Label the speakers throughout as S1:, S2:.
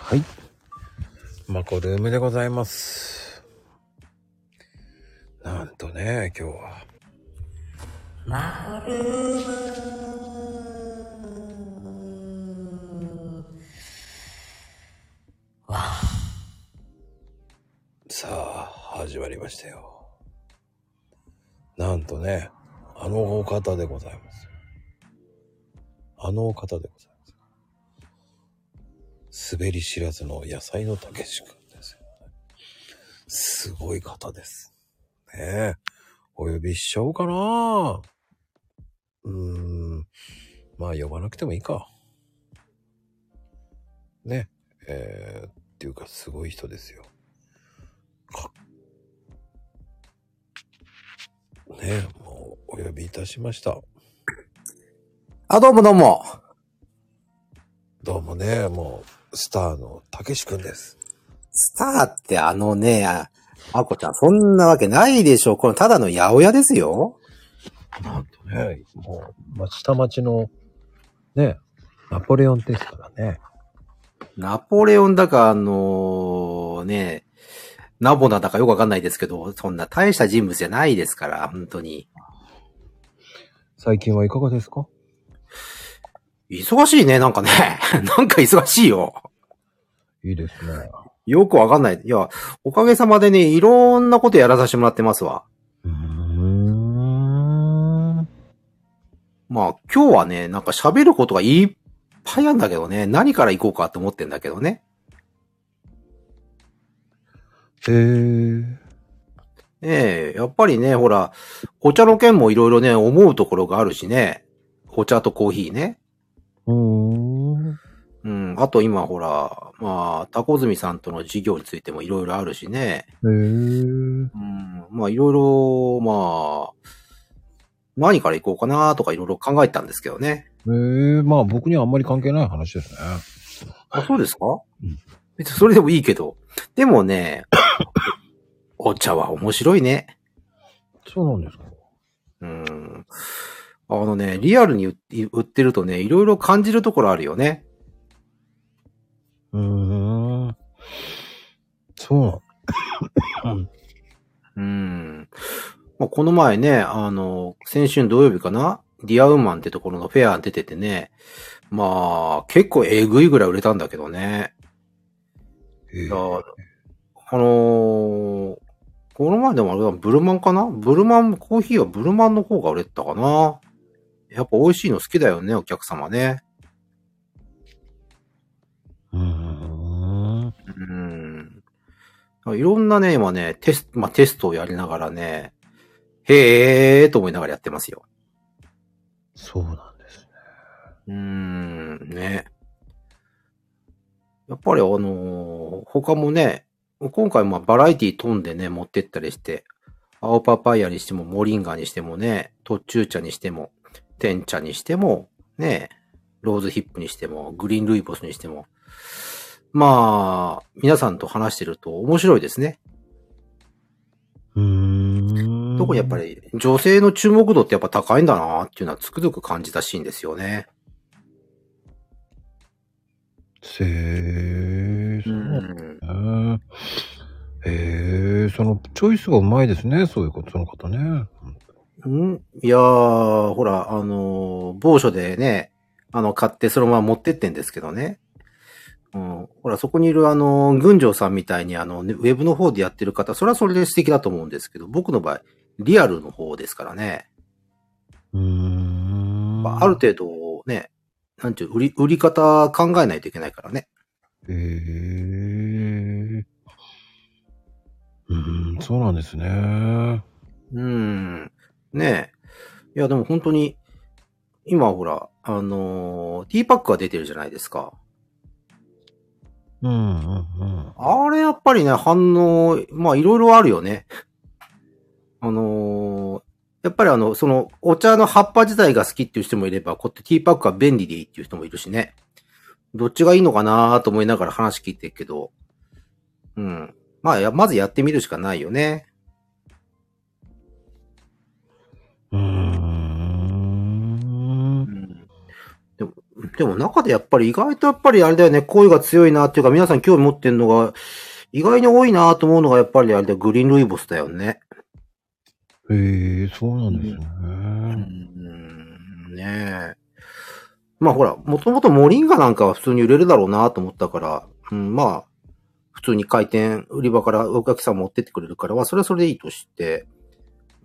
S1: はい。
S2: マコルームでございます。なんとね、今日は。さあ、始まりましたよ。なんとね、あのお方でございます。あのお方でございます。滑り知らずの野菜のたけし君ですよ、ね。すごい方です。ねえ、お呼びしちゃおうかなうーん、まあ呼ばなくてもいいか。ね、えー、っていうかすごい人ですよ。ねえ、もうお呼びいたしました。
S1: あ、どうもどうも。
S2: どうもね、もう、スターのたけしくんです。
S1: スターってあのね、あ、あこちゃん、そんなわけないでしょ。このただの八百屋ですよ。
S2: なんとね、もう、ま下町の、ね、ナポレオンですからね。
S1: ナポレオンだか、あのね、ナボナだかよくわかんないですけど、そんな大した人物じゃないですから、本当に。
S2: 最近はいかがですか
S1: 忙しいね、なんかね。 なんか忙しいよ。
S2: いいですね。
S1: よくわかんない。いや、おかげさまでね、いろんなことやらさせてもらってますわ。
S2: うーん。は
S1: まあ、今日はね、なんか喋ることがいっぱいあるんだけどね、何から行こうかと思ってんだけどね。
S2: えー。
S1: ええ、やっぱりね、ほら、お茶の件もいろいろね、思うところがあるしね。お茶とコーヒーね。
S2: うーん。
S1: うん。あと今ほら、まあ、タコズミさんとの事業についてもいろいろあるしね。
S2: えー。
S1: うん。まあ、いろいろ、まあ、何から行こうかなとかいろいろ考えたんですけどね。
S2: えー、まあ僕にはあんまり関係ない話ですね。
S1: あ、そうですか
S2: うん
S1: 別にそれでもいいけど。でもね、 お茶は面白いね。
S2: そうなんですか。
S1: うん。あのね、リアルに売って売ってるとね、いろいろ感じるところあるよね。
S2: うーん。そう
S1: うん。まあ、この前ね、あの、先週の土曜日かなディアウーマンってところのフェアに出ててね、まあ、結構えぐいぐらい売れたんだけどね。
S2: なん
S1: い
S2: だ。え
S1: や
S2: ー
S1: あのーこの前でもあれだ、ブルマンかなブルマン、コーヒーはブルマンの方が売れてたかなやっぱ美味しいの好きだよね、お客様ね。
S2: うーん。
S1: うん。いろんなね、今ね、テスト、まあ、テストをやりながらね、へえーと思いながらやってますよ。
S2: そうなんですね。
S1: うーん、ね。やっぱりあのー他もね、今回まあバラエティ飛んでね、持ってったりして、青パパイヤにしても、モリンガにしてもね、トッチュー茶にしても、テン茶にしても、ね、ローズヒップにしても、グリーンルイボスにしても、まあ、皆さんと話してると面白いですね。
S2: うーん。
S1: 特にやっぱり女性の注目度ってやっぱ高いんだなっていうのはつくづく感じたシーンですよね。
S2: せー、そううなんだ
S1: ん。
S2: ね。えー、そのチョイスがうまいですね、そういうこと、その方ね。
S1: んいやー、ほら、あのー某所でね、あの、買ってそのまま持ってってんですけどね。うん、ほら、そこにいるあのー、群青さんみたいにあの、ねウェブの方でやってる方、それはそれで素敵だと思うんですけど、僕の場合、リアルの方ですからね。
S2: うーん。
S1: まあ、ある程度、ね、なんていう、売り、売り方考えないといけないからね。
S2: えー。うーん、そうなんですね。
S1: うん。ねえ。いや、でも本当に、今ほら、あのーティーパックが出てるじゃないですか。
S2: うん、うん、うん。
S1: あれやっぱりね、反応、まあいろいろあるよね。あのーやっぱりあの、その、お茶の葉っぱ自体が好きっていう人もいれば、こうやってティーパックは便利でいいっていう人もいるしね。どっちがいいのかなと思いながら話聞いてるけど。うん。まあや、まずやってみるしかないよね。
S2: うーん。
S1: うん。でも、でも中でやっぱり意外とやっぱりあれだよね、声が強いなっていうか皆さん興味持ってんのが、意外に多いなと思うのがやっぱりあれだよ、グリーンルイボスだよね。
S2: へえ、そうなんですね。
S1: うーん、ねえ。まあほら、もともとモリンガなんかは普通に売れるだろうなと思ったから、うん、まあ、普通に回転、売り場からお客さん持ってってくれるから、まあそれはそれでいいとして、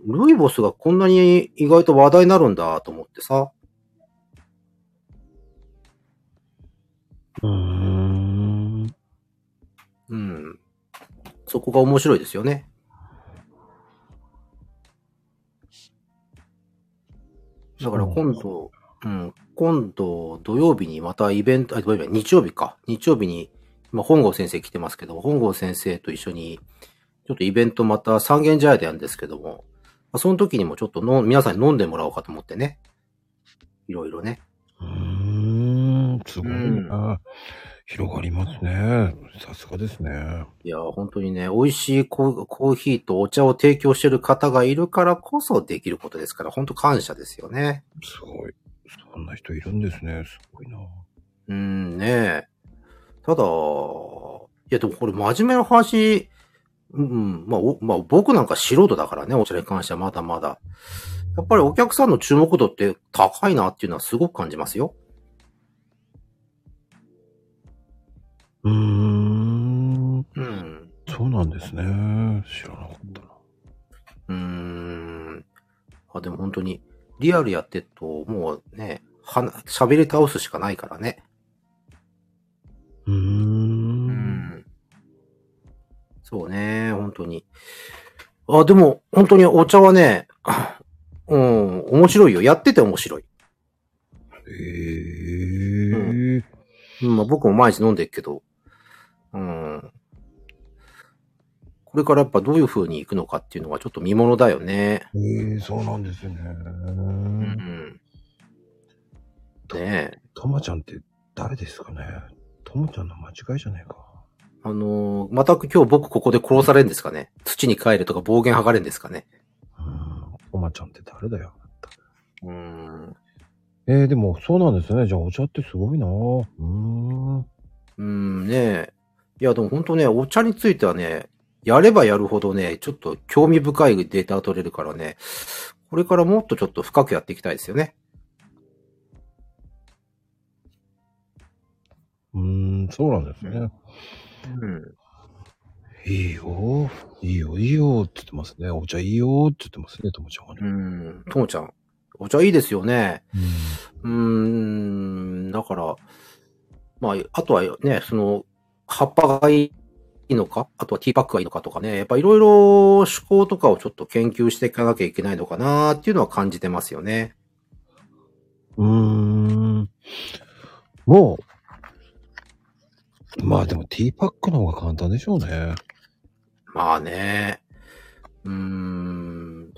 S1: ルイボスがこんなに意外と話題になるんだと思ってさ。
S2: うーん。
S1: うん。そこが面白いですよね。だから今度、うん、今度土曜日にまたイベント、あ、土曜日は日曜日か。日曜日に、まあ、本郷先生来てますけども、本郷先生と一緒に、ちょっとイベントまた三軒茶屋でやるんですけども、まあ、その時にもちょっとの皆さんに飲んでもらおうかと思ってね。いろいろね。
S2: うーん、すごいね。
S1: うん
S2: 広がりますね。さすがですね。
S1: いや、本当にね、美味しいココーヒーとお茶を提供してる方がいるからこそできることですから、本当感謝ですよね。
S2: すごい。そんな人いるんですね。すごいな。
S1: うん、ねえ。ただ、いや、でもこれ真面目な話、うん、まあ、おまあ、僕なんか素人だからね、お茶に関してはまだまだ。やっぱりお客さんの注目度って高いなっていうのはすごく感じますよ。
S2: うーん、
S1: うん。
S2: そうなんですね。知らなかったな。
S1: うーん。あ、でも本当に、リアルやってると、もうね、はな、喋り倒すしかないからね。
S2: うー。。
S1: うんそうね、本当に。あ、でも、本当にお茶はね、 あうん、面白いよ。やってて面白い。
S2: へえー。
S1: うん、まあ僕も毎日飲んでるけど、うん。これからやっぱどういう風に行くのかっていうのはちょっと見物だよね。
S2: えー、そうなんですよ
S1: う
S2: ね。
S1: ん。ねえ。
S2: ともちゃんって誰ですかねともちゃんの間違いじゃねえか。
S1: あのーまた今日僕ここで殺されるんですかね土に帰るとか暴言吐かれるんですかね
S2: うん。とまちゃんって誰だよ。
S1: うん。
S2: えー、でもそうなんですね。じゃあお茶ってすごいな。うーん。
S1: うん、ねえ。いや、でも本当ね、お茶についてはね、やればやるほどね、ちょっと興味深いデータが取れるからね、これからもっとちょっと深くやっていきたいですよね。
S2: うーん、そうなんですね。
S1: うん。
S2: いいよ、いいよ、いいよって言ってますね。お茶いいよって言ってますね、ともちゃんは
S1: う
S2: ね。
S1: ん。ともちゃん、お茶いいですよね。
S2: うん
S1: うーん、だから、まあ、あとはね、その、葉っぱがいいのか、あとはティーパックがいいのかとかね、やっぱいろいろ思考とかをちょっと研究していかなきゃいけないのかなっていうのは感じてますよね。
S2: うーん。もう、まあでもティーパックの方が簡単でしょうね。
S1: まあね、うーん、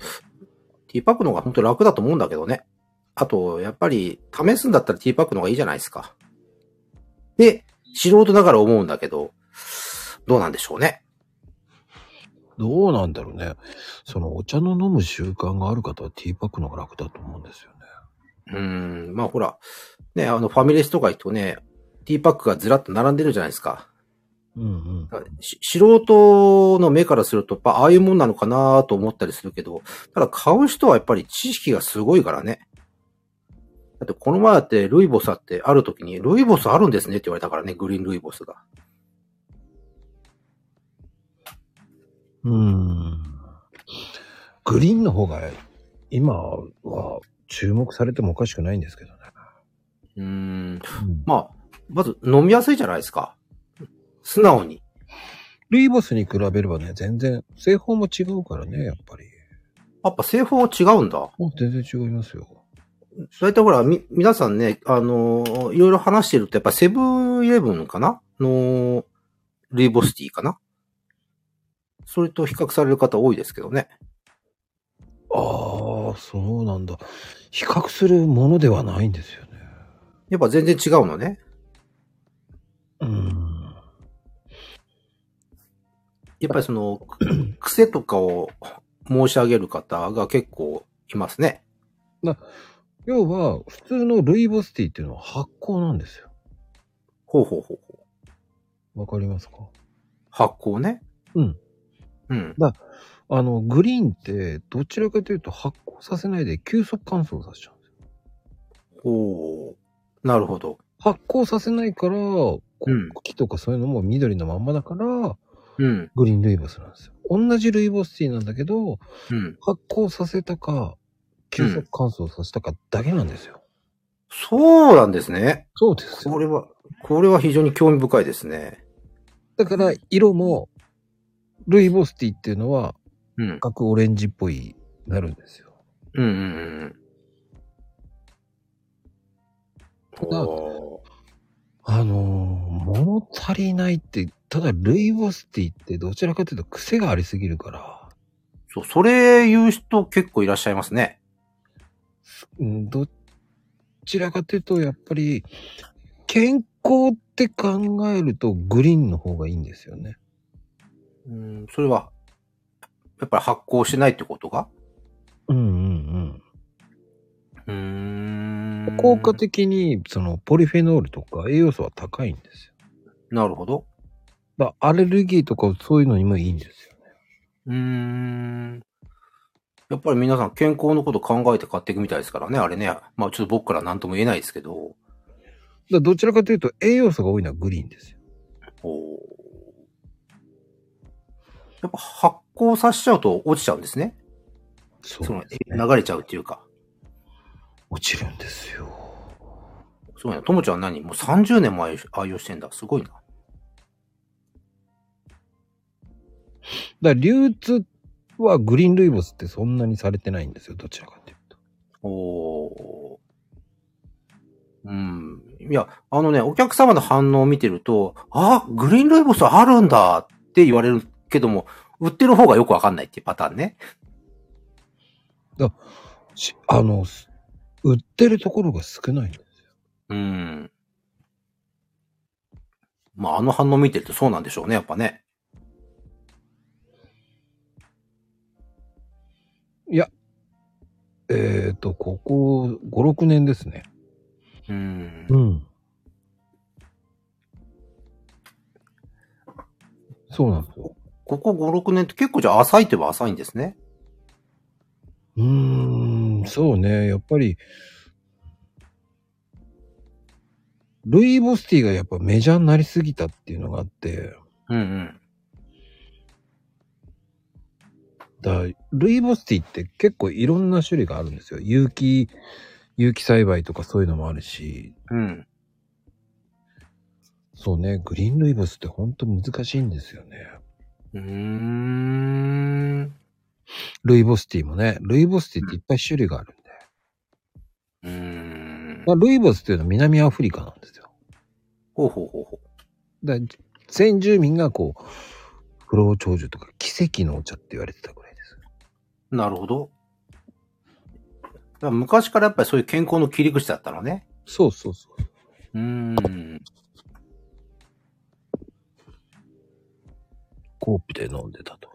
S1: ティーパックの方が本当楽だと思うんだけどね。あと、やっぱり試すんだったらティーパックの方がいいじゃないですか。で、素人ながら思うんだけど、どうなんでしょうね。
S2: どうなんだろうね。そのお茶の飲む習慣がある方はティーパックの方が楽だと思うんですよね。
S1: うーん、まあほら、ね、あの、ファミレスとか行くとね、ティーパックがずらっと並んでるじゃないですか。
S2: うんうん。
S1: し素人の目からすると、やっぱああいうもんなのかなと思ったりするけど、ただ買う人はやっぱり知識がすごいからね。だってこの前だってルイボスあってある時に、ルイボスあるんですねって言われたからね、グリーンルイボスが。
S2: うーん。グリーンの方が今は注目されてもおかしくないんですけどね。
S1: うー
S2: う
S1: ん、
S2: ん
S1: まあ、まず飲みやすいじゃないですか。素直に。
S2: ルイボスに比べればね、全然、製法も違うからね、やっぱり。
S1: やっぱ製法は違うんだ。
S2: もう全然違いますよ。
S1: 大体ほら、み、皆さんね、あのーいろいろ話してると、やっぱセブンイレブンかなの、ルイボスティーかなそれと比較される方多いですけどね。
S2: ああ、そうなんだ。比較するものではないんですよね。
S1: やっぱ全然違うのね。
S2: うん。
S1: やっぱりその、く癖とかを申し上げる方が結構いますね。
S2: 要は、普通のルイボスティーっていうのは発酵なんですよ。
S1: ほうほうほうほう。
S2: わかりますか
S1: 発酵ね。
S2: うん。
S1: うん。
S2: あの、グリーンって、どちらかというと発酵させないで急速乾燥させちゃうんですよ。
S1: ほう。なるほど。
S2: 発酵させないから、こ
S1: うん
S2: 茎とかそういうのも緑のまんまだから、
S1: うん。
S2: グリーンルイボスなんですよ。同じルイボスティーなんだけど、
S1: うん。
S2: 発酵させたか、急速乾燥させたかだけなんですよ。
S1: そうなんですね。
S2: そうです
S1: これは、これは非常に興味深いですね。
S2: だから、色も、ルイボスティーっていうのは、
S1: うん。
S2: 赤くオレンジっぽい、なるんですよ。
S1: うんうんうんうん。
S2: ただ
S1: おー
S2: あのー、物足りないって、ただルイボスティーってどちらかというと癖がありすぎるから、
S1: そう、それ言う人結構いらっしゃいますね。
S2: うん、どちらかというとやっぱり、健康って考えるとグリーンの方がいいんですよね。
S1: うん、それは、やっぱり発酵しないってことが
S2: うんうん
S1: うーん。
S2: 効果的に、その、ポリフェノールとか栄養素は高いんですよ。
S1: なるほど。
S2: だからアレルギーとかそういうのにもいいんですよね。
S1: うーん。やっぱり皆さん健康のこと考えて買っていくみたいですからね、あれね。まあちょっと僕から何とも言えないですけど。
S2: だからどちらかというと栄養素が多いのはグリーンですよ。
S1: おーやっぱ発酵させちゃうと落ちちゃうんですね。
S2: そ
S1: その
S2: ですね
S1: 流れちゃうっていうか。
S2: 落ちるんですよ。
S1: すごいな。ともちゃんは何もう30年も愛用愛用してんだ。すごいな。
S2: だから流通はグリーンルイボスってそんなにされてないんですよ、どちらかというと。
S1: おーうん。いや、あのね、お客様の反応を見てると、あ、グリーンルイボスあるんだって言われるけども、売ってる方がよくわかんないっていうパターンね。
S2: しあの、す売ってるところが少ないんですよ。
S1: うん。まあ、あの反応見てるとそうなんでしょうね、やっぱね。
S2: えっ、と、ここ5、6年ですね。
S1: うん。
S2: ん。そうなんですよ。
S1: ここ5、6年って結構じゃあ浅いといえば浅いんですね。
S2: うーん、そうね。やっぱり、ルイボスティーがやっぱメジャーになりすぎたっていうのがあって、
S1: うんうん。
S2: だからルイボスティーって結構いろんな種類があるんですよ。有機、有機栽培とかそういうのもあるし、
S1: うん。
S2: そうね、グリーンルイボスってほんと難しいんですよね。
S1: うーん。
S2: ルイボスティーもね、ルイボスティーっていっぱい種類があるんで。
S1: うーん
S2: ま。あ、ルイボスっていうのは南アフリカなんですよ。
S1: ほうほうほうほ
S2: だから先住民がこう、不老長寿とか奇跡のお茶って言われてたぐらいです。
S1: う。なるほど。だから昔からやっぱりそういう健康の切り口だったのね。
S2: そうそうそう。
S1: うーん。
S2: コープで飲んでたと。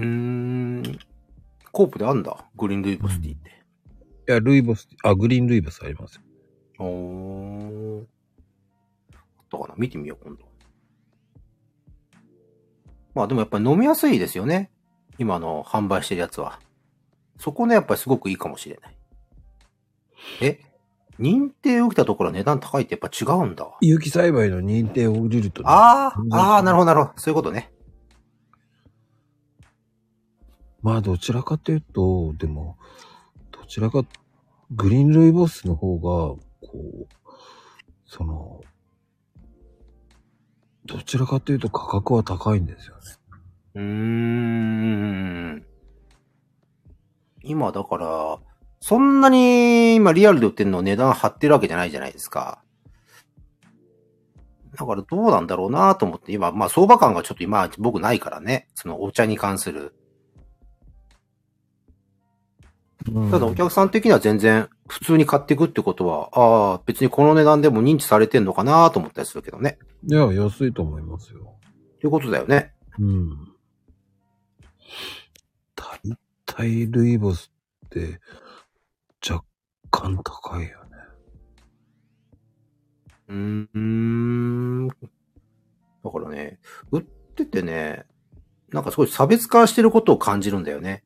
S2: うん。
S1: うーん。コープであんだ。グリーンルイボスティーって。
S2: いや、ルイボス、あ、グリーンルイボスありますよ。
S1: おー。あったかな見てみよう、今度。まあでもやっぱり飲みやすいですよね。今の販売してるやつは。そこね、やっぱりすごくいいかもしれない。え認定を受けたところは値段高いってやっぱ違うんだわ。
S2: 有機栽培の認定を降りると、ね、
S1: ああ、ああ、なるほど、なるほど。そういうことね。
S2: まあどちらかというと、でも、どちらか、グリーンルイボスの方が、こう、その、どちらかというと価格は高いんですよね。
S1: うーん。今だから、そんなに今リアルで売ってるの値段張ってるわけじゃないじゃないですか。だからどうなんだろうなと思って、今、まあ相場感がちょっと今僕ないからね。そのお茶に関する。ただお客さん的には全然普通に買っていくってことは、ああ、別にこの値段でも認知されてんのかなと思ったりするけどね。
S2: いや、安いと思いますよ。
S1: ということだよね。
S2: うん。大体ルイボスって若干高いよね。
S1: うーん。だからね、売っててね、なんかすごい差別化してることを感じるんだよね。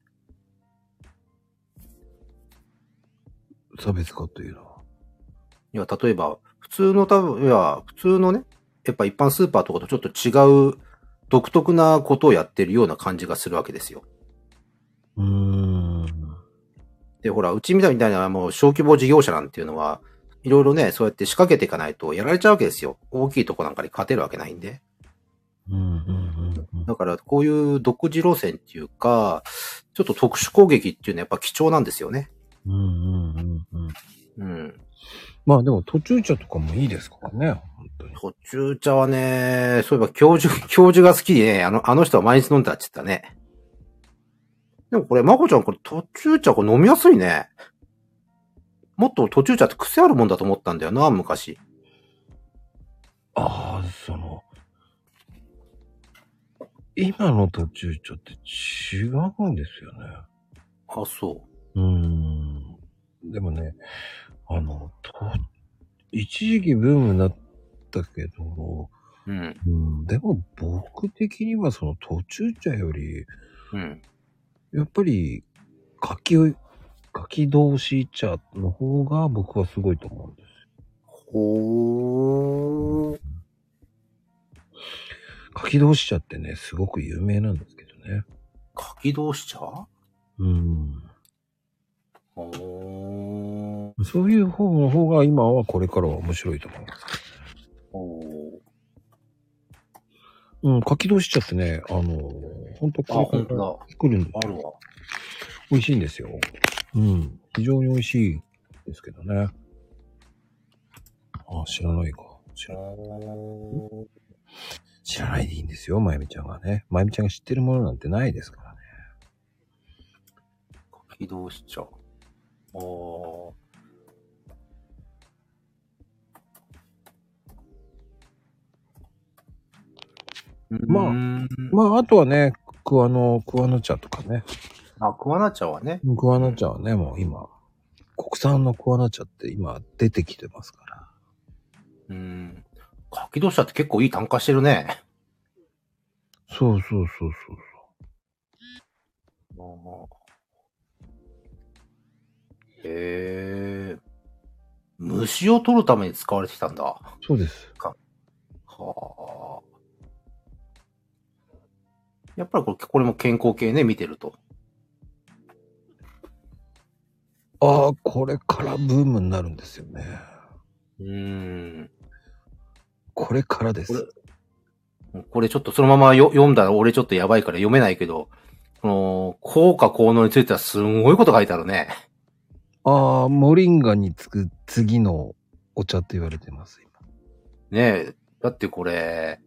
S2: 差別化というのは。
S1: いや、例えば、普通の多分、いや、普通のね、やっぱ一般スーパーとかとちょっと違う独特なことをやってるような感じがするわけですよ。
S2: うーん。
S1: で、ほら、うちみたいみたいなもう小規模事業者なんていうのは、いろいろね、そうやって仕掛けていかないとやられちゃうわけですよ。大きいとこなんかに勝てるわけないんで。
S2: うんうんうんうん。
S1: だから、こういう独自路線っていうか、ちょっと特殊攻撃っていうのはやっぱ貴重なんですよね。
S2: うんうんうんうん。
S1: うん。
S2: まあでも途中茶とかもいいですからね、本当に。
S1: 途中茶はね、そういえば教授、 教授が好きでね、あの、あの人は毎日飲んでたって言ってたね。でもこれ、まこちゃん、これ途中茶これ飲みやすいね。もっと途中茶って癖あるもんだと思ったんだよな、昔。
S2: ああ、その、今の途中茶って違うんですよね。
S1: あ、そう。
S2: うーん。でもね、あの、と一時期ブームになったけど、
S1: うん、
S2: うん、でも僕的にはその途中茶より、
S1: うん。
S2: やっぱり、書きを、書き同士茶の方が僕はすごいと思うんです。
S1: ほー。
S2: 書き同士茶ってね、すごく有名なんですけどね。
S1: 書き同士茶
S2: うん。
S1: ほー。
S2: そういう方の方が今はこれからは面白いと思います。
S1: ほ
S2: うん、書き同士茶ってね、あの、ほんと
S1: ー。あ、
S2: こ
S1: ほ
S2: れ
S1: ん
S2: から
S1: と
S2: 作るんで
S1: だ。あるわ。
S2: 美味しいんですよ。うん。非常に美味しいですけどね。あ、知らないか。知ら
S1: ほ
S2: 知らないでいいんですよ、まゆみちゃんがね。まゆみちゃんが知ってるものなんてないですからね。
S1: ー書き同士茶。あー。
S2: まあ
S1: ま
S2: まあ、あとはね、桑の、桑の茶とかね。
S1: あ、あ、桑名茶はね。
S2: 桑の茶はね、もう今、国産の桑の茶って今出てきてますから。
S1: うん。書き同士茶って結構いい単価してるね。
S2: そうそうそうそう。
S1: へえ。虫を取るために使われてきたんだ。は
S2: そうです。
S1: あ。やっぱりこれこれも健康系ね、見てると。
S2: ああ、これからブームになるんですよね。
S1: うーん。
S2: これからです。
S1: ここれちょっとそのままよ読んだら俺ちょっとやばいから読めないけど、この、効果効能についてはすんごいこと書いてあるね。
S2: ああ、モリンガにつく次のお茶って言われてます、今。
S1: ねえ。だってこれ、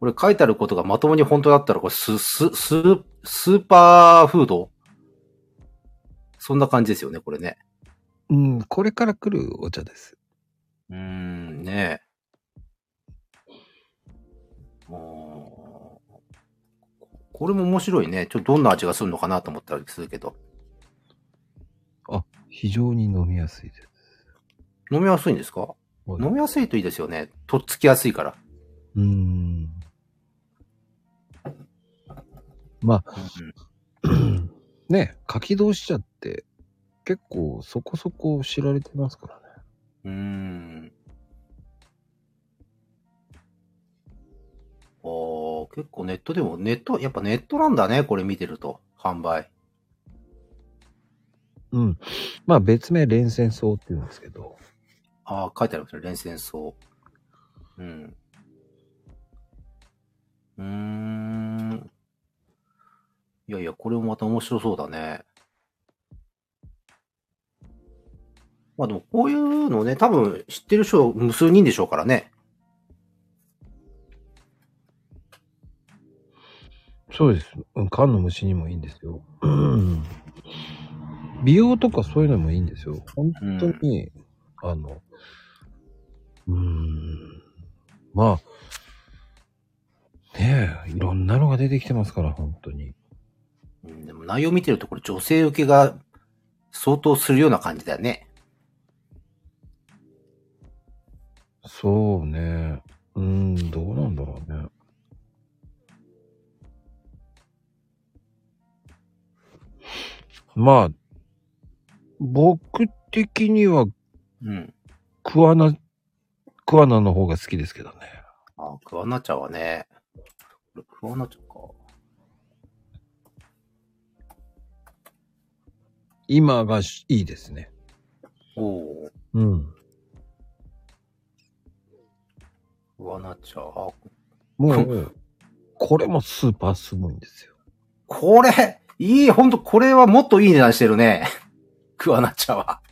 S1: これ書いてあることがまともに本当だったら、これス、ス、ス、スーパーフードそんな感じですよね、これね。
S2: うん、これから来るお茶です。
S1: うーん、ねえ。もうこれも面白いね。ちょっとどんな味がするのかなと思ったりするけど。
S2: 非常に飲みやすいです。
S1: 飲みやすいんですか飲みやすいといいですよね。とっつきやすいから。
S2: うん。 まあ、ね、柿同士茶って結構そこそこ知られてますからね。
S1: うーん。あー結構ネットでも、ネット、やっぱネットなんだね、これ見てると。販売。
S2: うん。まあ別名連戦草って言うんですけど。
S1: ああ、書いてあるんですね、連戦草。うん。うーん。いやいや、これもまた面白そうだね。まあでも、こういうのね、多分知ってる人無数人でしょうからね。
S2: そうです。うん、缶の虫にもいいんですよ。うん美容とかそういうのもいいんですよ。本当に、あの、うーん、まあ、ねえ、いろんなのが出てきてますから、本当に。
S1: うんでも内容見てるとこれ女性受けが相当するような感じだね。
S2: そうね。うーん、どうなんだろうね。まあ、僕的には
S1: うん。
S2: クワナ、クワナの方が好きですけどね。
S1: あ、クワナ茶はね。これクワナ茶か。
S2: 今がしいいですね。
S1: おおー。
S2: うん。
S1: クワナ茶。あ、
S2: もう、これもスーパーすごいんですよ。
S1: これ、いい、ほんと、これはもっといい値段してるね。 クワナ茶は。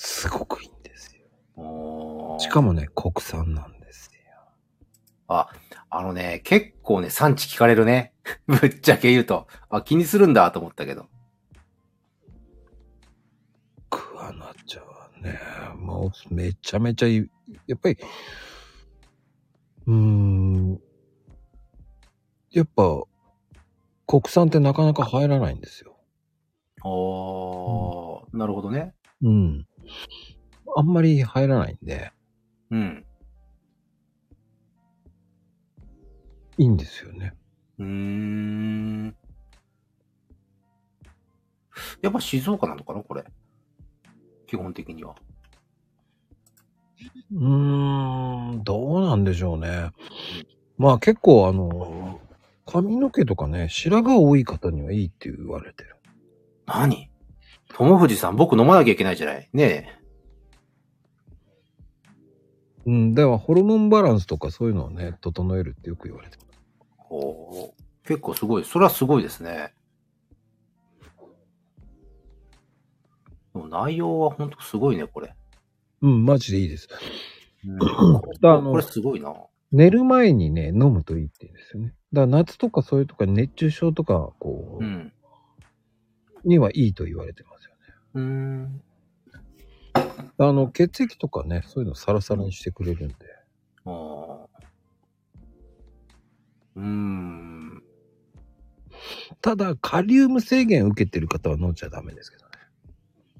S2: すごくいいんですよ。
S1: おー
S2: しかもね、国産なんですよ。
S1: あのね、結構ね、産地聞かれるね。 ぶっちゃけ言うと。あ、気にするんだと思ったけど。
S2: クワナ茶はね、もうめちゃめちゃいい。やっぱり、うーん。やっぱ、国産ってなかなか入らないんですよ。
S1: おー、なるほどね。
S2: うん。あんまり入らないんで、
S1: うん。
S2: いいんですよね。
S1: うーん。やっぱ静岡なのかなこれ。基本的には。
S2: うーん、どうなんでしょうね。まあ結構あの、髪の毛とかね、白髪多い方にはいいって言われてる。
S1: 何友藤さん、僕飲まなきゃいけないじゃないね
S2: うん、だからホルモンバランスとかそういうのをね、整えるってよく言われてる。
S1: え。おー結構すごい。それはすごいですね。でも内容は本当すごいね、これ。
S2: うん、マジでいいです。
S1: うん、
S2: だあの
S1: これすごいな。
S2: 寝る前にね、飲むといいって言うんですよね。だから夏とかそういうとか熱中症とか、こ
S1: うん。
S2: う、にはいいと言われてますよね。
S1: うーん。
S2: あの、血液とかね、そういうのサラサラにしてくれるんで。
S1: あーうーん。
S2: ただ、カリウム制限受けてる方は飲んじゃダメですけどね。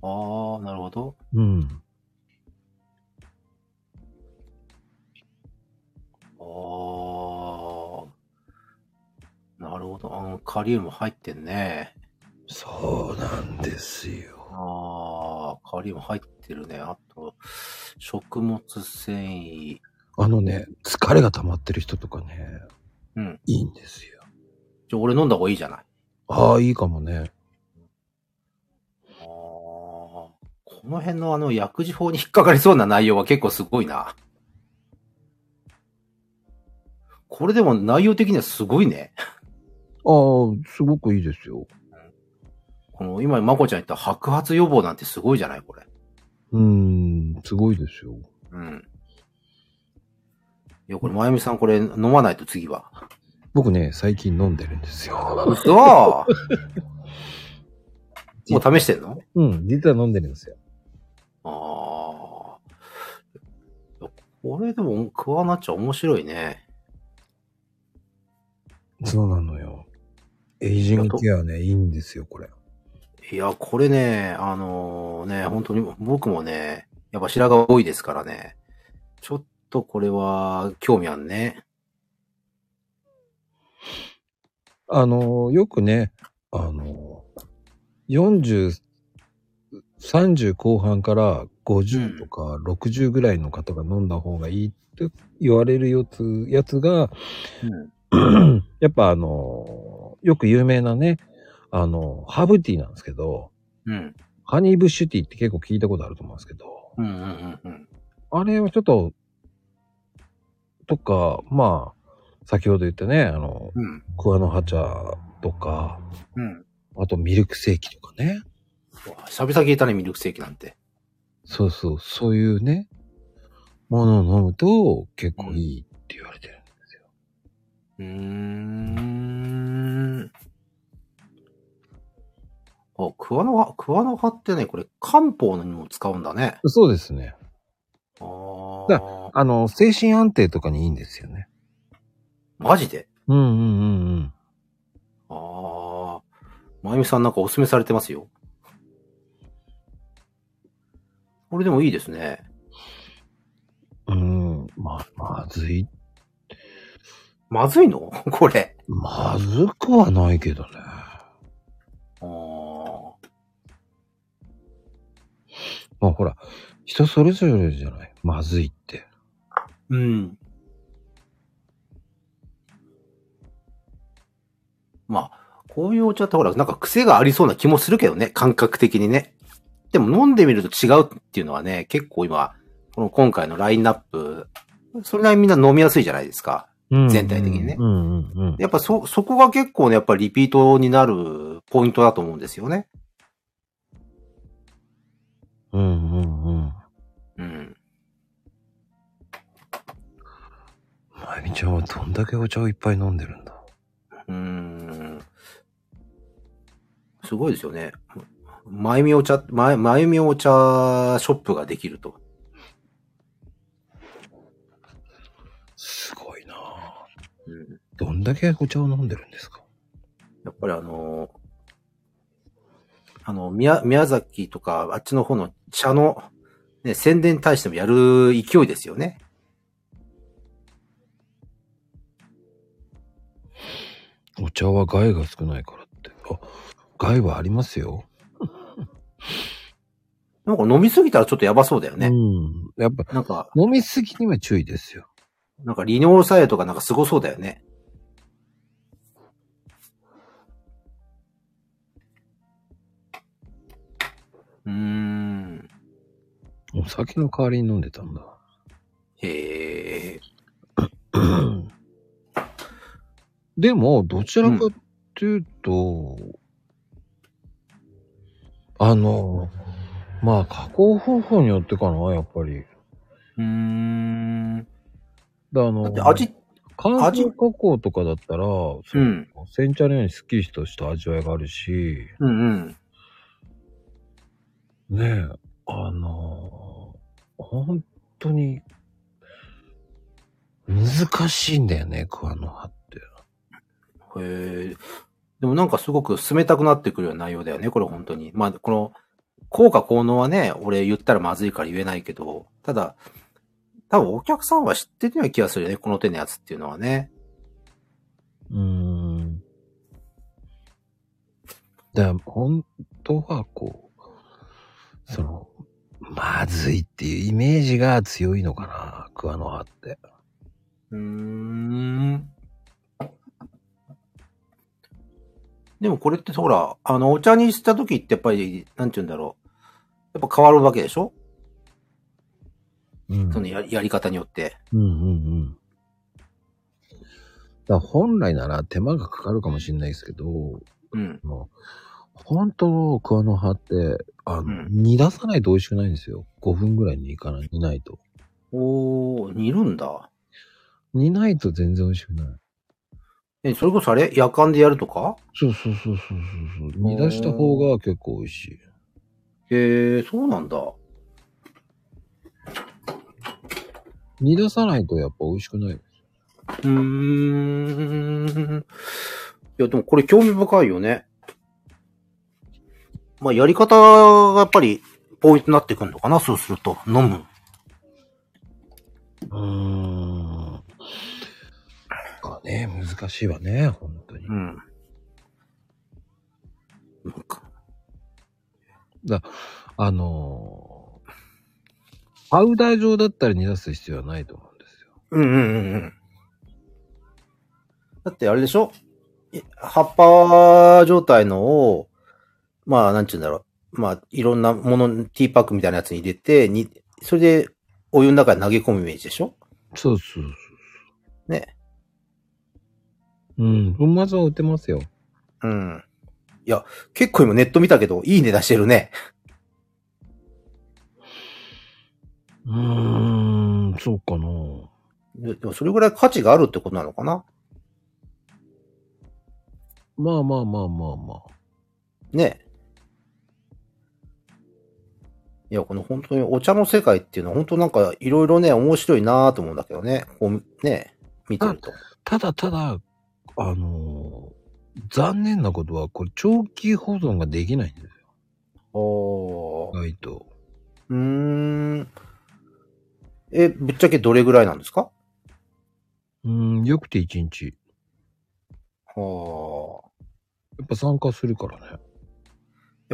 S1: ああ、なるほど。
S2: うん。
S1: ああ。なるほど。あの、カリウム入ってんね。
S2: そうなんですよ。
S1: ああ、カリウム入ってるね。あと、食物繊維。
S2: あのね、疲れが溜まってる人とかね、
S1: うん。
S2: いいんですよ。
S1: じゃ、俺飲んだ方がいいじゃない。
S2: ああ、いいかもね。
S1: ああ。この辺のあの、薬事法に引っかかりそうな内容は結構すごいな。これでも内容的にはすごいね。
S2: ああ、すごくいいですよ。
S1: この、今、まこちゃん言った白髪予防なんてすごいじゃないこれ。
S2: うーん、すごいですよ。
S1: うん。いや、これ、まゆみさん、これ、飲まないと次は。
S2: 僕ね、最近飲んでるんですよ。
S1: 嘘 もう試してんの
S2: うん、実は飲んでるんですよ。
S1: ああ。いやこれでも、クワナチャ面白いね。
S2: そうなのよ。エイジングケアね、いいんですよ、これ。
S1: いや、これね、あのね、本当に僕もね、やっぱ白髪多いですからね。ちょっとこれは、興味あんね。
S2: あの、よくね、あの、40、30後半から50とか60ぐらいの方が飲んだ方がいいって言われるやつやつが、
S1: うん。
S2: やっぱあの、よく有名なね、あの、ハーブティーなんですけど、
S1: うん。
S2: ハニーブッシュティーって結構聞いたことあると思うんですけど、
S1: うんうんうんうん。
S2: あれをちょっと、とか、まあ、先ほど言ったね、あの、
S1: うん。
S2: クワのハチャとか、
S1: うん。
S2: あとミルクセーキとかね。
S1: うわ久々聞いたね、ミルクセーキなんて。
S2: そうそう、そういうね、ものを飲むと結構いいって言われてる。
S1: うーん。あ、クワの葉、クワの葉ってね、これ漢方にも使うんだね。
S2: そうですね。
S1: あ
S2: だ
S1: あ。
S2: あの、精神安定とかにいいんですよね。
S1: マジで
S2: うんうんうんうん。
S1: ああ。まゆみさんなんかおすすめされてますよ。これでもいいですね。
S2: うん、ま、まずい。
S1: まずいの これ。
S2: まずくはないけどね。
S1: あー
S2: まあほら、人それぞれじゃない。まずいって。
S1: うん。まあ、こういうお茶ってほら、なんか癖がありそうな気もするけどね、感覚的にね。でも飲んでみると違うっていうのはね、結構今、この今回のラインナップ、それなりにみんな飲みやすいじゃないですか。
S2: うん
S1: 全体的にね
S2: うんうんうん。
S1: やっぱそ、そこが結構ね、やっぱりリピートになるポイントだと思うんですよね。
S2: うんうんうん。
S1: うん。
S2: まゆみちゃんはどんだけお茶をいっぱい飲んでるんだ。
S1: うーん。すごいですよね。まゆみお茶、まゆまゆみお茶ショップができると。
S2: すごいなぁ
S1: うん
S2: どんだけお茶を飲んでるんですか
S1: やっぱりあのあの、宮、宮崎とか、あっちの方の茶の、ね、宣伝に対してもやる勢いですよね。
S2: お茶は害が少ないからって。あ、害はありますよ。
S1: なんか飲みすぎたらちょっとやばそうだよ
S2: う
S1: ね。
S2: ん。やっぱ、
S1: なんか、
S2: 飲みすぎには注意ですよ。
S1: なんか利尿作用とかなんかすごそうだよね。うーん。
S2: お酒の代わりに飲んでたんだ。
S1: へえ。
S2: でも、どちらかっていうと、あの、まあ、加工方法によってかな、やっぱり。
S1: うーん。
S2: であの、
S1: だって味、
S2: 乾
S1: 味
S2: 燥加工とかだったら、そ
S1: うん。
S2: 煎茶のようにスッキリとした味わいがあるし、
S1: うんうん。
S2: ねえ、あのー本当に、難しいんだよね、桑の葉って。
S1: へえ。でもなんかすごく進めたくなってくるような内容だよね、これ本当に。まあ、この、効果効能はね、俺言ったらまずいから言えないけど、ただ、多分お客さんは知ってるような気がするよね、この手のやつっていうのはね。
S2: うーん。だから本当はこう、その、まずいっていうイメージが強いのかな、桑の葉って。
S1: うーん。でもこれってほら、あの、お茶にした時ってやっぱり、なんて言うんだろう。やっぱ変わるわけでしょ
S2: うん
S1: そのややり方によって。
S2: うんうんうん。だから本来なら手間がかかるかもしれないですけど、
S1: うん。
S2: あの本当の桑の葉って、あの、
S1: うん
S2: 煮出さないと美味しくないんですよ。5分ぐらい煮かない、煮ないと。
S1: おー、煮るんだ。
S2: 煮ないと全然美味しくない。
S1: え、それこそあれ夜間でやるとか
S2: そうそうそうそうそうそう。煮出した方が結構美味しい。
S1: へえ、そうなんだ。
S2: 煮出さないとやっぱ美味しくない。
S1: うーん。いや、でもこれ興味深いよね。まあ、やり方がやっぱりポイントになってくるのかな、そうすると。飲む。
S2: うーん。かね、難しいわね、本当に
S1: う。ん。なんか
S2: あのーパウダー状だったら煮出す必要はないと思うんですよ。
S1: うんうんうんうん。だってあれでしょい葉っぱ状態のを、まあ、なんちゅうんだろう。まあ、いろんなもの、ティーパックみたいなやつに入れて、に、それでお湯の中に投げ込むイメージでしょ
S2: そうそうそう。
S1: ね。
S2: うん、粉末は売ってますよ。
S1: うん。いや、結構今ネット見たけど、いい値段してるね。
S2: うーん、そうかな。
S1: ででもそれぐらい価値があるってことなのかな
S2: まあまあまあまあまあ。
S1: ね。いや、この本当にお茶の世界っていうのは本当なんかいろいろね、面白いなぁと思うんだけどね。こう、ね、見てると。
S2: ただただ、あのー残念なことは、これ長期保存ができないんですよ。
S1: おー。
S2: 意外と。
S1: うーん。え、ぶっちゃけどれぐらいなんですか
S2: うん、よくて1日。
S1: はあ。
S2: やっぱ参加するからね。
S1: や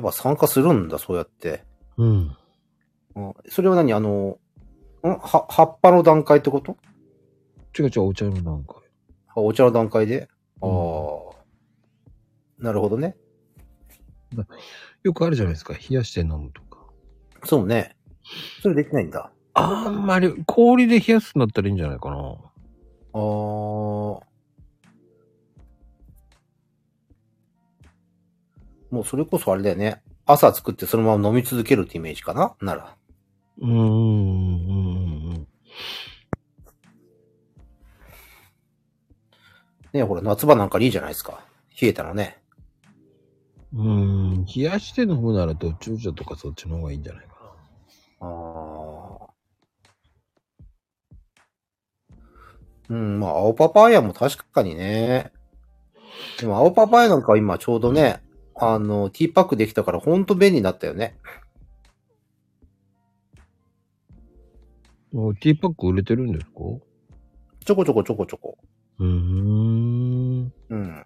S1: っぱ参加するんだ、そうやって。
S2: うん。
S1: うんそれは何あの、んは、葉っぱの段階ってこと
S2: 違う違う、お茶の段階。
S1: あお茶の段階でああ、なるほどね。
S2: よくあるじゃないですか。冷やして飲むとか。
S1: そうね。それできないんだ。
S2: あんまり、氷で冷やすんだったらいいんじゃないかな。
S1: あーもうそれこそあれだよね。朝作ってそのまま飲み続けるってイメージかななら。
S2: うーん、うん、うん。
S1: ねほら、夏場なんかいいじゃないですか。冷えたのね。
S2: うーん、冷やして飲むならどっちお茶とかそっちの方がいいんじゃないか
S1: あーうん、まあ、青パパイヤも確かにね。でも、青パパイヤなんかは今ちょうどね、あの、ティーパックできたからほんと便利になったよね。
S2: な。もうティーパック売れてるんですか
S1: ちょこちょこちょこちょこ。
S2: うーん。
S1: うん。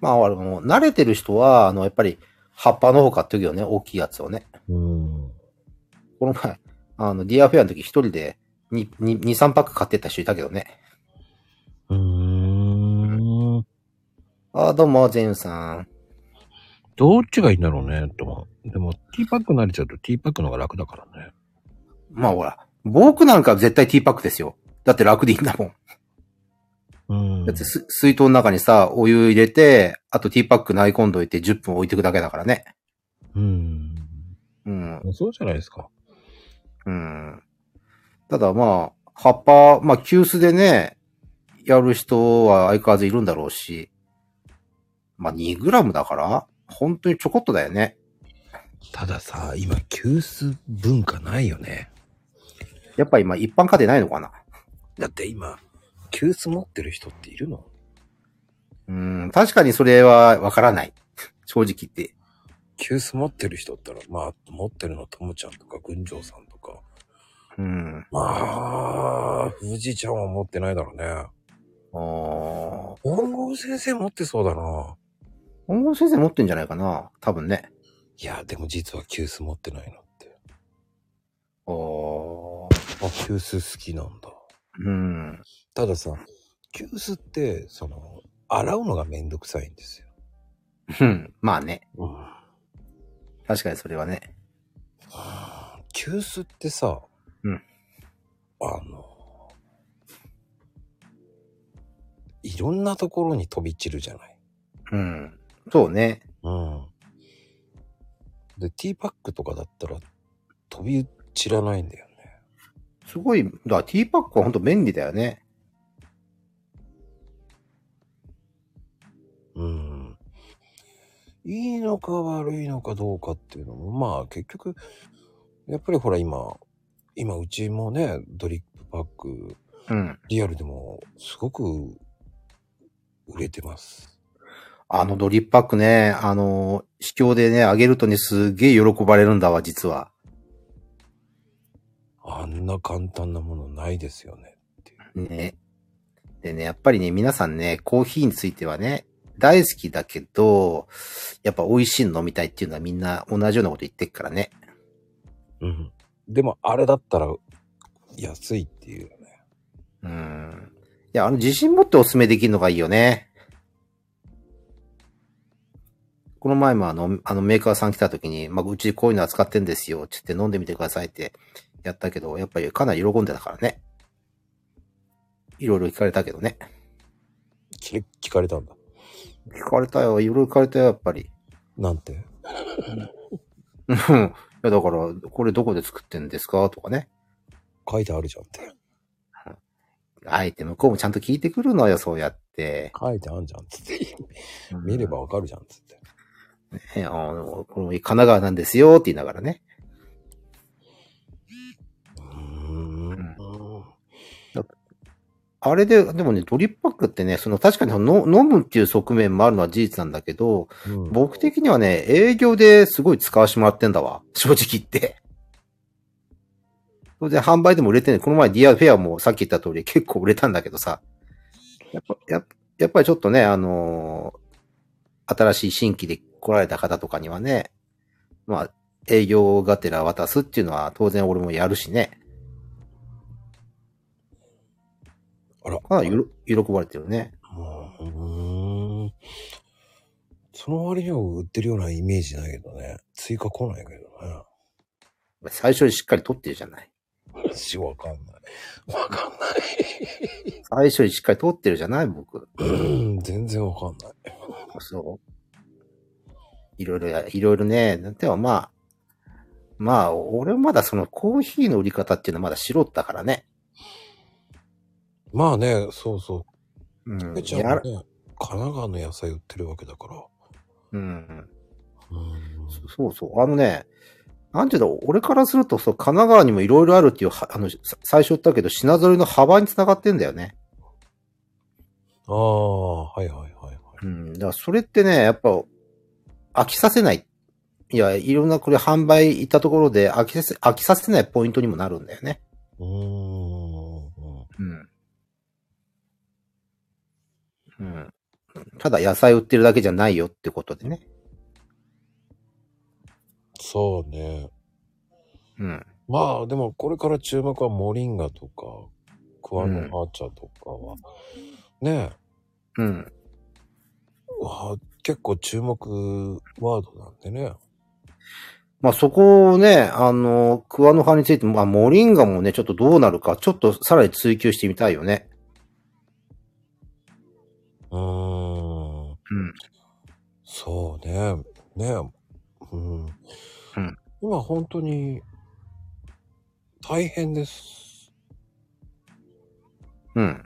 S1: まあ、あの、慣れてる人は、あの、やっぱり、葉っぱの方買ってるよね、大きいやつをね。
S2: うん。
S1: この前、あの、ディアフェアの時一人で2、にに2、3パック買ってった人いたけどね。
S2: うーん。
S1: ああ、どうも、ゼンさん。
S2: どっちがいいんだろうね、と思う。でも、ティーパック慣れちゃうとティーパックの方が楽だからね。
S1: まあほら、僕なんか絶対ティーパックですよ。だって楽でいいんだもん。
S2: うん
S1: だってす水筒の中にさ、お湯入れて、あとティーパック投げ込んどいて10分置いていくだけだからね。
S2: うん。
S1: うん。
S2: もうそうじゃないですか。
S1: うん。ただまあ、葉っぱ、まあ急須でね、やる人は相変わらずいるんだろうし。まあ2グラムだから、本当にちょこっとだよね。
S2: たださ、今、急須文化ないよね。
S1: やっぱ今一般家庭ないのかな。
S2: だって今、急須持ってる人っているの
S1: うん、確かにそれはわからない。 正直言って。
S2: 急須持ってる人ったら、まあ、持ってるのともちゃんとか、群青さんとか。
S1: うん。
S2: まあ、富士ちゃんは持ってないだろうね。
S1: あー。
S2: 本郷先生持ってそうだな。
S1: 本郷先生持ってんじゃないかな多分ね。
S2: いや、でも実は急須持ってないのって。あ、
S1: お
S2: 急須好きなんだ。
S1: うん。
S2: たださ、急須って、その、洗うのがめんどくさいんですよ。
S1: うんまあね。
S2: うん。
S1: 確かにそれはね。
S2: 急須ってさ、
S1: うん
S2: あの、いろんなところに飛び散るじゃない。
S1: うん。そうね。
S2: うん。で、ティーパックとかだったら飛び散らないんだよね。
S1: すごい、だからティーパックは本当便利だよね。
S2: うん。いいのか悪いのかどうかっていうのも、まあ結局、やっぱりほら今、今うちもね、ドリップパック、
S1: うん。
S2: リアルでもすごく売れてます。
S1: あのドリップパックね、あの、試供でね、あげるとね、すげえ喜ばれるんだわ、実は。
S2: あんな簡単なものないですよね。
S1: ね。でね、やっぱりね、皆さんね、コーヒーについてはね、大好きだけど、やっぱ美味しいの飲みたいっていうのはみんな同じようなこと言ってっからね。
S2: うん。でもあれだったら安いっていうよね。
S1: うん。いや、あの、自信持ってお勧めできるのがいいよね。この前もあの、あのメーカーさん来た時に、まあ、うちこういうの扱ってんですよ、つって飲んでみてくださいってやったけど、やっぱりかなり喜んでたからね。いろいろ聞かれたけどね。
S2: き聞かれたんだ。
S1: 聞かれたよ、いろいろ聞かれたよ、やっぱり。
S2: なんて。
S1: うん。いや、だから、これどこで作ってんですかとかね。
S2: 書いてあるじゃんって。
S1: あえて向こうもちゃんと聞いてくるのよ、そうやって。
S2: 書いてあんじゃんっつって。見ればわかるじゃんっつって。
S1: ね、あの、これ神奈川なんですよ、って言いながらね。
S2: うーん。
S1: あれで、でもね、ドリップパックってね、その確かにその飲むっていう側面もあるのは事実なんだけど、
S2: うん
S1: 僕的にはね、営業ですごい使わせてもらってんだわ。正直言って。それで販売でも売れてね、この前ディアフェアもさっき言った通り結構売れたんだけどさ、やっぱ、やっやっぱりちょっとね、あのー新しい新規で来られた方とかにはね、まあ、営業がてら渡すっていうのは当然俺もやるしね、
S2: あら。
S1: かなり喜喜ばれてるね。
S2: うーん。その割には売ってるようなイメージだけどね。追加来ないけど
S1: 最初にしっかり取ってるじゃない。
S2: ね。し、わかんない。わかんない。
S1: 最初にしっかり取ってるじゃない僕。
S2: うん全然わかんない。
S1: そう。いろいろや、いろいろね、でもまあ、まあ、俺もまだそのコーヒーの売り方っていうのはまだ素人だからね。
S2: まあね、そうそう。
S1: うん。
S2: ペちゃん
S1: や
S2: は
S1: ら
S2: ね、神奈川の野菜売ってるわけだから。
S1: うん。
S2: うん。
S1: そうそう。あのね、なんていうの、俺からすると、そう、神奈川にもいろいろあるっていうは、あの、さ最初言ったけど、品揃えの幅につながってんだよね。
S2: ああ、はいはいはいはい。
S1: うん。だから、それってね、やっぱ、飽きさせない。いや、いろんなこれ販売行ったところで飽きさせ、飽きさせないポイントにもなるんだよね。
S2: うーん。うん
S1: うん。うん。ただ野菜売ってるだけじゃないよってことでね。
S2: そうね。
S1: うん。
S2: まあでもこれから注目はモリンガとか、クワノハーチャとかは、ねえ、
S1: うん。
S2: わあ結構注目ワードなんでね。
S1: まあ、そこをね、あの、桑の葉について、まあ、モリンガもね、ちょっとどうなるか、ちょっとさらに追求してみたいよね。
S2: うーん。
S1: うん。
S2: そうね。ねえ。うん。
S1: ん
S2: 今本当に、大変です。
S1: うん。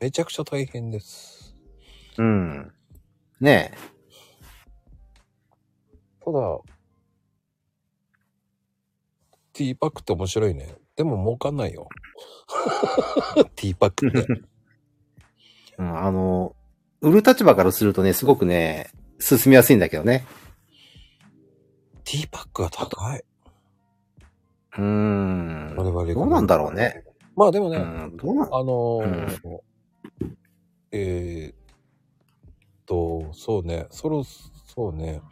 S2: めちゃくちゃ大変です。
S1: うん。ねえ。
S2: ただ、ティーパックって面白いね。でも儲かん ないよ。ティーパックって。
S1: うん、あの、売る立場からするとね、すごくね、進みやすいんだけどね。
S2: ティーパックは高い。
S1: うーん。
S2: 我々が
S1: どうなんだろうね。
S2: まあでも
S1: う
S2: ね、
S1: ん。どうなん
S2: あのーえーっと、そうね、そろ、そうね。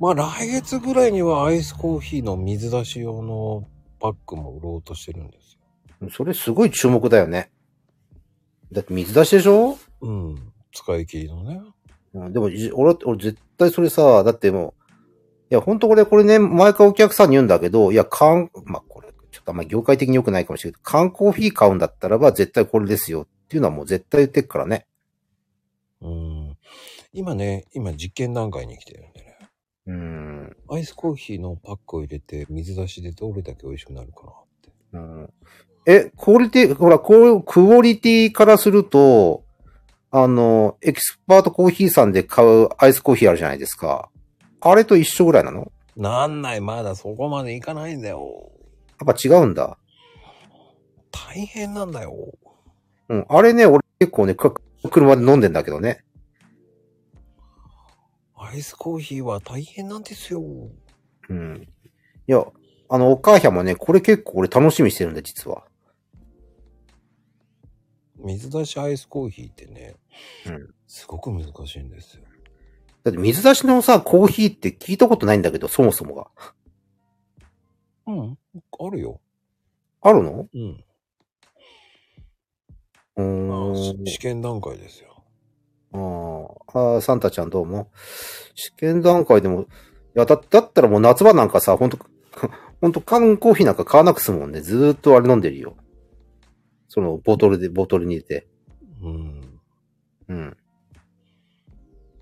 S2: まあ来月ぐらいにはアイスコーヒーの水出し用のパックも売ろうとしてるんですよ。
S1: それすごい注目だよね。だって水出しでしょ
S2: うん。使い切りのね。
S1: うん、でも、じ俺、俺絶対それさ、だってもう、いや、ほんとこれ、これね、毎回お客さんに言うんだけど、いや、缶、まあ、これ、ちょっとあんまり業界的に良くないかもしれないけど、缶コーヒー買うんだったらば、絶対これですよっていうのはもう絶対言ってっからね。
S2: うん。今ね、今実験段階に来てるんでね。
S1: うん。
S2: アイスコーヒーのパックを入れて水出しでどれだけ美味しくなるかなって。
S1: うん、え、クオリティ、ほら、こう、クオリティからすると、あの、エキスパートコーヒーさんで買うアイスコーヒーあるじゃないですか。あれと一緒ぐらいなの
S2: なんない、まだそこまでいかないんだよ。
S1: やっぱ違うんだ。
S2: 大変なんだよ。
S1: うん。あれね、俺結構ね、か車で飲んでんだけどね。
S2: アイスコーヒーは大変なんですよ。
S1: うん。いや、あの、お母さんもね、これ結構俺楽しみにしてるんだ、実は。
S2: 水出しアイスコーヒーってね、
S1: うん
S2: すごく難しいんですよ。
S1: だって水出しのさ、コーヒーって聞いたことないんだけど、そもそもが。
S2: うん。あるよ。
S1: あるの
S2: うん。
S1: う
S2: し
S1: ーん。
S2: 試験段階ですよ。
S1: あーあー、サンタちゃんどうも。試験段階でも、いや、だ、だったらもう夏場なんかさ、ほんと、 ほんと缶コーヒーなんか買わなくすもんね。ずーっとあれ飲んでるよ。その、ボトルで、ボトルに入れて。
S2: うん。
S1: うん。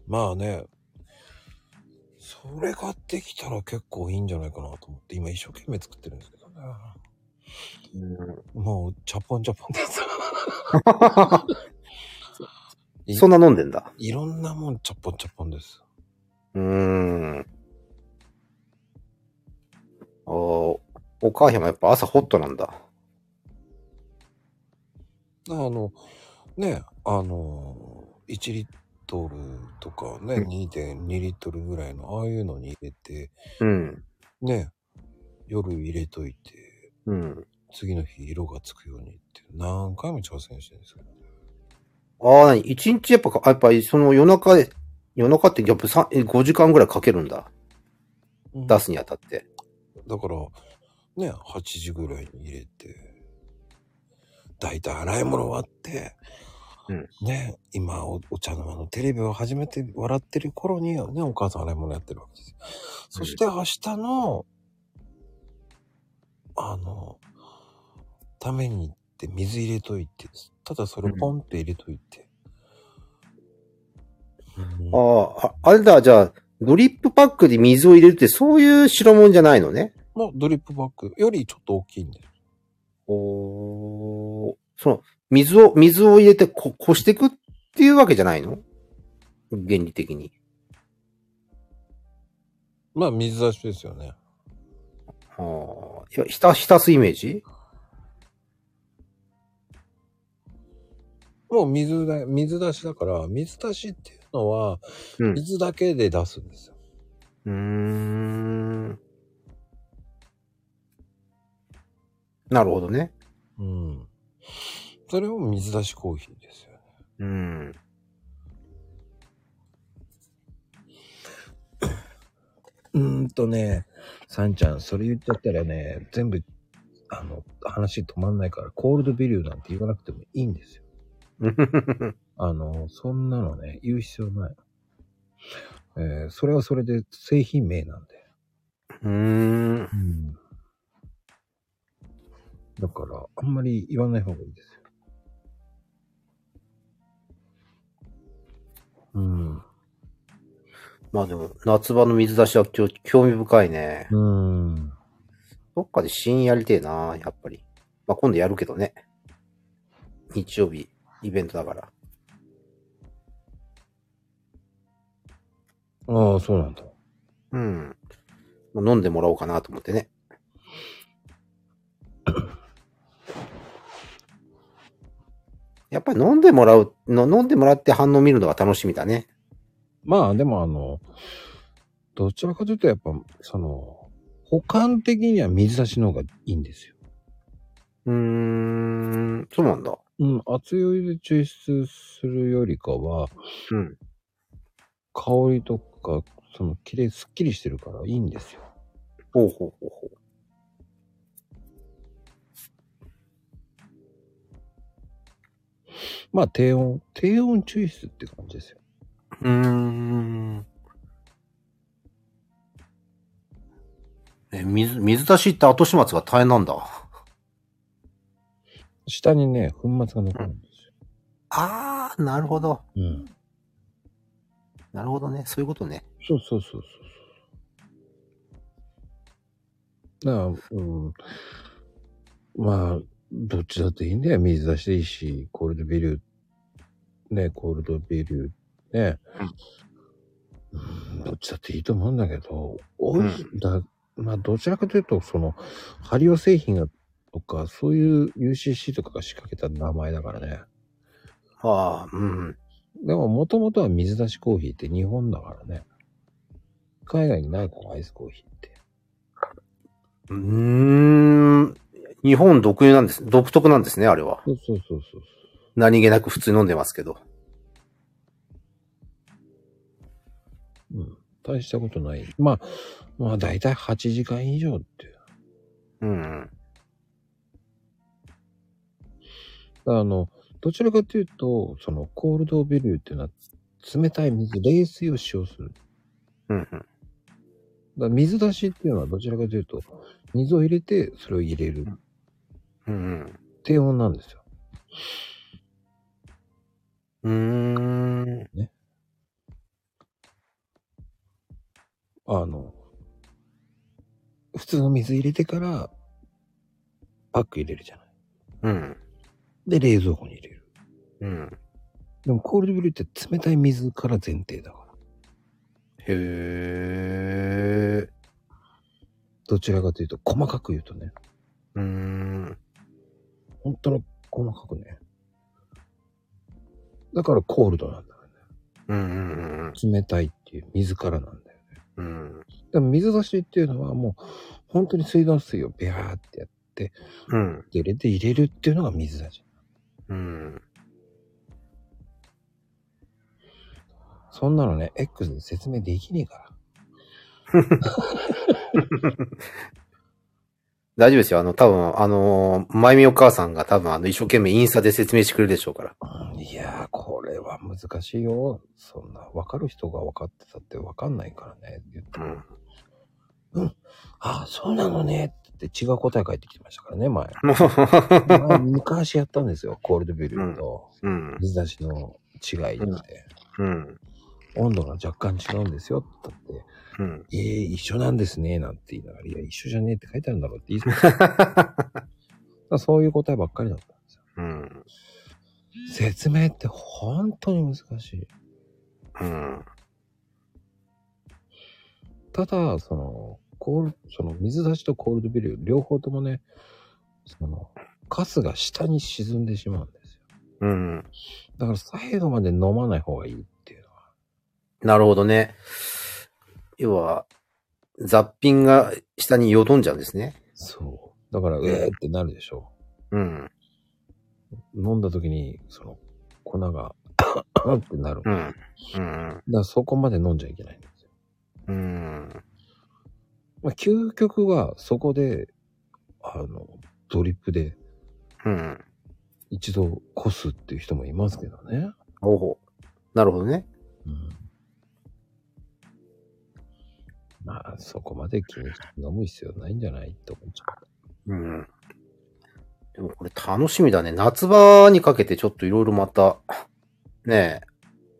S2: まあね、それができたら結構いいんじゃないかなと思って、今一生懸命作ってるんですけどね。もう、チャポンチャポン です。い
S1: そんな飲んでんだ。
S2: いろんなもんチャポンチャポンです。
S1: うーん。ああ、お母さんもやっぱ朝ホットなんだ。
S2: あの、ね、あの、1リットルとかね、
S1: うん
S2: 2.2リットルぐらいの、ああいうのに入れて、
S1: うん。
S2: ね、夜入れといて、
S1: うん。
S2: 次の日色がつくようにって何回も挑戦してるんですけど、
S1: ああ、一日やっぱか、やっぱりその夜中で、夜中ってやっぱさえ5時間ぐらいかけるんだ。出すにあたって。
S2: だからね8時ぐらいに入れて大体洗い物終わって、
S1: うん
S2: ね今おお茶の間のテレビを始めて笑ってる頃にねお母さん洗い物やってるわけですよそして明日の、あのためにって水入れといてただそれポンって入れといて、うん
S1: ああ、ああれだ、じゃあ、ドリップパックで水を入れるってそういう代物じゃないのね。
S2: もうドリップバッグよりちょっと大きいんです
S1: おーその、水を、水を入れてこ、こしていくっていうわけじゃないの原理的に。
S2: まあ水出しですよね
S1: ああ、いや浸、浸すイメージ
S2: もう水だ、水出しだから、水出しっていうのは、
S1: うん。う
S2: 水だけで出すんですよ。
S1: ーん。なるほどね。
S2: うん。それを水出しコーヒーですよね。
S1: うん。
S2: うーんとね、さんちゃん、それ言っちゃったらね、全部、あの、話止まんないから、コールドビリューなんて言わなくてもいいんですよ。あの、そんなのね、言う必要ない。えーそれはそれで製品名なんで。
S1: うー
S2: う
S1: ん。
S2: ん。だから、あんまり言わない方がいいですよ。うん。
S1: まあでも、夏場の水出しは興興味深いね。
S2: うん。
S1: どっかで試飲やりてえな、やっぱり。まあ今度やるけどね。日曜日、イベントだから。
S2: ああ、そうなんだ。
S1: うん。まあ飲んでもらおうかなと思ってね。 やっぱり飲んでもらうの、飲んでもらって反応見るのが楽しみだね。
S2: まあ、でもあの、どちらかというと、やっぱ、その、保管的には水出しの方がいいんですよ。
S1: うーん、そうなんだ。
S2: うん、熱いお湯で抽出するよりかは、
S1: うん。
S2: 香りとか、その、綺麗、すっきりしてるからいいんですよ。
S1: ほうほうほうほ
S2: まあ、低温、低温抽出って感じですよ。
S1: う。うーん。え、水、水出しって後始末が大変なんだ。
S2: 下にね、粉末が残るんですよ。
S1: あー、なるほど。
S2: うん。
S1: なるほどね。そういうことね。
S2: そうそうそうそうそう。だから、うん。まあ、どっちだっていいんだよ。水出しでいいし、コールドビリュー、ね、コールドビリュー、ね。うん、どっちだっていいと思うんだけど、おいし
S1: う
S2: だ、まあ、どちらかというと、その、ハリオ製品が、とか、そういう UCC とかが仕掛けた名前だからね。
S1: ああ、うん。
S2: でも、もともとは水出しコーヒーって日本だからね。海外にないから、アイスコーヒーって。
S1: うーん。日本独有なんです。独特なんですね、あれは。
S2: そうそうそうそう。
S1: 何気なく普通に飲んでますけど。
S2: うん。大したことない。まあ、まあ、だいたい8時間以上っていう。
S1: うん。
S2: あの、どちらかというと、その、コールドビリューっていうのは、冷たい水、冷水を使用する。だか
S1: うん。うん
S2: ら水出しっていうのは、どちらかというと、水を入れて、それを入れる。
S1: うん。
S2: 低温なんですよ。
S1: うん。うーん。
S2: あの、普通の水入れてから、パック入れるじゃない。
S1: うん。
S2: で、冷蔵庫に入れる。
S1: うん。
S2: でもコールドブリューって冷たい水から前提だから。
S1: へえ。
S2: どちらかというと、細かく言うとね、
S1: うーん。
S2: 本当の細かくね。だからコールドなんだよ
S1: うん。うん。
S2: ね。冷たいっていう水からなんだよね。
S1: うん。
S2: でも水出しっていうのはもう、本当に水道水をビャーってやっって、
S1: うん。
S2: 入れて入れるっていうのが水だし。
S1: うん。
S2: そんなのね、X で説明できねえから。
S1: 大丈夫ですよ。あの、多分、あのー、まゆみお母さんが多分、あの、一生懸命インスタで説明してくれるでしょうから。
S2: うんいやー、これは難しいよ。そんな、わかる人が分かってたって分かんないからね。言って
S1: うん。
S2: ああ、そうなのね。って違う答え返ってきてましたからね、前。
S1: も
S2: 前昔やったん ですよ。コールドビュールと
S1: う、うん。
S2: 水出しの違いって。
S1: うん。
S2: 温度が若干違うんですよ。だって、
S1: うん。
S2: えー、一緒なんですね。なんて言いながら、いや、一緒じゃねえって書いてあるんだろうって言いそうそ ういう答えばっかりだったんですよ。
S1: うん。
S2: 説明って本当に難しい。
S1: うん。
S2: ただ、その、コール、その水出しとコールドビル、両方ともね、その、カスが下に沈んでしまうんですよ。
S1: うん。
S2: だから最後まで飲まない方がいいっていうのは。
S1: なるほどね。要は、雑品が下によどんじゃうんですね。
S2: そう。だから、うえーってなるでしょ。
S1: うん。
S2: 飲んだ時に、その、粉が、 ってなる。だ
S1: う
S2: か
S1: ん。うん。
S2: らそこまで飲んじゃいけないんですよ。
S1: うん。
S2: まあ、究極はそこで、あの、ドリップで
S1: うん。
S2: 一度こすっていう人もいますけどね。
S1: おお。なるほどね。
S2: うんまあ、そこまで気にして飲む必要ないんじゃないと思っちゃ
S1: うん。でもこれ楽しみだね。夏場にかけてちょっといろいろまた、ね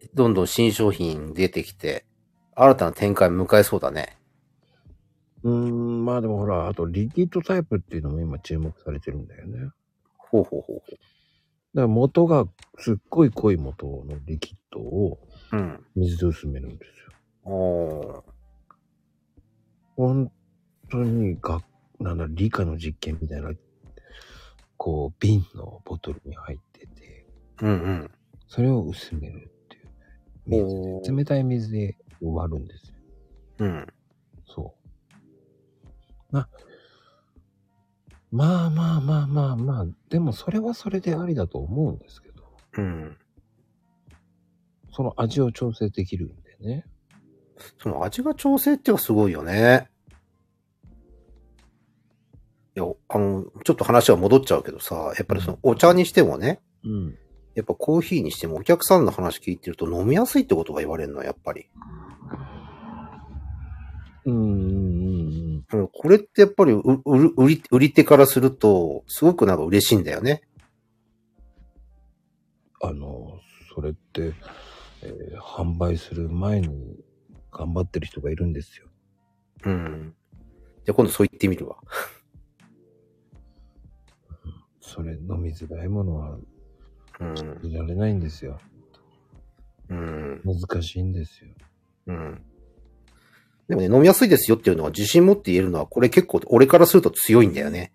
S1: え、どんどん新商品出てきて、新たな展開迎えそうだね。
S2: う。うーん、まあでもほら、あとリキッドタイプっていうのも今注目されてるんだよね。だか
S1: ほうほうほうほ
S2: ら元がすっごい濃い元のリキッドを
S1: う。うん。
S2: 水で薄めるんですよ。
S1: おー
S2: 本当にが、なんだ、理科の実験みたいな、こう、瓶のボトルに入ってて、
S1: うん
S2: それを薄めるっていうね。
S1: お
S2: 水
S1: ー
S2: で、冷たい水で割るんですよ。
S1: うん。うん。
S2: そう。まあ、まあまあまあまあまあ、でもそれはそれでありだと思うんですけど、
S1: うん。
S2: その味を調整できるんでね。
S1: その味が調整っていうのはすごいよね。いや、あの、ちょっと話は戻っちゃうけどさ、やっぱりそのお茶にしてもね、
S2: うん。
S1: やっぱコーヒーにしてもお客さんの話聞いてると飲みやすいってことが言われるの、やっぱり。
S2: うんうんうん
S1: うんこれってやっぱりう売る売り、売り手からすると、すごくなんか嬉しいんだよね。
S2: あの、それって、えー販売する前に頑張ってる人がいるんですよ。
S1: うん。じゃあ今度そう言ってみるわ。
S2: それ飲みづらいものは
S1: うん。
S2: いられないんですよ。
S1: うん。
S2: 難しいんですよ。
S1: うん。でもね、飲みやすいですよっていうのは自信持って言えるのは、これ結構俺からすると強いんだよね。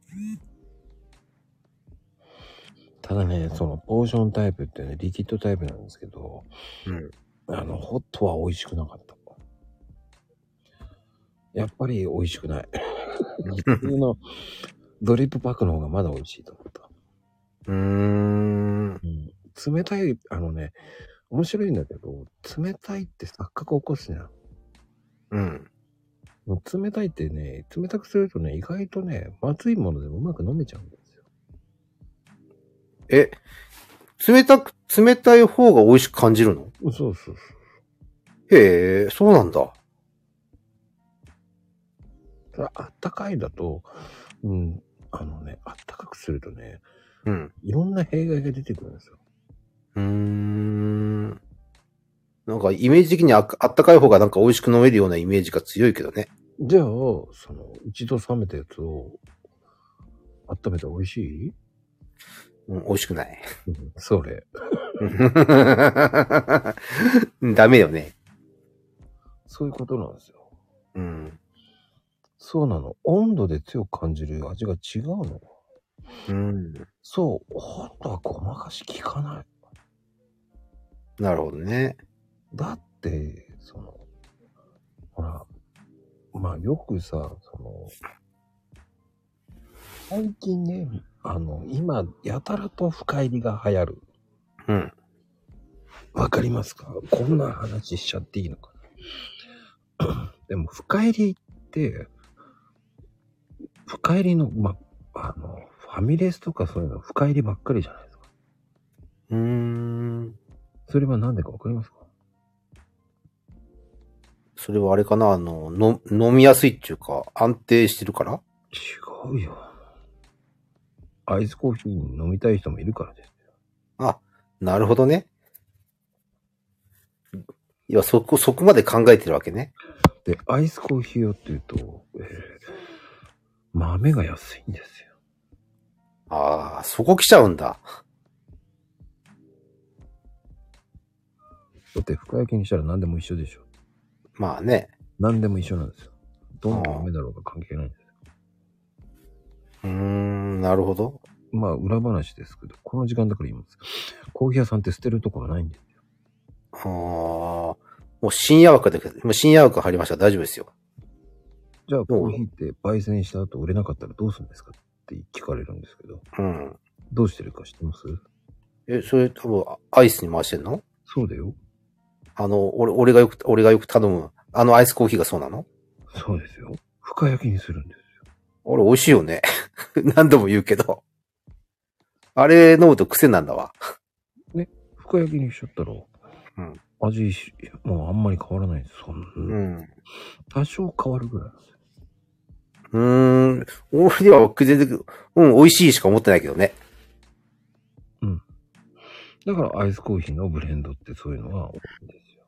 S2: ただね、そのポーションタイプってね、リキッドタイプなんですけど、あの、ホットは美味しくなかった。やっぱり美味しくない。普通のドリップパックの方がまだ美味しいと思った。
S1: うん。うーん。
S2: うん、冷たい、あのね、面白いんだけど、冷たいって錯覚起こすじゃん。
S1: うん。
S2: もう冷たいってね、冷たくするとね、意外とね、まずいものでもうまく飲めちゃうんですよ。
S1: え、冷たく、冷たい方が美味しく感じるの
S2: そうそうそう。
S1: へえ、そうなんだ。
S2: ただあったかいだと、うん、あのね、あったかくするとね、
S1: うん。
S2: いろんな弊害が出てくるんですよ。
S1: うーん。なんかイメージ的にああったかい方がなんか美味しく飲めるようなイメージが強いけどね。
S2: じゃあ、その、一度冷めたやつを、温めて美味しい
S1: うん、美味しくない。
S2: それ。
S1: ダメよね。
S2: そういうことなんですよ。
S1: うん。
S2: そうなの。温度で強く感じる味が違うの。
S1: うん。
S2: そう。温度はごまかし効かない。
S1: なるほどね。
S2: だって、その、ほら、まあよくさ、その、最近ね、あの、今、やたらと深入りが流行る。
S1: うん。
S2: わかりますかこんな話しちゃっていいのかな でも、深入りって、深入りの、ま、あの、ファミレスとかそういうの深入りばっかりじゃないですか。
S1: うーん。
S2: それは何でかわかりますか
S1: それはあれかなあの、の、飲みやすいっていうか、安定してるから
S2: 違うよ。アイスコーヒー飲みたい人もいるからですよ。
S1: あ、なるほどね。いや、そこ、そこまで考えてるわけね。
S2: で、アイスコーヒーをっていうと、えー豆が安いんですよ。
S1: ああ、そこ来ちゃうんだ。
S2: だって、深焼きにしたら何でも一緒でしょ。
S1: まあね。
S2: 何でも一緒なんですよ。どんな豆だろうが関係ないんですよ。
S1: うーん、なるほど。
S2: まあ、裏話ですけど、この時間だから言います。コーヒー屋さんって捨てるとこがないんですよ。
S1: ああ、もう深夜枠で、もう深夜枠入りました。大丈夫ですよ。
S2: じゃあ、コーヒーって焙煎した後売れなかったらどうするんですかって聞かれるんですけど、
S1: うん。
S2: どうしてるか知ってます
S1: え、それ多分、アイスに回してんの
S2: そうだよ。
S1: あの、俺、俺がよく、俺がよく頼む、あのアイスコーヒーがそうなの
S2: そうですよ。深焼きにするんですよ。
S1: あれ、美味しいよね。 何度も言うけど。あれ飲むと癖なんだわ。
S2: 深焼きにしちゃったら、
S1: ん
S2: 味しもうあんまり変わらないです。そんな、
S1: ん。
S2: 多少変わるぐらいなんですよ。
S1: うーん。俺では全然、うん、美味しいしか思ってないけどね。
S2: だからアイスコーヒーのブレンドってそういうのが多いんですよ。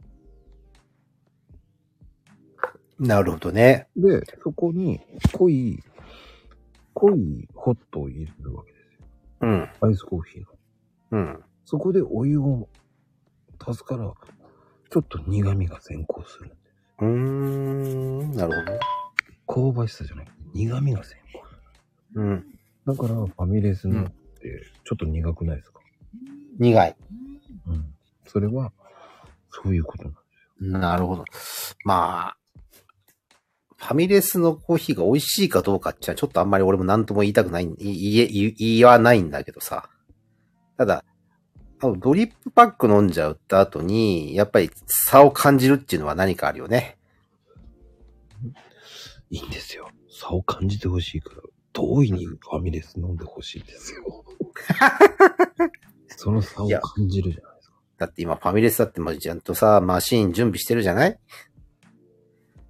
S1: なるほどね。
S2: で、そこに濃い、濃いホットを入れるわけですよ。
S1: うん。
S2: アイスコーヒーの。
S1: うん。
S2: そこでお湯を足すから、ちょっと苦味が先行するんです。
S1: うーん。なるほど。
S2: 香ばしさじゃない。苦味が先行する。
S1: うん。
S2: だからファミレス
S1: う
S2: の
S1: ん
S2: ってちょっと苦くないですか、
S1: 苦い。
S2: うん、それは、そういうことなんです
S1: なるほど。まあ、ファミレスのコーヒーが美味しいかどうかっていうのはちょっとあんまり俺も何とも言いたくない、い言え、言言わないんだけどさ。ただ、あのドリップパック飲んじゃった後に、やっぱり差を感じるっていうのは何かあるよね。
S2: いいんですよ。差を感じてほしいから、遠いにファミレス飲んでほしいんですよ。その差を感じるじゃないですか。
S1: だって今ファミレスだってまあちゃんとさ、マシーン準備してるじゃない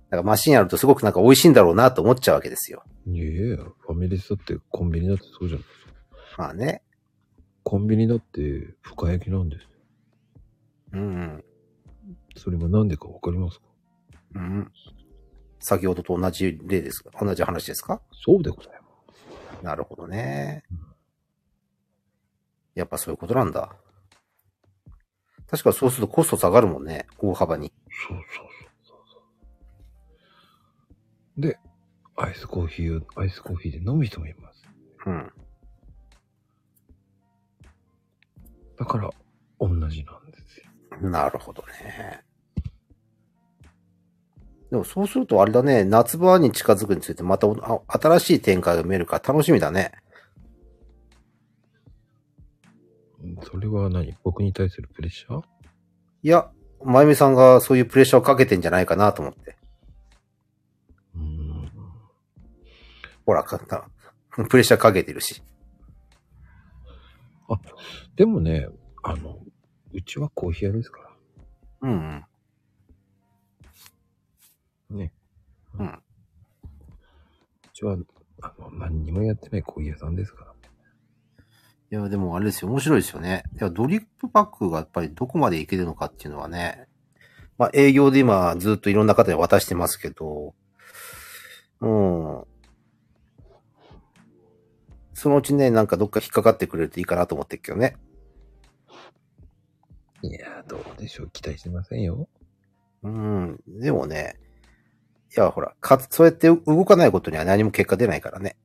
S1: だからマシーンあるとすごくなんか美味しいんだろうなと思っちゃうわけですよ。
S2: いやいや、ファミレスだってコンビニだってそうじゃないですか。
S1: まあね。
S2: コンビニだって深焼きなんですよ。
S1: うん。
S2: それが何でかわかりますか
S1: うん。先ほどと同じ例です。同じ話ですか
S2: そうでございま
S1: なるほどね。やっぱそういうことなんだ。確かそうするとコスト下がるもんね。大幅に。
S2: す。そうそうそうそう。で、アイスコーヒーを、アイスコーヒーで飲む人もいます。
S1: うん。
S2: だから、同じなんですよ。
S1: なるほどね。でもそうするとあれだね。夏場に近づくについてまたおあ新しい展開が見えるから楽しみだね。
S2: うんそれは何僕に対するプレッシャー
S1: いや、まゆみさんがそういうプレッシャーをかけてんじゃないかなと思って。
S2: うーん。
S1: ほら、か たプレッシャーかけてるし。
S2: でもね、あの、うちはコーヒー屋ですか
S1: うんうん。
S2: ら。ね。
S1: うん
S2: うちは、あの、何にもやってないコーヒー屋さんですから。
S1: いや、でもあれですよ。面白いですよね。いや、ドリップパックがやっぱりどこまでいけるのかっていうのはね。まあ、営業で今ずっといろんな方に渡してますけど、うん。そのうちね、なんかどっか引っかかってくれるといいかなと思ってるけどね。
S2: いやー、どうでしょう。期待してませんよ。
S1: うん。でもね、いや、ほら、か、そうやって動かないことには何も結果出ないからね。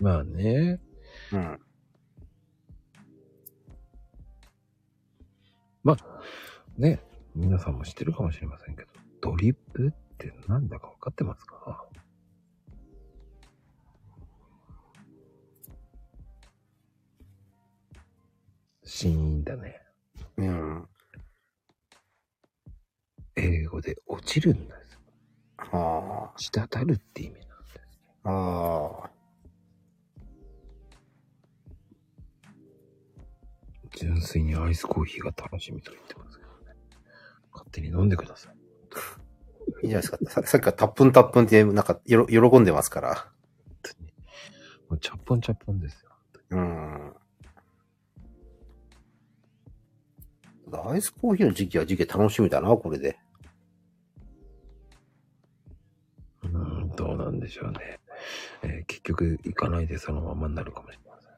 S2: まあね。
S1: うん。
S2: まあ、ね。皆さんも知ってるかもしれませんけど、ドリップってなんだか分かってますかシーンだね。
S1: うん。
S2: 英語で落ちるんです。
S1: あ
S2: 滴るって意味なんです。
S1: あ。ああ。
S2: 純粋にアイスコーヒーが楽しみと言ってますけどね。勝手に飲んでください。
S1: いいじゃないですか。ささっきからタップンタップンって、なんか、よろ、喜んでますから。
S2: もうチャッポンチャッポンですよ。
S1: うん。アイスコーヒーの時期は時期で楽しみだな、これで。
S2: うーん、どうなんでしょうね。えー結局行かないでそのままになるかもしれません。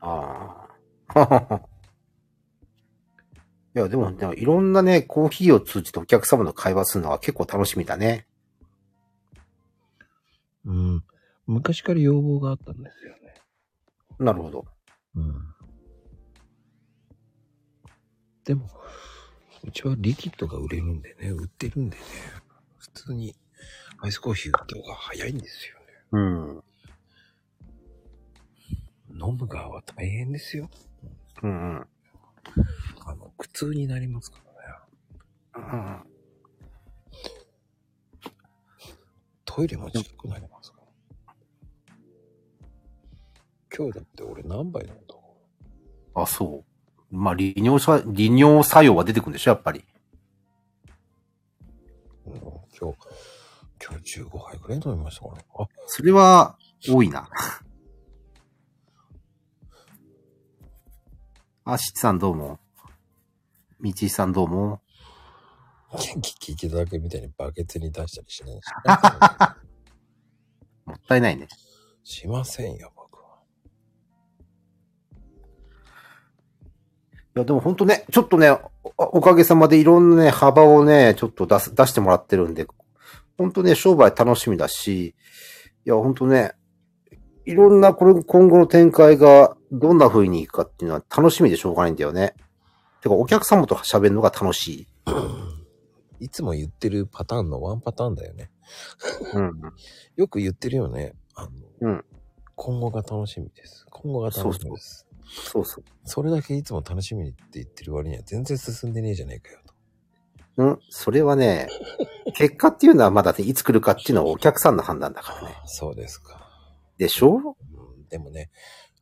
S1: ああ。 いや、でも、でもいろんなね、コーヒーを通じてお客様の会話するのは結構楽しみだね。
S2: うん。昔から要望があったんですよね。
S1: なるほど。
S2: うん。でも、うちはリキッドが売れるんでね、売ってるんでね、普通にアイスコーヒー売った方が早いんですよね。
S1: うん。
S2: 飲む側は大変ですよ。
S1: うん、うん。
S2: あの、苦痛になりますからね。
S1: あ
S2: トイレも近くなりますから。今日だって俺何杯飲んだの
S1: あ、そう。まあ、利尿さ、利尿作用は出てくるんでしょ、やっぱり。
S2: うん今日、今日15杯くらい飲みましたから。あ、
S1: それは、多いな。 あ、しっさんどうも。みちさんどうも。
S2: 聞いていただけみたいにバケツに出したりしないし。
S1: もったいないね。
S2: しませんよ、僕は。
S1: いや、でも本当ね、ちょっとね、おおかげさまでいろんなね、幅をね、ちょっと出す、出してもらってるんで、本当ね、商売楽しみだし、いや、本当ね、いろんな、これ、今後の展開がどんな風にいくかっていうのは楽しみでしょうがないんだよね。てか、お客様と喋るのが楽しい。
S2: いつも言ってるパターンのワンパターンだよね。
S1: うん。
S2: よく言ってるよね。あの、
S1: うん
S2: 今後が楽しみです。今後が楽しみです。
S1: そうそう。
S2: それだけいつも楽しみって言ってる割には全然進んでねえじゃねえかよと。
S1: うん、それはね、結果っていうのはまだね、いつ来るかっていうのはお客さんの判断だからね。
S2: そうですか。
S1: でしょ
S2: うんでもね、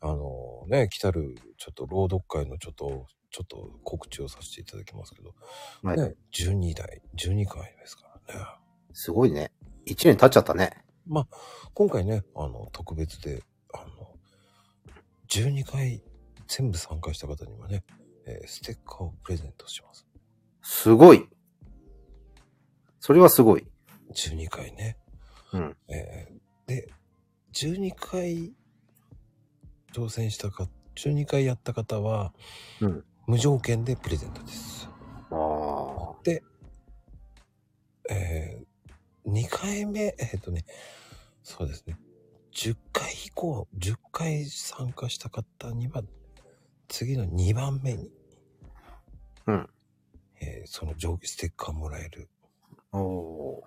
S2: あのね、来たる、ちょっと朗読会のちょっと、ちょっと告知をさせていただきますけど、
S1: はい
S2: ね、12代、12回ですからね。
S1: すごいね。一年経っちゃったね。
S2: 今回ね、あの、特別で、あの、12回全部参加した方にはね、えーステッカーをプレゼントします。
S1: すごい。それはすごい。
S2: 12回ね。
S1: うん。
S2: えーで、12回挑戦したか、12回やった方は、
S1: うん
S2: 無条件でプレゼントです。
S1: あ
S2: えー、2回目、えっ、とね、そうですね。10回以降、10回参加した方には、次の2番目に、
S1: うん。
S2: えーその上下ステッカーもらえる。
S1: あ。お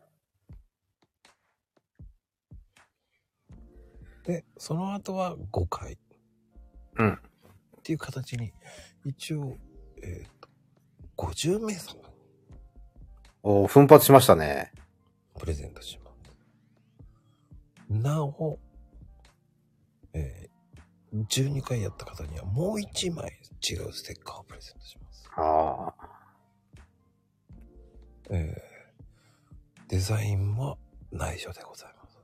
S2: で、その後は5回。
S1: うん
S2: っていう形に、一応、えっ、と、50名様に
S1: おお奮発しましたね。
S2: プレゼントします。なお、えー12回やった方にはもう1枚違うステッカーをプレゼントします。
S1: ああ。
S2: えーデザインは内緒でございます。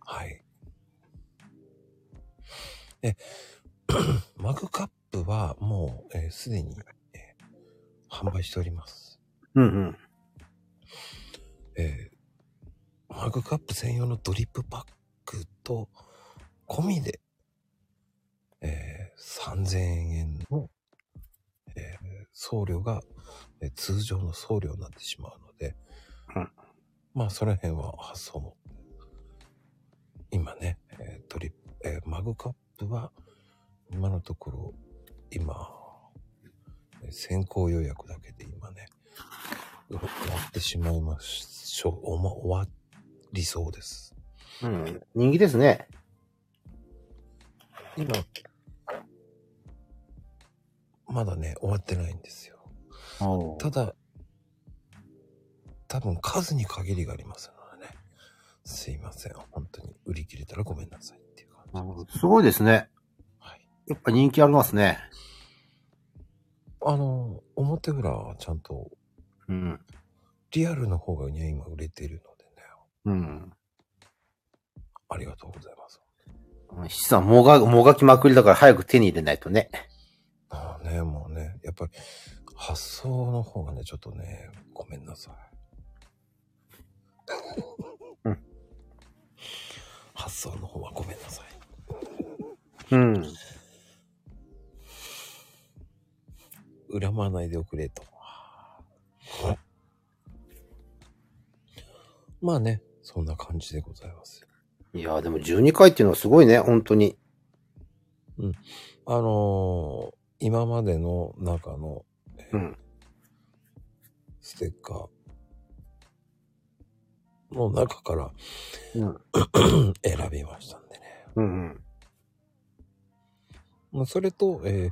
S2: はい。え、 マグカップはもうえーすで、に、えー販売しております。
S1: うんうん。
S2: えーマグカップ専用のドリップパックと込みで、えー3000円の、えー送料が、えー通常の送料になってしまうので、
S1: うん
S2: まあその辺は発送も今ね、えードリップえーマグカップは今のところ今えー先行予約だけで今ね終わってしまいましょう。おま終わりそうです。
S1: うん。人気ですね。
S2: 今、まだね、終わってないんですよ。
S1: お
S2: ただ、多分数に限りがありますのでね。すいません。本当に売り切れたらごめんなさいっていう感じです。
S1: すごいですね。
S2: はい。
S1: やっぱ人気ありますね。
S2: あの、表裏はちゃんと
S1: うん。
S2: リアルの方がね、今売れているのでね。
S1: うん。
S2: ありがとうございます。
S1: 七さん、もが、もがきまくりだから早く手に入れないとね。
S2: ああね、もうね、やっぱり発想の方がね、ちょっとね、ごめんなさい。
S1: うん
S2: 発想の方はごめんなさい。
S1: うん。
S2: 恨まないでおくれと。まあね、そんな感じでございます。
S1: いやーでも12回っていうのはすごいね、本当に。
S2: あのー今までの中の
S1: うん。
S2: ステッカーの中から
S1: うん。
S2: 選びましたんでね。
S1: うんうん。
S2: まあ、それと、え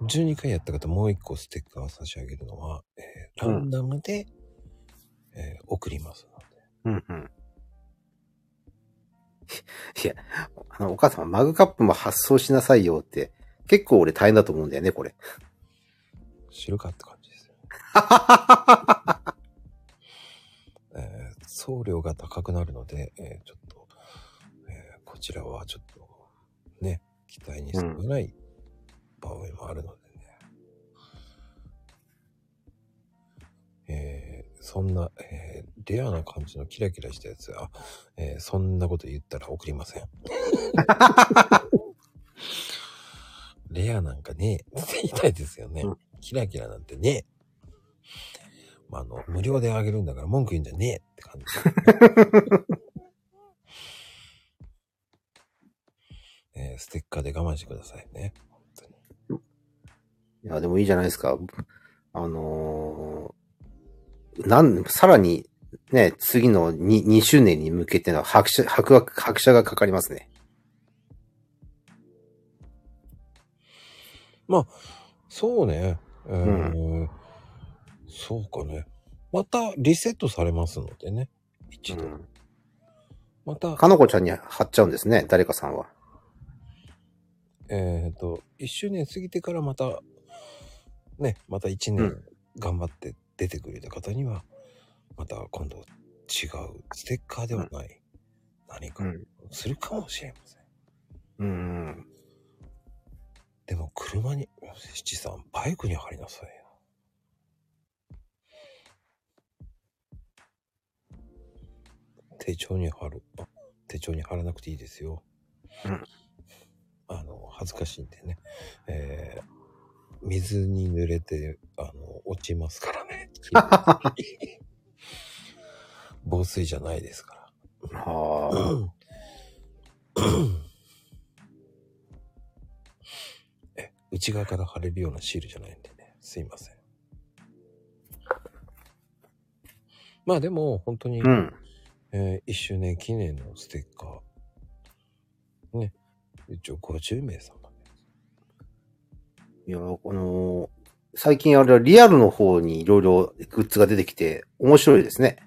S2: ー、12回やった方もう1個ステッカーを差し上げるのは、えー
S1: うん
S2: ランダムで、えー送りますので。
S1: うんうん。いや、あの、お母様、マグカップも発送しなさいよって、結構俺大変だと思うんだよね、これ。
S2: 知るかって感じですよ。えー送料が高くなるので、えーちょっと、えーこちらはちょっと、ね、期待に沿えない場合もあるのでね。えーそんな、えーレアな感じのキラキラしたやつ、あ、えーそんなこと言ったら送りません。レアなんかねえって言いたいですよね
S1: うん。
S2: キラキラなんてねえ。まあ、あの、無料であげるんだから文句言うんじゃねえって感 じ。えーステッカーで我慢してくださいね。本当に
S1: いや、でもいいじゃないですか。あのーなん、さらに、ね、次の 2, 2周年に向けての拍車、拍が、拍車がかかりますね。
S2: そうね。えーそうかね。またリセットされますのでね。一度。
S1: うん
S2: また、
S1: かのこちゃんに貼っちゃうんですね、誰かさんは。
S2: えっ、と、1周年過ぎてからまた、ね、また1
S1: う
S2: 年
S1: ん
S2: 頑張って出てくれた方には、また今度違うステッカーではない、何か
S1: うん
S2: するかもしれません。
S1: うんうん。
S2: でも車に、七さん、バイクに貼りなさいよ。手帳に貼る。あ手帳に貼らなくていいですよ。
S1: うん
S2: あの、恥ずかしいんでね。えー、水に濡れて、あの、落ちますから ね。防水じゃないですから。
S1: はあ。
S2: え、内側から貼れるようなシールじゃないんでね。すいません。まあでも、本当に、
S1: うん。
S2: え1周年記念のステッカー。ね。一応50名様。
S1: いや、あのー最近あれはリアルの方にいろいろグッズが出てきて面白いですね。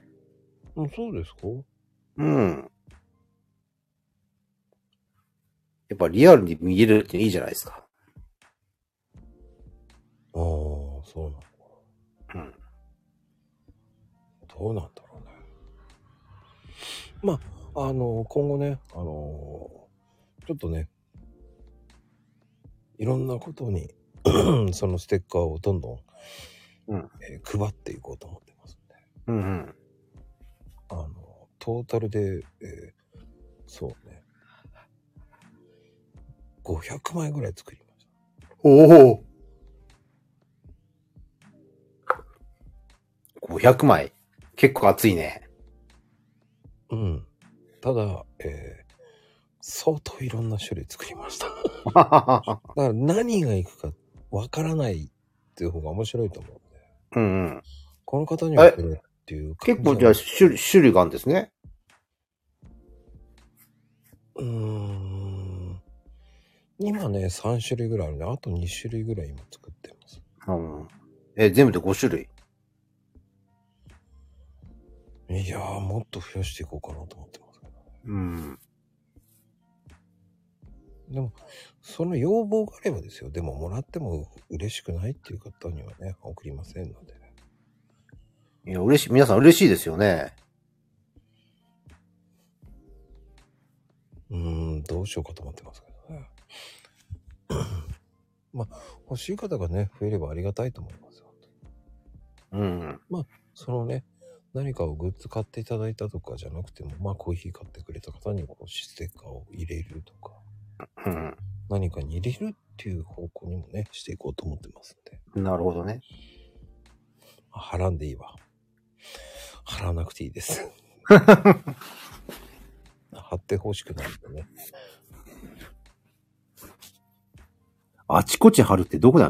S2: うん、そうですか
S1: うん。やっぱリアルに見えるっていいじゃないですか。
S2: ああ、そうなのか。
S1: うん。
S2: どうなんだろうね。まあ、あの、今後ね、あの、ちょっとね、いろんなことに、 そのステッカーをどんどん、
S1: うん
S2: えー配っていこうと思ってますね。
S1: うんうん。
S2: あの、トータルで、えーそうね、500枚ぐらい作りました。
S1: おお !500 枚。結構熱い ね。
S2: うん。ただ、えー相当いろんな種類作りました。だから何がいくかわからないっていう方が面白いと思うんで。
S1: うんうん。
S2: この方にはこれっていう感
S1: 結構じゃあ種類種類があるんですね。
S2: うーん。今ね、3種類ぐらいあるんで、あと2種類ぐらい今作ってます。
S1: うん。え、全部で5種類。
S2: いやー、もっと増やしていこうかなと思ってますけど。
S1: うん。
S2: でも、その要望があればですよ。でも、もらっても嬉しくないっていう方にはね、送りませんので。
S1: いや、嬉しい。皆さん嬉しいですよね。
S2: うーん、どうしようかと思ってますけどね。 まあ、欲しい方がね、増えればありがたいと思いますよ。
S1: うん。
S2: そのね、何かをグッズ買っていただいたとかじゃなくても、まあ、コーヒー買ってくれた方にこうステッカーを入れるとか、
S1: うん。
S2: 何かに入れるっていう方向にもね、していこうと思ってますんで。
S1: なるほどね。
S2: あはらんでいいわ。払わなくていいです。貼ってほしくないんでね。
S1: あちこち貼るってどこだ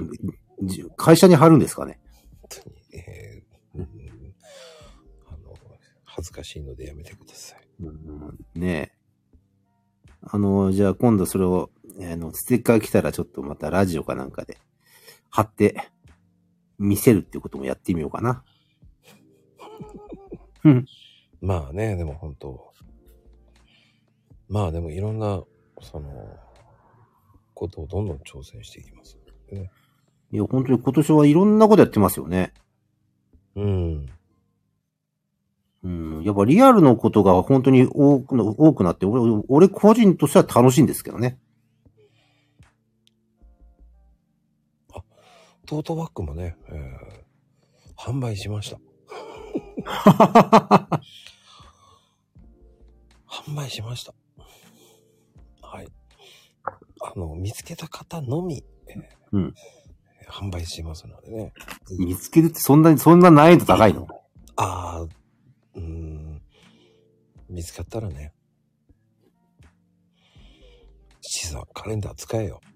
S1: じ会社に貼るんですかね
S2: 本当に、えーうんあの、恥ずかしいのでやめてください。
S1: うん。ねえ。あの、じゃあ今度それを、あの、ステッカー来たらちょっとまたラジオかなんかで貼って見せるってこともやってみようかな。うん。
S2: まあね、でも本当まあでもいろんな、その、ことをどんどん挑戦していきます。
S1: いや、本当に今年はいろんなことやってますよね。
S2: うん。
S1: うん。やっぱリアルのことが本当に多くな多くなって、俺、俺個人としては楽しいんですけどね。
S2: トートバッグもね、えー販売しました。販売しました。はい。あの、見つけた方のみ、えー
S1: うん
S2: 販売しますのでね。
S1: 見つけるってそんなに、そんな難易度高いの
S2: ああ、うーん。見つかったらね。資産、カレンダー使えよ。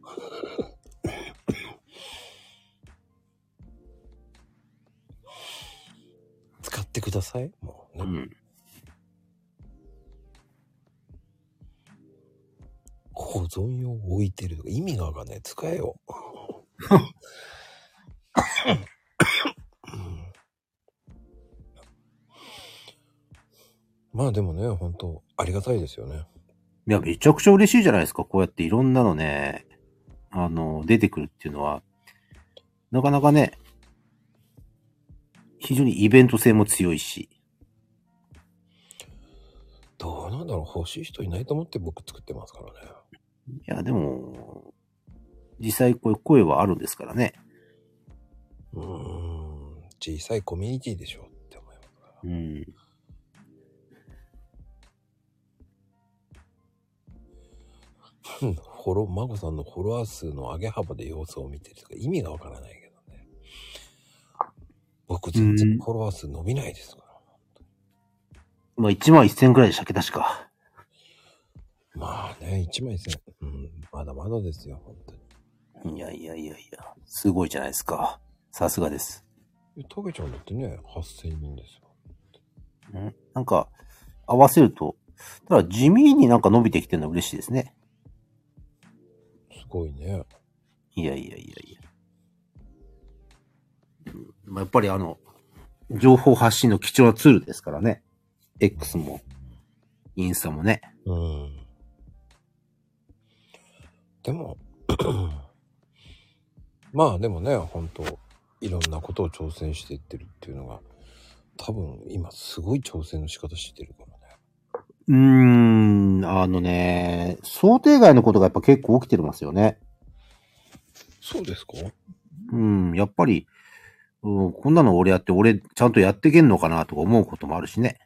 S2: 使ってください。もう
S1: う
S2: ね、
S1: ん。
S2: 保存用置いてるとか意味がわかんない。使え よ。まあでもね、本当ありがたいですよね。
S1: いや、めちゃくちゃ嬉しいじゃないですか。こうやっていろんなのね、あの、出てくるっていうのは、なかなかね、非常にイベント性も強いし。
S2: どうなんだろう欲しい人いないと思って僕作ってますからね。
S1: いや、でも、実際こういう声はあるんですからね。
S2: うーん。小さいコミュニティでしょって思いますから。
S1: うん。
S2: うんフォロー、マコさんのフォロワー数の上げ幅で様子を見てるとか意味がわからないけどね。僕全
S1: う
S2: 然
S1: ん
S2: フォロワー数伸びないですから。
S1: まあ、1万1000くらいでしたっけ、確か。
S2: まあね、1枚1000。うん、まだまだですよ、本当に。
S1: いやいやいやいや、すごいじゃないですか。さすがです。
S2: えトゲちゃんだってね、8000人ですよ。
S1: うん。なんか、合わせると、ただ地味になんか伸びてきてるのは嬉しいですね。
S2: すごいね。
S1: いやいやいやいや。まあやっぱりあの、情報発信の貴重なツールですからね。X も、インスタもね。
S2: うん。でも、 まあでもね、本当いろんなことを挑戦していってるっていうのが、多分今すごい挑戦の仕方してるからね。
S1: うーん、あのね、想定外のことがやっぱ結構起きてますよね。
S2: そうですか
S1: うん、やっぱり、うん、こんなの俺やって、俺ちゃんとやってけんのかなとか思うこともあるしね。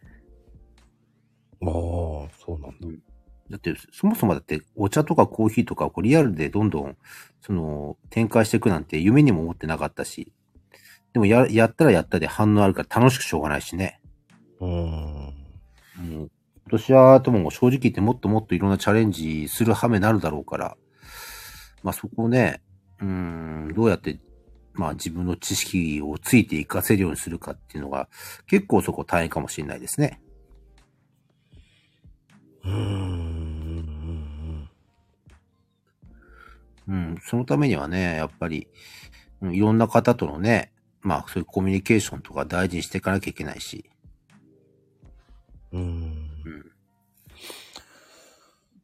S2: まあ、そうなんだ。
S1: だって、そもそもだって、お茶とかコーヒーとか、こうリアルでどんどん、その、展開していくなんて夢にも思ってなかったし、でもや、やったらやったで反応あるから楽しくしょうがないしね。
S2: うん。
S1: うん。今年は、とも正直言ってもっともっといろんなチャレンジする羽目になるだろうから、まあそこをね、うん、どうやって、まあ自分の知識をついていかせるようにするかっていうのが、結構そこ大変かもしれないですね。
S2: うん。
S1: うん、そのためにはね、やっぱり、うんいろんな方とのね、まあそういうコミュニケーションとか大事にしていかなきゃいけないし。
S2: うん。
S1: うん。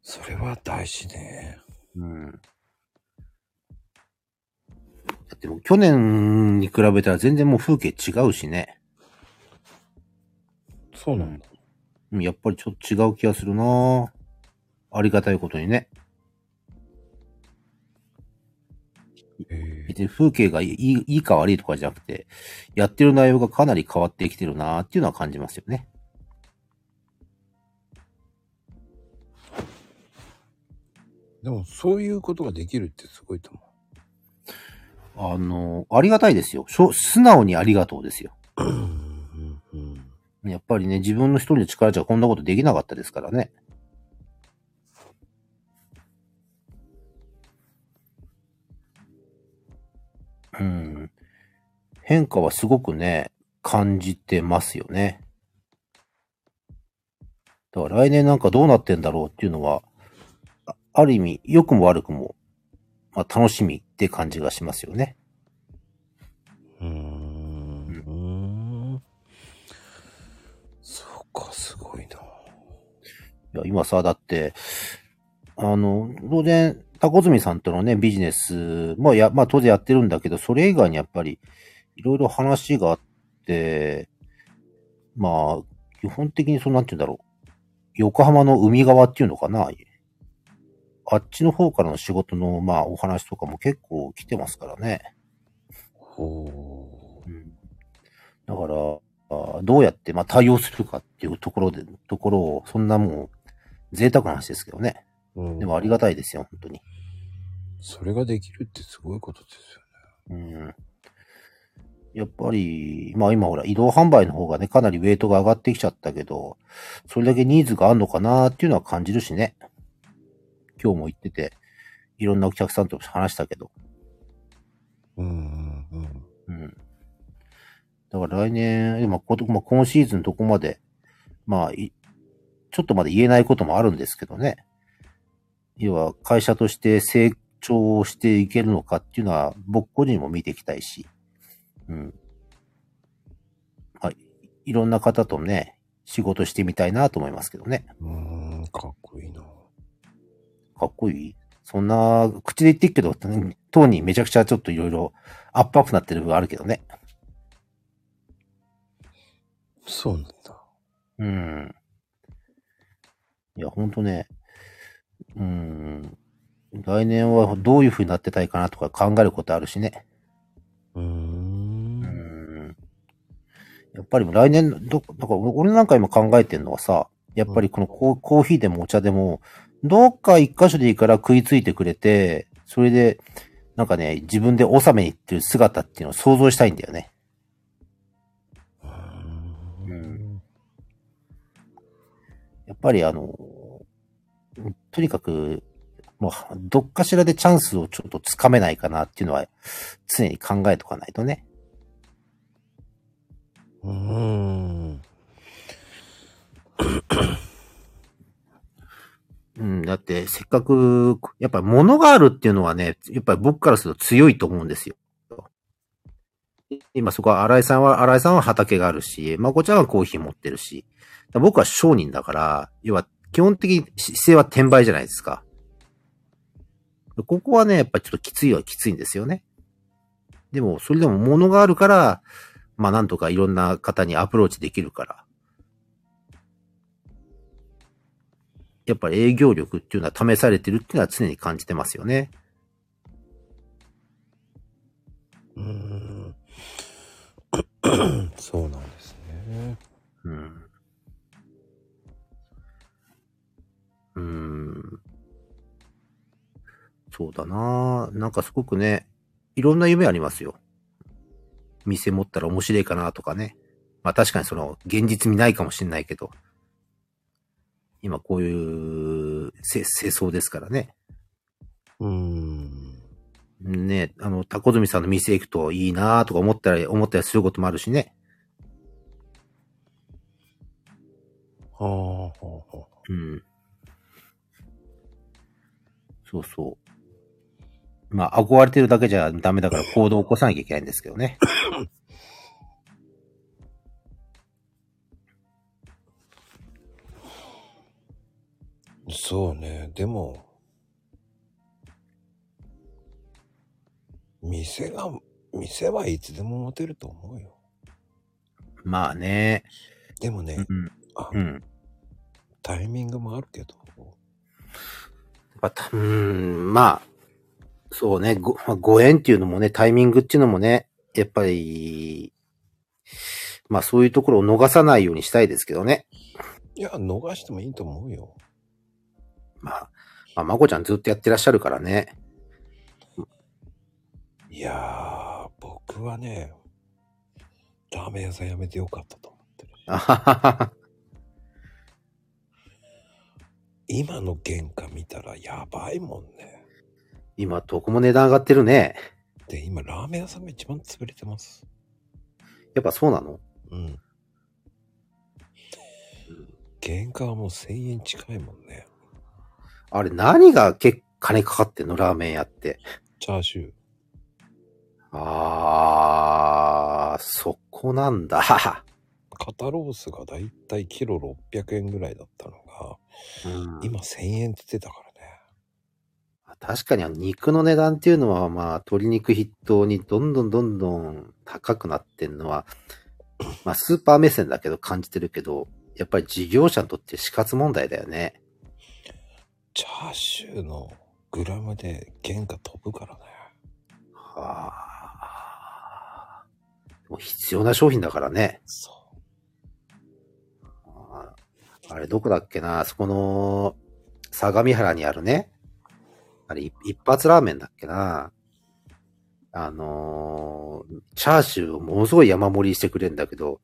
S2: それは大事ね。
S1: うん。だってもう去年に比べたら全然もう風景違うしね。
S2: そうなんだ。
S1: うんやっぱりちょっと違う気がするなぁありがたいことにね。
S2: へえ
S1: 別に風景がいいいいか悪いとかじゃなくて、やってる内容がかなり変わってきてるなぁっていうのは感じますよね。
S2: でもそういうことができるってすごいと思
S1: あの、ありがたいですよ。しょ素直にありがとうですよ。
S2: う。うんうん
S1: やっぱりね、自分の一人の力じゃこんなことできなかったですからね。うん。変化はすごくね、感じてますよね。だから来年なんかどうなってんだろうっていうのは、あある意味、良くも悪くも、まあ楽しみって感じがしますよね。
S2: うーん。そうか、すごいな。
S1: いや、今さ、だって、あの、当然、タコズミさんとのね、ビジネスもや、まあ当然やってるんだけど、それ以外にやっぱり、いろいろ話があって、まあ、基本的にそうなんて言うんだろう。横浜の海側っていうのかな。あっちの方からの仕事の、まあ、お話とかも結構来てますからね。
S2: ほ
S1: だから、あどうやって、まあ、対応するかっていうところで、ところを、そんなもう、贅沢な話ですけどね。
S2: う。うん
S1: でもありがたいですよ、本当に。
S2: それができるってすごいことですよね。
S1: うん。やっぱり、まあ今ほら、移動販売の方がね、かなりウェイトが上がってきちゃったけど、それだけニーズがあるのかなっていうのは感じるしね。今日も行ってて、いろんなお客さんと話したけど。
S2: うんうんうん。
S1: うん。だから来年、まあ、ことまあ今シーズンどこまで、まあ、いちょっとまだ言えないこともあるんですけどね。要は、会社として成長をしていけるのかっていうのは、僕個人も見ていきたいし。うん。まあ、いろんな方とね、仕事してみたいなと思いますけどね。
S2: うーん、かっこいいな。
S1: かっこいいそんな、口で言ってっけど、当にめちゃくちゃちょっといろいろアップアップなってる部分あるけどね。
S2: そうなんだ。
S1: うん。いや、ほんとね、うん。来年はどういう風になってたいかなとか考えることあるしね。
S2: うーん。
S1: ん。やっぱり来年の、ど、だから俺なんか今考えてるのはさ、やっぱりこのコーコーヒーでもお茶でも、どっか一箇所でいいから食いついてくれて、それで、なんかね、自分で納めに行ってる姿っていうのを想像したいんだよね。
S2: うー
S1: うん
S2: ん。
S1: やっぱりあの、とにかく、もう、どっかしらでチャンスをちょっとつかめないかなっていうのは、常に考えとかないとね。
S2: うーん。
S1: うん、だって、せっかく、やっぱり物があるっていうのはね、やっぱり僕からすると強いと思うんですよ。今そこは荒井さんは、荒井さんは畑があるし、まこちゃんはコーヒー持ってるし、だから僕は商人だから、要は基本的に姿勢は転売じゃないですか。ここはね、やっぱりちょっときついはきついんですよね。でも、それでも物があるから、まあなんとかいろんな方にアプローチできるから。やっぱり営業力っていうのは試されてるっていうのは常に感じてますよね。
S2: うーん そうなんですね。
S1: うん。うーん。そうだなぁなんかすごくね、いろんな夢ありますよ。店持ったら面白いかなとかね。まあ確かにその、現実味ないかもしれないけど。今こういう、せ、世相ですからね。
S2: うーん。
S1: ねあの、タコズミさんの店行くといいなぁとか思ったり、思ったりすることもあるしね。
S2: はあ、はあ、はあ。
S1: うん。そうそまあ、憧れてるだけじゃダメだから行動を起こさなきゃいけないんですけど ね。
S2: そうね、でも、店が、店はいつでも持てると思うよ。
S1: まあね。
S2: でもね、
S1: うん。
S2: あ
S1: うん。
S2: タイミングもあるけど、
S1: また、うーん、まあ、そうね、ご、まあご縁っていうのもね、タイミングっていうのもね、やっぱり、まあそういうところを逃さないようにしたいですけどね。
S2: いや、逃してもいいと思うよ。
S1: まあ、まあ、まこちゃんずっとやってらっしゃるからね。
S2: いやー、僕はね、ラーメン屋さん辞めてよかったと思ってる。
S1: あははは。
S2: 今の原価見たらやばいもんね。
S1: 今、どこも値段上がってるね。
S2: で、今、ラーメン屋さんが一番潰れてます。
S1: やっぱそうなの
S2: うん。原価はもう1000円近いもんね。
S1: あれ、何が結金かかってんのラーメン屋って。
S2: チャーシュー。
S1: あー、そこなんだ。
S2: 肩ロースがだいたいキロ600円ぐらいだったのが、
S1: 今
S2: 今1000円って出てたからね。
S1: 確かにあの肉の値段っていうのは、まあ、鶏肉筆頭にどんどんどんどん高くなってんのは、まあ、スーパー目線だけど感じてるけど、やっぱり事業者にとって死活問題だよね。
S2: チャーシューのグラムで原価飛ぶからね。
S1: はあ。でも必要な商品だからね。
S2: そう。
S1: ああれ、どこだっけなあそこの、相模原にあるね。あれ、い一発ラーメンだっけなあのーチャーシューをものすごい山盛りしてくれるんだけど、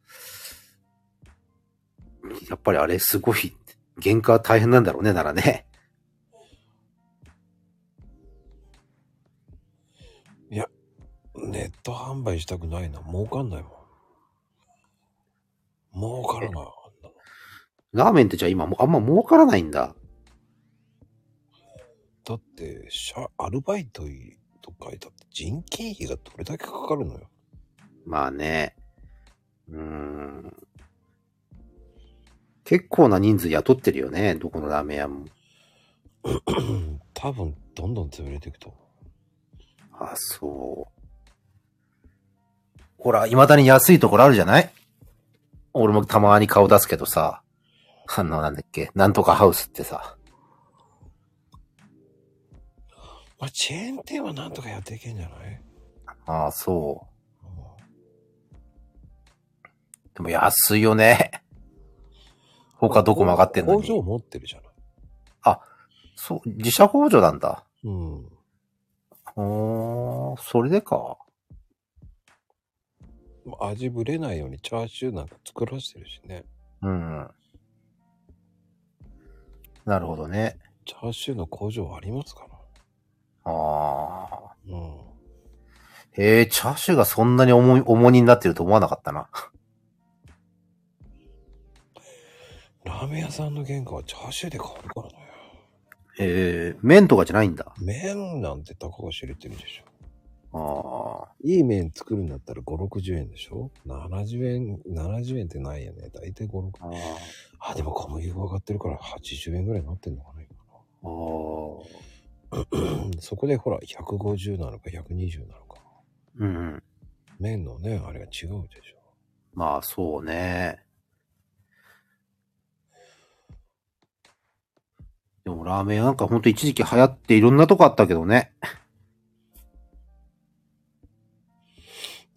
S1: やっぱりあれすごい、原価は大変なんだろうね、ならね。
S2: ネット販売したくないな。儲かんないもん。儲からない。あんなの
S1: ラーメンってじゃあ今もうあんま儲からないんだ。
S2: だって、シャアルバイトとかだって人件費がどれだけかかるの よ。
S1: まあね。うーん。結構な人数雇ってるよね、どこのラーメン屋も。
S2: 多分、どんどん潰れていくと思う。
S1: あ、そう。ほら、未だに安いところあるじゃない俺もたまに顔出すけどさ、あの、なんだっけ、なんとかハウスってさ、
S2: まあ、チェーン店はなんとかやっていけんじゃない、
S1: ああ、そ
S2: うん
S1: う。でも安いよね。他どこも上がってんの
S2: 工場
S1: に。
S2: 持ってるじゃない。
S1: そう、自社工場なんだ。
S2: うん。
S1: おー、それでか。
S2: まあ味ぶれないようにチャーシューなんか作らしてるしね。
S1: うん。なるほどね。
S2: チャーシューの工場ありますから。
S1: ああ。
S2: うん。
S1: へえ、チャーシューがそんなに重い、重荷になってると思わなかったな。
S2: ラーメン屋さんの原価はチャーシューで変わるからね。
S1: へえ、麺とかじゃないんだ。
S2: 麺なんて高が知れてるでしょ。
S1: ああ。
S2: いい麺作るんだったら5、60円でしょ ?70 円、70円ってないよね。だいたい5、6。
S1: あ
S2: あ、でも小麦粉上がってるから80円ぐらいになってんのかな
S1: あ。
S2: 今うんそこでほら、150なのか120なのか。
S1: うん。
S2: 麺のね、あれが違うでしょ。
S1: まあ、そうね。でも、ラーメン屋なんかほんと一時期流行っていろんなとこあったけどね。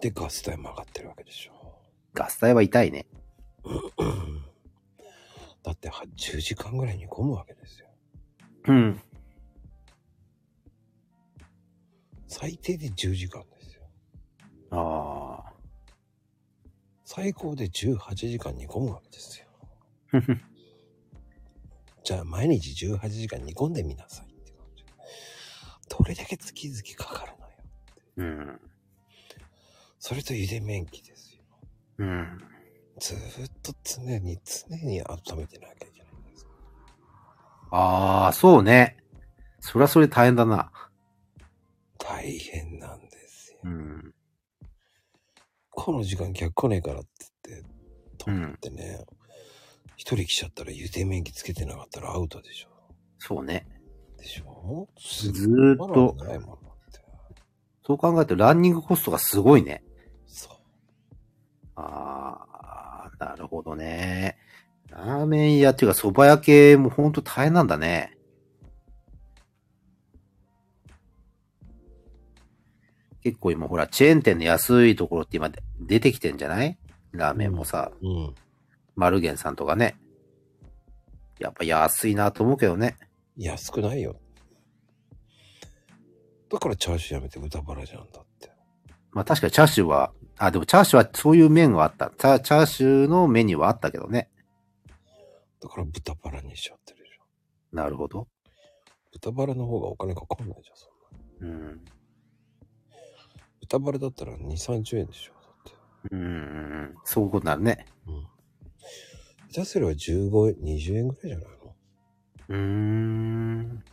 S2: で、ガス代も上がってるわけでしょ。
S1: ガス代は痛いね。
S2: だっては10時間ぐらい煮込むわけですよ。
S1: うん。
S2: 最低で10時間ですよ。
S1: ああ。
S2: 最高で18時間煮込むわけですよ。じゃあ毎日18時間煮込んでみなさいって感じ。どれだけ月々かかるのよ。
S1: うん。
S2: それと茹で麺機ですよ。
S1: うん。
S2: ずーっと常に常に温めてなきゃいけないんです。
S1: ああ、そうね。そりゃそれ大変だな。
S2: 大大変なんですよ。
S1: うん。
S2: この時間客来ねえからって言って、と
S1: うん
S2: ってね、一、人来ちゃったら湯手免疫つけてなかったらアウトでしょ。
S1: そうね。
S2: でしょず
S1: ずーっと、
S2: ないもんだって。
S1: そう考えるとランニングコストがすごいね。
S2: そう。
S1: あー、なるほどね。ラーメン屋っていうか蕎麦屋系もほんと大変なんだね。結構今ほら、チェーン店の安いところって今出てきてんじゃないラーメンもさ、
S2: うん。
S1: マルゲンさんとかね。やっぱ安いなと思うけどね。
S2: 安くないよ。だからチャーシューやめて豚バラじゃんだって。
S1: まあ確かにチャーシューは、あ、でもチャーシューはそういう面があった。チャチャーシューのメニューはあったけどね。
S2: だから豚バラにしちゃってるでしょ。
S1: なるほど。
S2: 豚バラの方がお金かかんないじゃん、そんな。
S1: うん。
S2: 豚バラだったら2、30円でしょ。だって。
S1: うんうんうん。そういうことになるね。
S2: うん。下手すれば15円、20円ぐらいじゃないの
S1: うーん。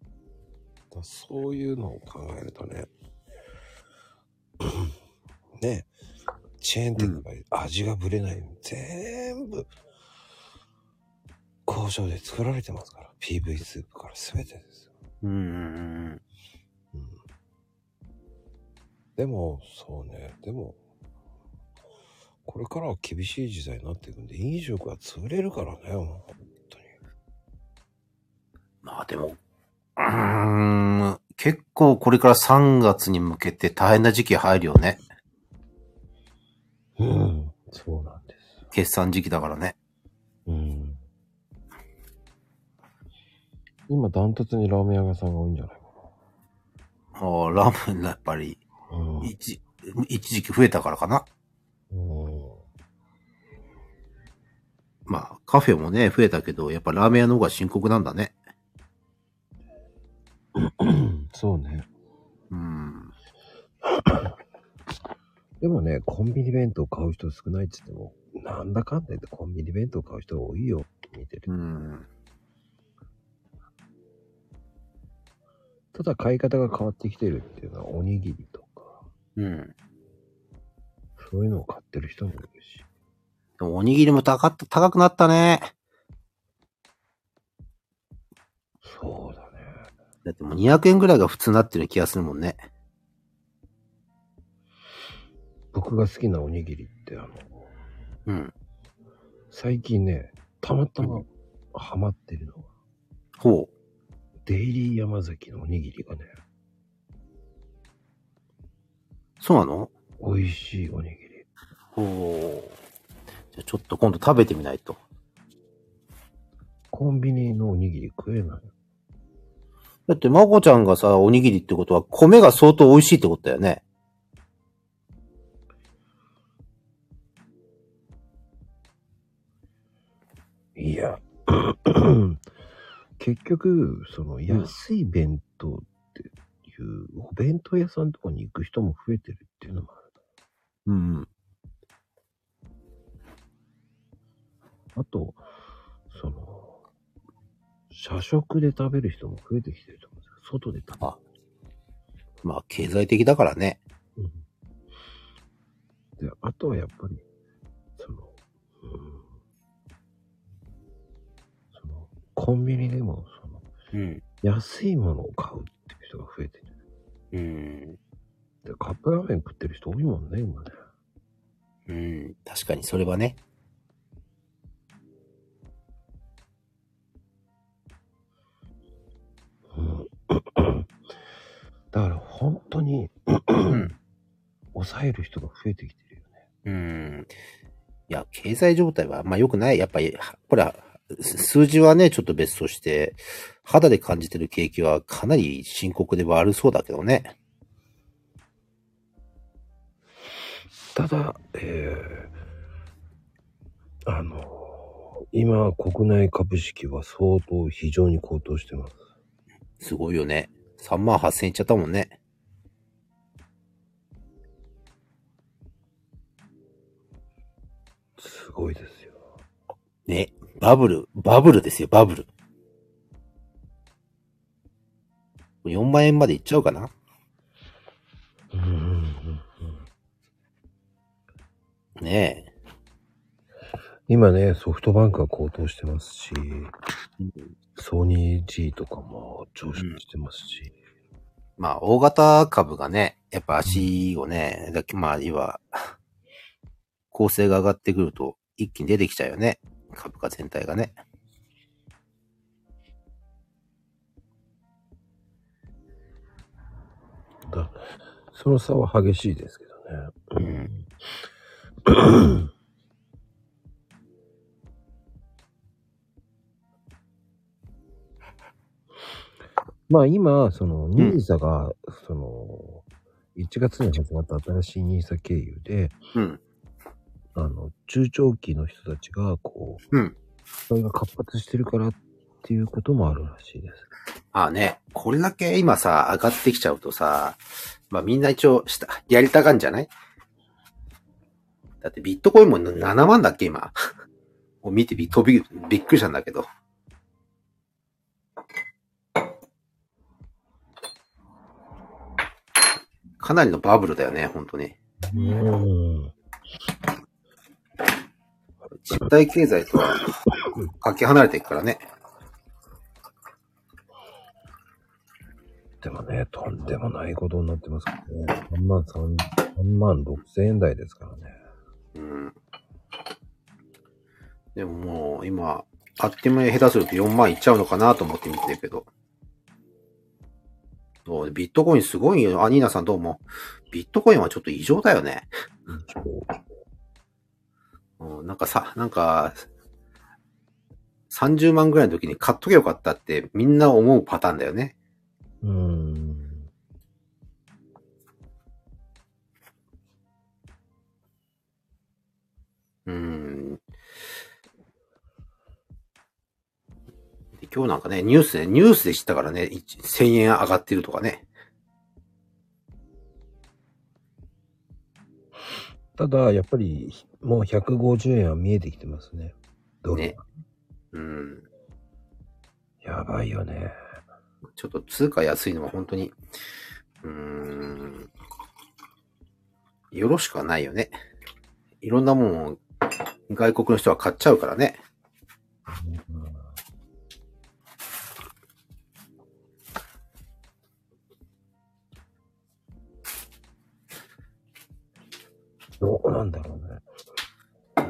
S2: だからそういうのを考えるとね、 ねチェーン店の場合、味がぶれないように全部、工場で作られてますから、PV スープから全てですよ。
S1: うんうんうん。
S2: うん、でも、そうね、でも、これからは厳しい時代になっていくんで、飲食は潰れるからね、もう本当に。
S1: まあでも、うーん。結構これから3月に向けて大変な時期入るよね。
S2: うん、そうなんです。
S1: 決算時期だからね。
S2: うん。今、ダントツにラーメン屋さんが多いんじゃないか
S1: あーラーメンやっぱり
S2: な。うん
S1: 一、一時期増えたからかな。まあカフェもね、増えたけど、やっぱラーメン屋の方が深刻なんだね。
S2: うん。そうね。
S1: うん。
S2: でもね、コンビニ弁当買う人少ないって言っても、なんだかんだ言ってコンビニ弁当買う人多いよ。見てる
S1: う。ん。
S2: ただ買い方が変わってきてるっていうのは、おにぎりとか、
S1: うん。
S2: そういうのを買ってる人もいるし。
S1: でもおにぎりも高っ高くなったね。
S2: そうだね。
S1: だってもう200円ぐらいが普通になってる気がするもんね。
S2: 僕が好きなおにぎりって、あの、
S1: うん。
S2: 最近ね、たまたまハマってるのは、
S1: ほう。
S2: デイリー山崎のおにぎりがね、
S1: そうなの
S2: 美味しいおにぎり。
S1: ほう。じゃあちょっと今度食べてみないと。
S2: コンビニのおにぎり食えない。
S1: だって、まこちゃんがさ、おにぎりってことは、米が相当美味しいってことだよね。
S2: いや、結局、その安い弁当っていう、お弁当屋さんとかに行く人も増えてるっていうのもある。
S1: うん。
S2: あと、その、社食で食べる人も増えてきてると思うんですよ。外で食べる
S1: あまあ、経済的だからね。。
S2: うん、で、あとはやっぱり、その、うん、その、コンビニでも、その、
S1: うん。
S2: 安いものを買うっていう人が増えてる。
S1: うん。
S2: で、カップラーメン食ってる人多いもんね、今ね。
S1: うん。確かに、それはね。
S2: うん、 だから本当に
S1: うん。
S2: 抑える人が増えてきてるよね。
S1: うん。いや、経済状態はあんま良くない。やっぱり、これは、す数字はね、ちょっと別として、肌で感じてる景気はかなり深刻で悪そうだけどね。
S2: ただ、えー、あの今国内株式は相当非常に高騰してます。
S1: すごいよね。3万8000円いっちゃったもんね。
S2: すごいですよ。
S1: ね。バブル、バブルですよ、バブル。 4万円までいっちゃうかな
S2: うんうんうん
S1: ねえ。
S2: 今ね、ソフトバンクが高騰してますし、ソニー G とかも上昇してますし、
S1: まあ、大型株がね、やっぱ足をね、だまあ、要は、構成が上がってくると、一気に出てきちゃうよね。株価全体がね。
S2: だその差は激しいですけどね。
S1: ん。
S2: まあ今、その NISA が、その、1月に始まった新しい NISA 経由で、
S1: うん。
S2: あの、中長期の人たちが、こう、
S1: うん
S2: それが活発してるからっていうこともあるらしいです。
S1: ああね、これだけ今さ、上がってきちゃうとさ、まあみんな一応した、やりたがんじゃないだってビットコインも7万だっけ今。 を見てび飛び、びっくりしたんだけど。かなりのバブルだよね、本当に。
S2: うん。
S1: 実体経済とは、かけ離れていくからね。
S2: でもね、とんでもないことになってますからね。3万3、3万6千円台ですからね。
S1: うん。でももう、今、あっという間に下手すると4万いっちゃうのかなと思って見てるけど。そうビットコインすごいよ。アニーナさんどうも。ビットコインはちょっと異常だよね。うん、なんかさ、なんか、30万ぐらいの時に買っとけよかったってみんな思うパターンだよね。
S2: うん。
S1: うん。で今日なんかね、ニュースで、ニュースで知ったからね、一1000円上がってるとかね。
S2: ただ、やっぱり、もう150円は見えてきてますね。ドルが
S1: ねうん。
S2: やばいよね。
S1: ちょっと通貨安いのは本当に、うーん、よろしくはないよね。いろんなもんを外国の人は買っちゃうからね。
S2: どうなんだろうね。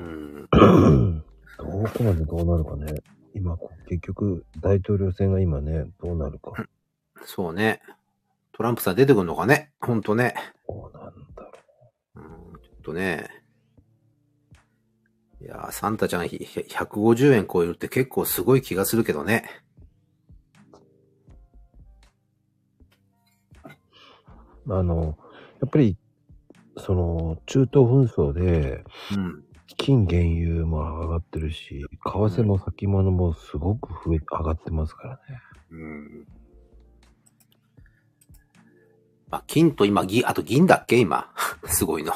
S1: うん。
S2: どこまでどうなるかね。今、こう結局、大統領選が今ね、どうなるか。
S1: そうね。トランプさん出てくるのかね。ほんとね。
S2: どうなんだろ
S1: うん、ちょっとね。いやー、サンタちゃんひ150円超えるって結構すごい気がするけどね。
S2: う。あの、やっぱり、その、中東紛争で、
S1: うん。
S2: 金原油も上がってるし、為替も先物もすごく増え、上がってますからね。
S1: うん。まあ、金と今、銀、あと銀だっけ今。 すごいの。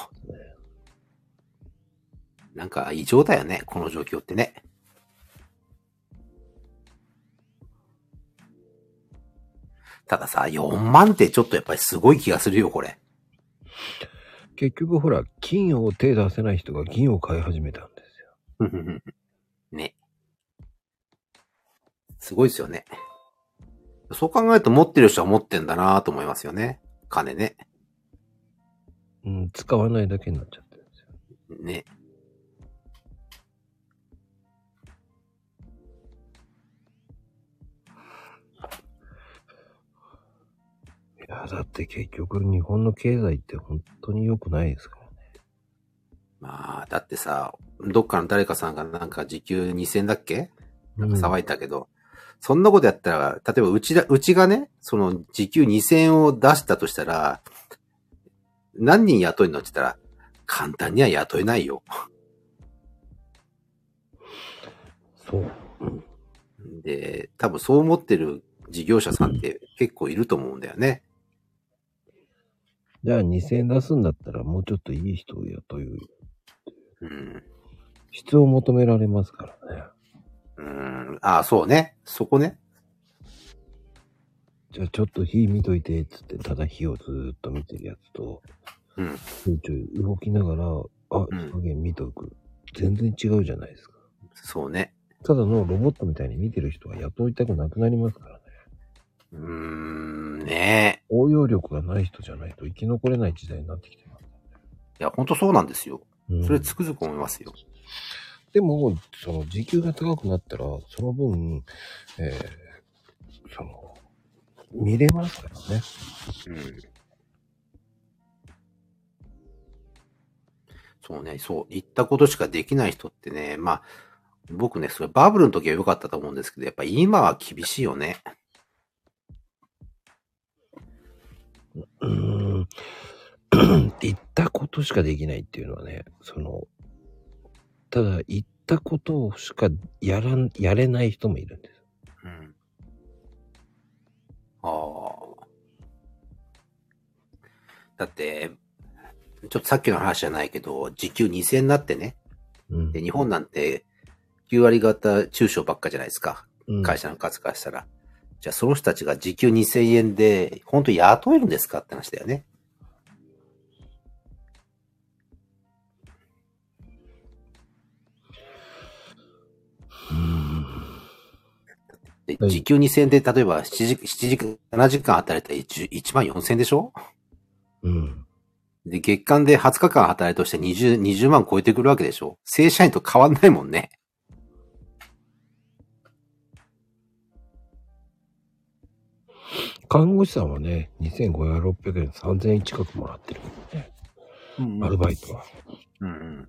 S1: なんか異常だよね。この状況ってね。たださ、4万ってちょっとやっぱりすごい気がするよ、これ。
S2: 結局ほら、金を手出せない人が銀を買い始めたんですよ。
S1: ね。すごいですよね。そう考えると持ってる人は持ってんだなと思いますよね。金ね。
S2: うん、使わないだけになっちゃってるんですよ。
S1: ね。
S2: いや、だって結局日本の経済って本当に良くないですからね。
S1: まあ、だってさ、どっかの誰かさんがなんか時給2000だっけなんか騒いだけど、そんなことやったら、例えばうちだ、うちがね、その時給2000を出したとしたら、何人雇えるのって言ったら、簡単には雇えないよ。
S2: そう。
S1: で、多分そう思ってる事業者さんって結構いると思うんだよね。
S2: じゃあ2000円出すんだったらもうちょっといい人を雇う。
S1: うん。
S2: 質を求められますからね。
S1: うん。ああ、そうね。そこね。
S2: じゃあちょっと火見といて、つって、ただ火をずーっと見てるやつと、
S1: うん。
S2: ちょいちょい動きながら、あ、
S1: ん
S2: 火加減見とく。全然違うじゃないですか。
S1: そうね。
S2: ただのロボットみたいに見てる人は雇いたくなくなりますからね。
S1: うーん、ねえ。
S2: 応用力がない人じゃないと生き残れない時代になってきてます。
S1: いや、ほんとそうなんですよ。
S2: うん
S1: それつくづく思いますよ。
S2: でも、その時給が高くなったら、その分、えーその、見れますからね。
S1: うん。そうね、そう。言ったことしかできない人ってね、まあ、僕ね、それバブルの時は良かったと思うんですけど、やっぱ今は厳しいよね。
S2: う ーん言ったことしかできないっていうのはね、その、ただ言ったことしかやらん、やれない人もいるんです。
S1: うん。ああ。だって、ちょっとさっきの話じゃないけど、時給2000になってね。
S2: うん
S1: で、日本なんて9割方中小ばっかじゃないですか。
S2: うん
S1: 会社の数からしたら。じゃあその人たちが時給2000円で、本当に雇えるんですかって話だよね。で
S2: はい
S1: 時給2000円で、例えば7時、7時間、7時間働いたら 1, 万4000円でしょ
S2: うん。
S1: で、月間で20日間働いとして20、20万超えてくるわけでしょ正社員と変わんないもんね。
S2: 看護師さんはね、2500、600円、3000円近くもらってる。
S1: うん
S2: アルバイトは。
S1: うんうん。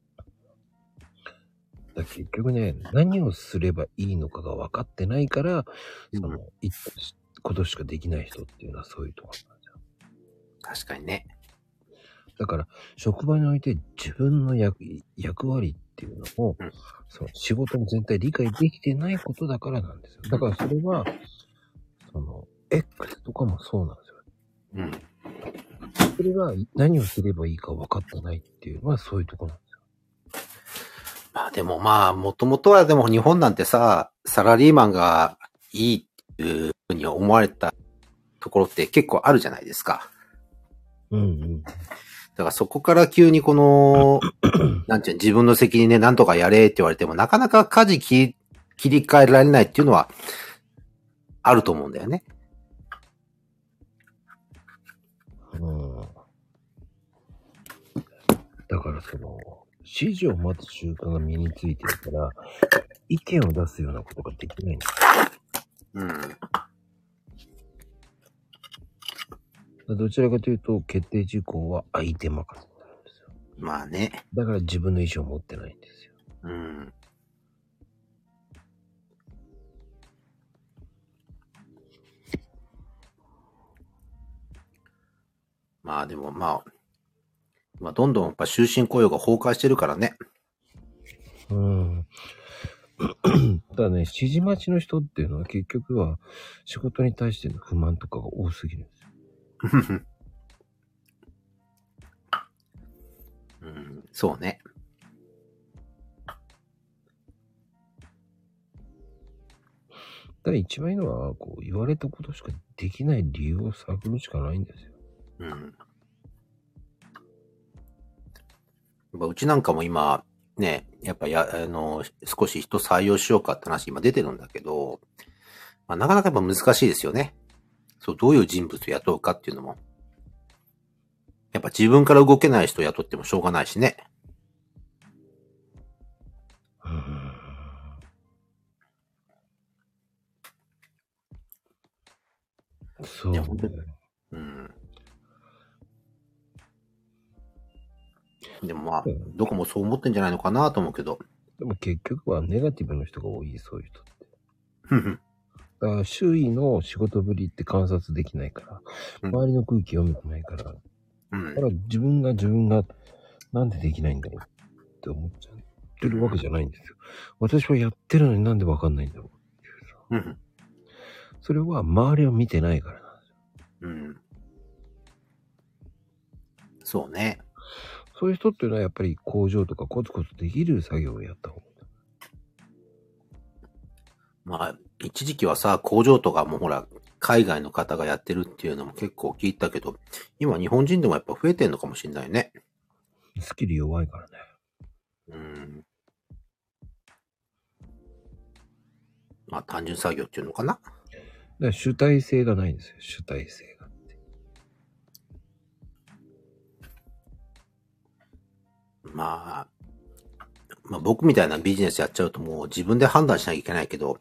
S2: だから結局ね、何をすればいいのかが分かってないから、その、言ったことしかできない人っていうのはそういうところ。
S1: 確かにね。
S2: だから、職場において自分の役役割っていうのを、
S1: うん
S2: その仕事の全体理解できてないことだからなんですよ。だからそれは、その、X とかもそうなんですよ。
S1: うん。
S2: それが何をすればいいか分かってないっていうのはそういうところなんですよ。
S1: まあでもまあ、もともとはでも日本なんてさ、サラリーマンがいいっていうふうに思われたところって結構あるじゃないですか。
S2: うんうん。
S1: だからそこから急にこの、なんていうの自分の責任で何とかやれって言われても、なかなか舵切切り替えられないっていうのは、あると思うんだよね。
S2: うんだからその、指示を待つ習慣が身についてるから、意見を出すようなことができないんです
S1: うん。
S2: よ。どちらかというと、決定事項は相手任せになるんですよ。
S1: まあね。
S2: だから自分の意思を持ってないんですよ。
S1: うん。まあでもまあ、まあどんどんやっぱ終身雇用が崩壊してるからね。
S2: うん。 ただね、指示待ちの人っていうのは結局は仕事に対しての不満とかが多すぎるんですよ。
S1: うん、そうね。
S2: だから一番いいのは、こう、言われたことしかできない理由を探るしかないんですよ。
S1: うん。やっぱうちなんかも今、ね、やっぱや、あの、少し人採用しようかって話今出てるんだけど、まあ、なかなかやっぱ難しいですよね。そう、どういう人物を雇うかっていうのも。やっぱ自分から動けない人を雇ってもしょうがないしね。
S2: そう
S1: い
S2: ね
S1: や。本当にうん。でもまあ、どこもそう思ってんじゃないのかなと思うけど。
S2: でも結局はネガティブの人が多い、そういう人って。
S1: ふんふん
S2: だから周囲の仕事ぶりって観察できないから、
S1: うん
S2: 周りの空気読めてないから、
S1: う
S2: だ
S1: ん
S2: から自分が自分がなんでできないんだろうって思っちゃってるわけじゃないんですよ。私はやってるのになんでわかんないんだろうっていうさ。
S1: ふんふん。
S2: それは周りを見てないからなんですよ。
S1: うん。そうね。
S2: そういう人っていうのはやっぱり工場とかコツコツできる作業をやった方がいい。
S1: まあ、一時期はさ、工場とかもほら、海外の方がやってるっていうのも結構聞いたけど、今日本人でもやっぱ増えてんのかもしれないね。
S2: スキル弱いからね。
S1: うん。まあ、単純作業っていうのかな
S2: だから主体性がないんですよ、主体性が。
S1: まあ、まあ僕みたいなビジネスやっちゃうともう自分で判断しなきゃいけないけど、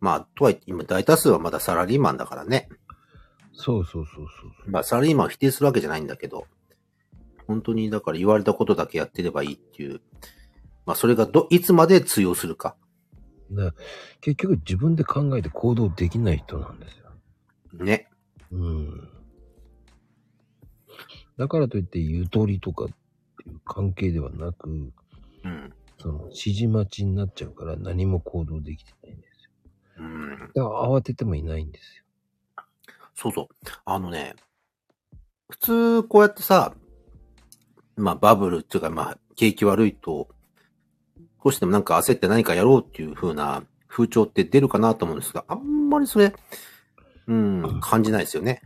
S1: まあ、とはいえ、今大多数はまだサラリーマンだからね。
S2: そうそうそうそう。
S1: まあ、サラリーマンを否定するわけじゃないんだけど、本当にだから言われたことだけやってればいいっていう、まあ、それがど、いつまで通用するか。
S2: だから結局自分で考えて行動できない人なんですよ。
S1: ね。
S2: うん。だからといってゆとりとかっていう関係ではなく、
S1: うん。
S2: その指示待ちになっちゃうから何も行動できてないんですよ。
S1: うん。
S2: だから慌ててもいないんですよ。
S1: そうそう。あのね、普通こうやってさ、まあ、バブルっていうか、まあ、景気悪いと、少しでもなんか焦って何かやろうっていう風な風潮って出るかなと思うんですが、あんまりそれ、うん、感じないですよね。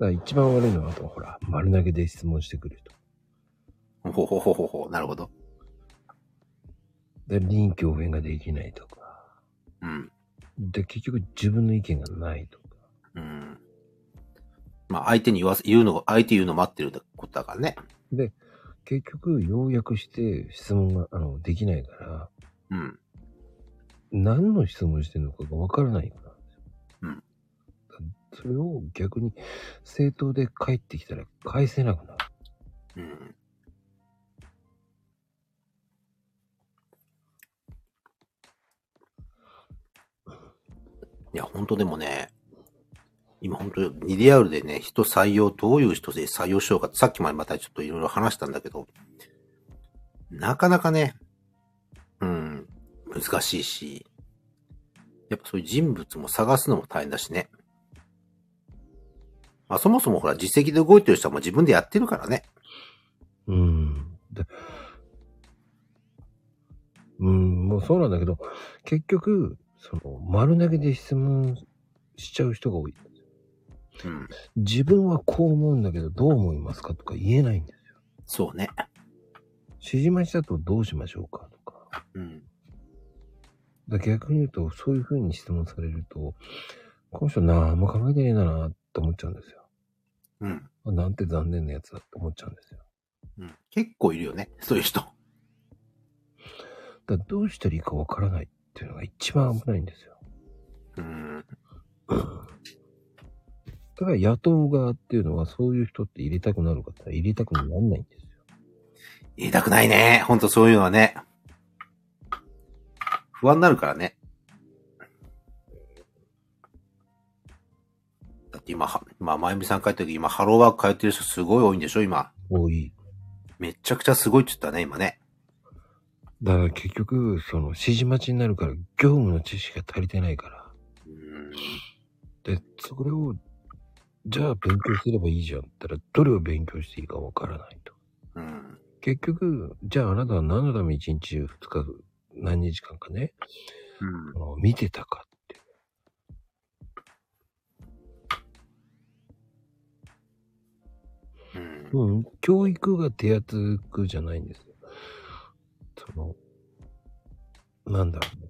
S2: だから一番悪いのは、あとほら、丸投げで質問してくる人。
S1: ほほほほほ、なるほど。
S2: で、臨機応変ができないとか。
S1: うん。
S2: で、結局自分の意見がないとか。
S1: うん。まあ、相手に言わせ、言うのが、相手言うの待ってるってことだからね。
S2: 結局、要約して質問が、あの、できないから、
S1: うん。
S2: 何の質問してるのかがわからないから。
S1: うん。
S2: それを逆に、正当で返ってきたら返せなくなる。
S1: うん。いや、本当でもね、今本当にリアルでね、人採用、どういう人で採用しようかって、さっきまでまたちょっといろいろ話したんだけど、なかなかね、うん、難しいし、やっぱそういう人物も探すのも大変だしね。まあそもそもほら、実績で動いてる人はもう自分でやってるからね。
S2: うん。でうん、もうそうなんだけど、結局、その、丸投げで質問しちゃう人が多い。
S1: うん。
S2: 自分はこう思うんだけど、どう思いますかとか言えないんですよ。
S1: そうね。
S2: 指示待ちだとどうしましょうかとか。
S1: うん。
S2: だから逆に言うと、そういう風に質問されると、この人何も考えてねえんだなって思っちゃうんですよ。
S1: うん。
S2: あなんて残念なやつだって思っちゃうんですよ。
S1: うん。結構いるよね。そういう人。
S2: だからどうしたらいいかわからないっていうのが一番危ないんですよ。
S1: うん。
S2: だから野党側っていうのはそういう人って入れたくなるかって言ったら入れたくもなんないんですよ。
S1: 言いたくないね。ほんとそういうのはね。不安になるからね。だって今、はまあ、まゆみさん帰った時、今、ハローワーク通ってる人すごい多いんでしょ今。
S2: 多い。
S1: めちゃくちゃすごいって言ったね、今ね。
S2: だから結局、その指示待ちになるから業務の知識が足りてないから。
S1: うん。
S2: で、それを、じゃあ勉強すればいいじゃんって言ったら、どれを勉強していいかわからないと。
S1: うん。
S2: 結局、じゃああなたは何のために1日2日、何日間かね、
S1: うん
S2: あ。の見てたかって。
S1: うん。
S2: うん、教育が手厚くじゃないんですよ。その、なんだろうね。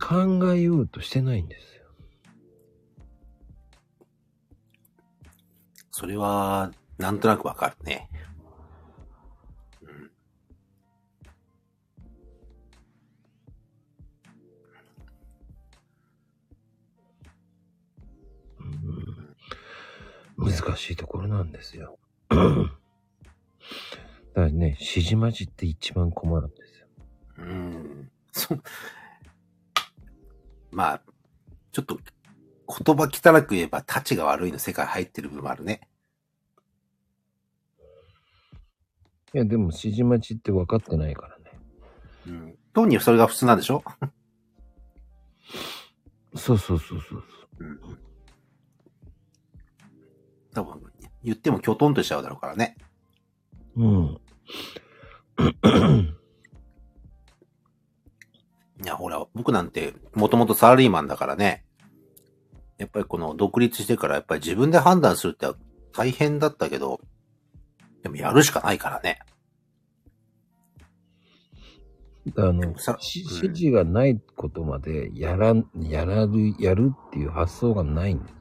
S2: 考えようとしてないんですよ。
S1: それは、なんとなくわかるね。うん
S2: 難しいところなんですよ。だからね、指示待ちって一番困るんですよ。
S1: うん。そ、まあ、ちょっと、言葉汚く言えば、立ちが悪いの世界入ってる部分もあるね。
S2: いや、でも指示待ちって分かってないからね。
S1: うん。当人はそれが普通なんでしょ
S2: そうそうそうそう
S1: うん。多分、言ってもキョトンとしちゃうだろうからね。
S2: そう。うん。
S1: いや、ほら、僕なんて、もともとサラリーマンだからね。やっぱりこの独立してから、やっぱり自分で判断するって大変だったけど、でもやるしかないからね。
S2: あの、
S1: さ
S2: し
S1: うん
S2: 指示がないことまでやらん、やらる、やるっていう発想がないんですよ。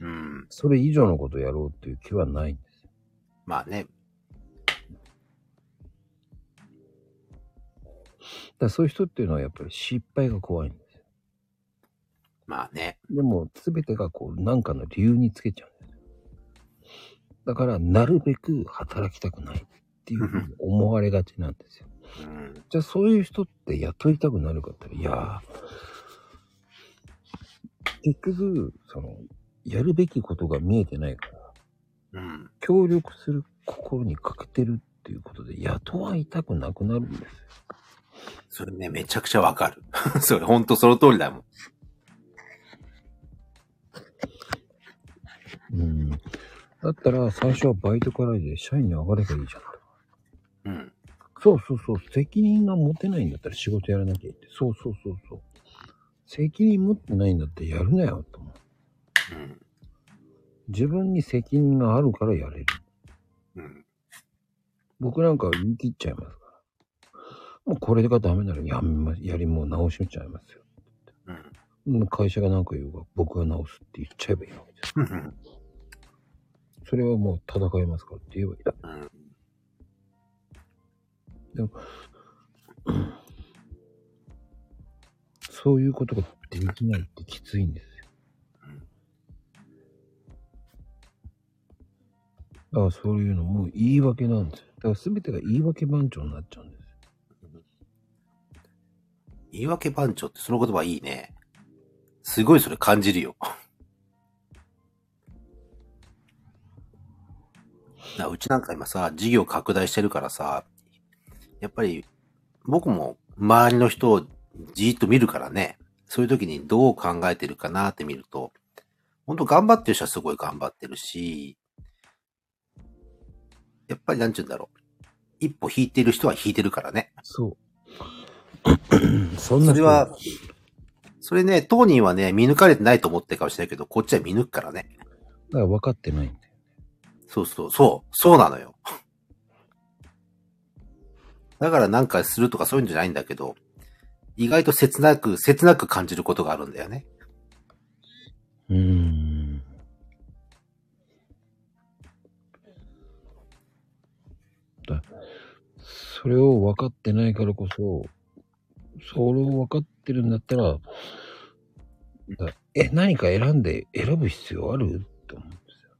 S1: うん。
S2: それ以上のことをやろうっていう気はないんです。
S1: まあね。
S2: だからそういう人っていうのはやっぱり失敗が怖いんですよ。
S1: まあね。
S2: でも、すべてがこう、なんかの理由につけちゃうんですよ。だから、なるべく働きたくないっていうふうに思われがちなんですよ。
S1: うん。
S2: じゃあそういう人って雇いたくなるかって言ったら、いやー、結局、その、やるべきことが見えてないから、
S1: うん。
S2: 協力する心に欠けてるっていうことで、雇わいたくなくなるんですよ。
S1: それね、めちゃくちゃわかる。 それ、ほんとその通りだもん。
S2: うん。だったら、最初はバイトからで社員に上がればいいじゃん。
S1: うん。
S2: そうそうそう。責任が持てないんだったら仕事やらなきゃいいって。そうそうそうそう。責任持ってないんだったらやるなよ、と思う。
S1: うん。
S2: 自分に責任があるからやれる。
S1: うん。
S2: 僕なんかは言い切っちゃいますから。もうこれがダメならやめま、やりもう直しちゃいますよ。
S1: うん。
S2: もう会社が何か言うが僕が直すって言っちゃえばいいわけです。
S1: うん。
S2: それはもう戦いますからって言えばいい。
S1: うん。
S2: そういうことができないってきついんですよ。だからそういうのも言い訳なんですよ。だから全てが言い訳番長になっちゃうんですよ。
S1: 言い訳番長ってその言葉いいね。すごいそれ感じるよ。 なうちなんか今さ、事業拡大してるからさ、やっぱり僕も周りの人をじーっと見るからね、そういう時にどう考えてるかなって見ると、本当頑張ってる人はすごい頑張ってるし、やっぱりなんちゅうんだろう。一歩引いてる人は引いてるからね。
S2: そう。 そんな
S1: それは、それね、当人はね、見抜かれてないと思ってるかもしれないけど、こっちは見抜くからね。
S2: だから分かってないんだよ。
S1: そうそう、そう、そうなのよ。だからなんかするとかそういうんじゃないんだけど、意外と切なく、切なく感じることがあるんだよね。
S2: うーん。だそれを分かってないからこそ、それを分かってるんだったら、だえ、何か選んで、選ぶ必要あると思うんですよ。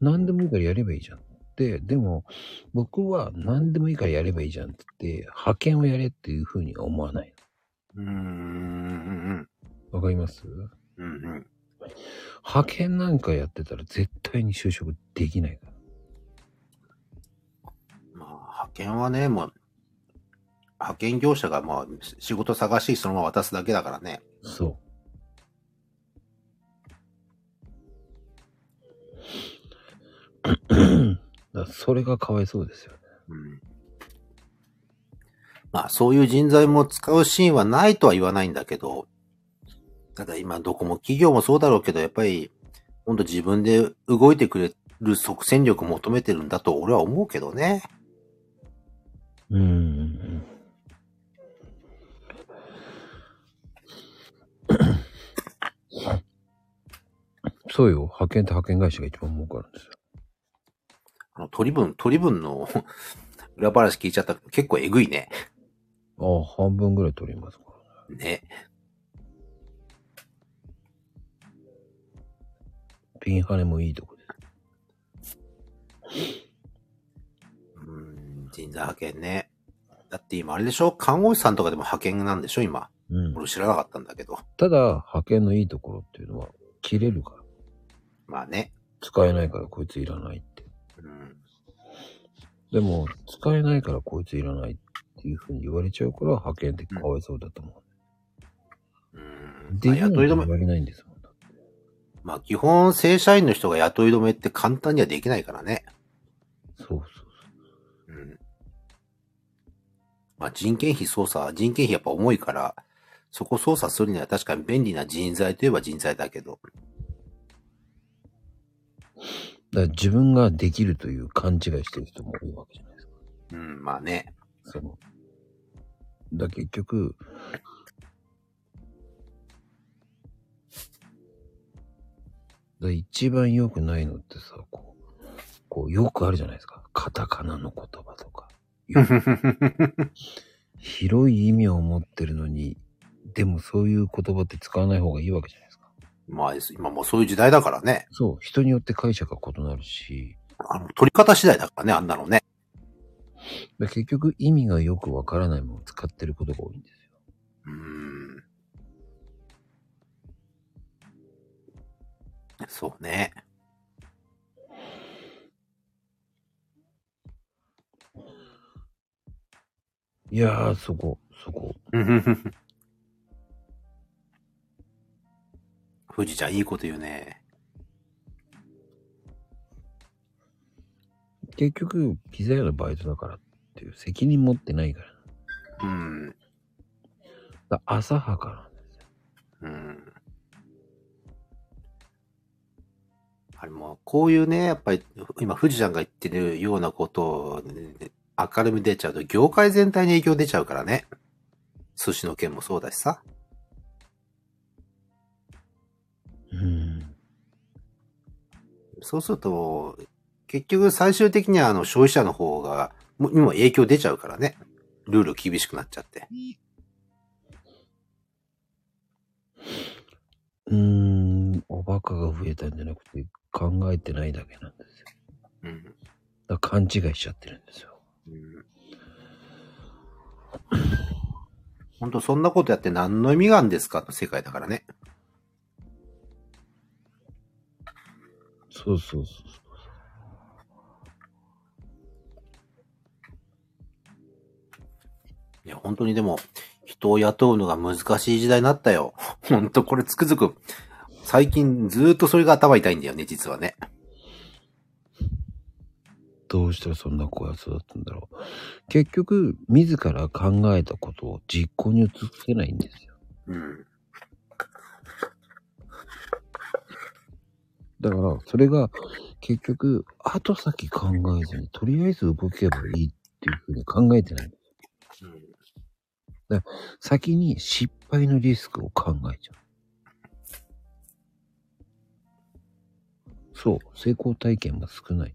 S2: 何でもいいからやればいいじゃん。で、でも、僕は何でもいいからやればいいじゃんって言って、派遣をやれっていうふうには思わない。
S1: うーん、
S2: わかります
S1: うん、うん、うん。
S2: 派遣なんかやってたら絶対に就職できないから。
S1: まあ、派遣はね、もう、派遣業者がまあ、仕事探し、そのまま渡すだけだからね。
S2: そう。だそれがかわいそうですよね。
S1: うんまあ、そういう人材も使うシーンはないとは言わないんだけど、ただ今、どこも企業もそうだろうけど、やっぱり、ほんと自分で動いてくれる即戦力求めてるんだと俺は思うけどね。
S2: うんうんうん。そうよ。派遣って派遣会社が一番儲かるんですよ。
S1: あの、取り分、取り分の 裏話聞いちゃったけど、結構えぐいね。
S2: ああ、半分ぐらい取りますから。
S1: ね。
S2: ピンハネもいいとこです。
S1: うん、人材派遣ね。だって今あれでしょ看護師さんとかでも派遣なんでしょ今。
S2: うん。
S1: 俺知らなかったんだけど。
S2: ただ、派遣のいいところっていうのは、切れるから。
S1: まあね。
S2: 使えないからこいついらないって。
S1: うん。
S2: でも、使えないからこいついらないっていうふうに言われちゃうから、派遣ってかわいそうだと思
S1: うん
S2: う。。で、
S1: まあ
S2: 雇
S1: 雇
S2: い
S1: い
S2: 止め
S1: 止め
S2: 言、われないんですもん。
S1: まあ基本正社員の人が雇い止めって簡単にはできないからね。
S2: そうそう
S1: うん。まあ人件費操作、人件費やっぱ重いから、そこ操作するには確かに便利な人材といえば人材だけ
S2: だ
S1: ど。
S2: から自分ができるという勘違いしてる人も多いわけじゃないですか。
S1: うん、まあね。
S2: その。だから結局、だから一番良くないのってさ、こう、こうよくあるじゃないですか。カタカナの言葉とか。広い意味を持ってるのに、でもそういう言葉って使わない方がいいわけじゃないですか。
S1: まあ、今もうそういう時代だからね。
S2: そう、人によって解釈が異なるし、
S1: あの、取り方次第だからね、あんなのね。
S2: で結局意味がよくわからないものを使ってることが多いんですよ。
S1: うん。そうね。
S2: いやー、そこ、そこ。
S1: 富士ちゃん、いいこと言うね。
S2: 結局、ピザ屋のバイトだからっていう責任持ってないから。
S1: うん。
S2: だ浅はかなんですよ。
S1: うん。あれも、こういうね、やっぱり、今、富士ちゃんが言ってるようなことを、明るみに出ちゃうと、業界全体に影響出ちゃうからね。寿司の件もそうだしさ。
S2: うん。
S1: そうすると、結局最終的にはあの消費者の方が、もにも影響出ちゃうからね。ルール厳しくなっちゃって。
S2: うーん、おバカが増えたんじゃなくて、考えてないだけなんですよ。
S1: うん。
S2: だから勘違いしちゃってるんですよ。
S1: うん、本当そんなことやって何の意味があるんですかの世界だからね。
S2: そうそうそうそう。
S1: いや、本当にでも、人を雇うのが難しい時代になったよ。 本当これつくづく、最近ずーっとそれが頭痛いんだよね、実はね。
S2: どうしたらそんな子が育ったんだろう。結局、自ら考えたことを実行に移せないんですよ。
S1: うん。
S2: だから、それが結局、後先考えずに、とりあえず動けばいいっていうふうに考えてない。先に失敗のリスクを考えちゃう。そう、成功体験が少ない。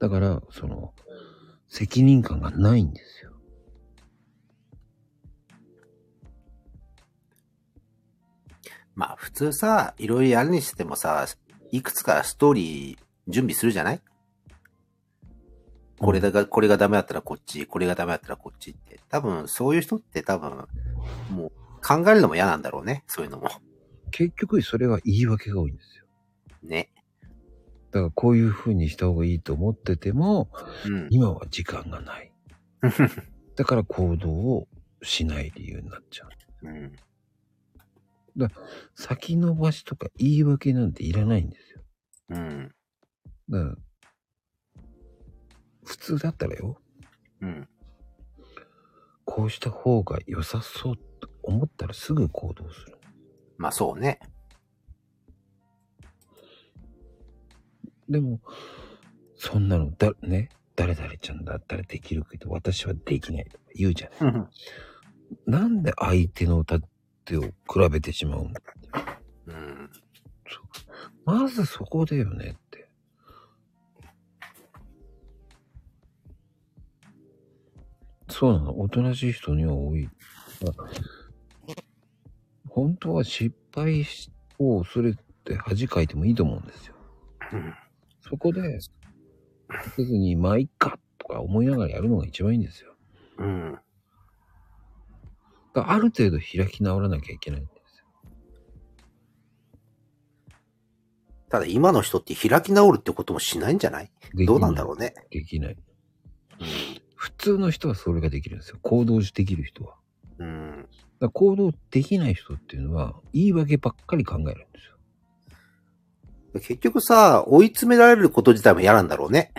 S2: だから、その、責任感がないんですよ。
S1: まあ普通さ、いろいろやるにしてもさ、いくつかストーリー準備するじゃないこれだが、これがダメだったらこっち、これがダメだったらこっちって。多分そういう人って多分、もう考えるのも嫌なんだろうね。そういうのも。
S2: 結局、それは言い訳が多いんですよ。
S1: ね。
S2: だから、こういう風にした方がいいと思ってても、
S1: うん。
S2: 今は時間が ない。だから、行動をしない理由になっちゃう。
S1: うん。
S2: 先延ばしとか言い訳なんていらないんですよ。
S1: うん。
S2: だから、普通だったらよ、
S1: うん。
S2: こうした方が良さそうと思ったらすぐ行動する。
S1: まあそうね。
S2: でも、そんなのだ、ね、誰々ちゃんだったらできるけど、私はできないとか言うじゃない。
S1: うん。
S2: なんで相手の立てを比べてしまうんだって。
S1: うん。
S2: まずそこだよねって。そうなの。おとなしい人には多い。まあ本当は失敗を恐れて恥かいてもいいと思うんですよ。そこで、せずに、まあ、いっかとか思いながらやるのが一番いいんですよ。
S1: うん。
S2: だからある程度開き直らなきゃいけないんですよ。
S1: ただ今の人って開き直るってこともしないんじゃない
S2: でき
S1: どうなんだろうね。
S2: できない。普通の人はそれができるんですよ。行動できる人は。
S1: うん。
S2: だから行動できない人っていうのは言い訳ばっかり考えるんですよ。
S1: 結局さ、追い詰められること自体も嫌なんだろうね。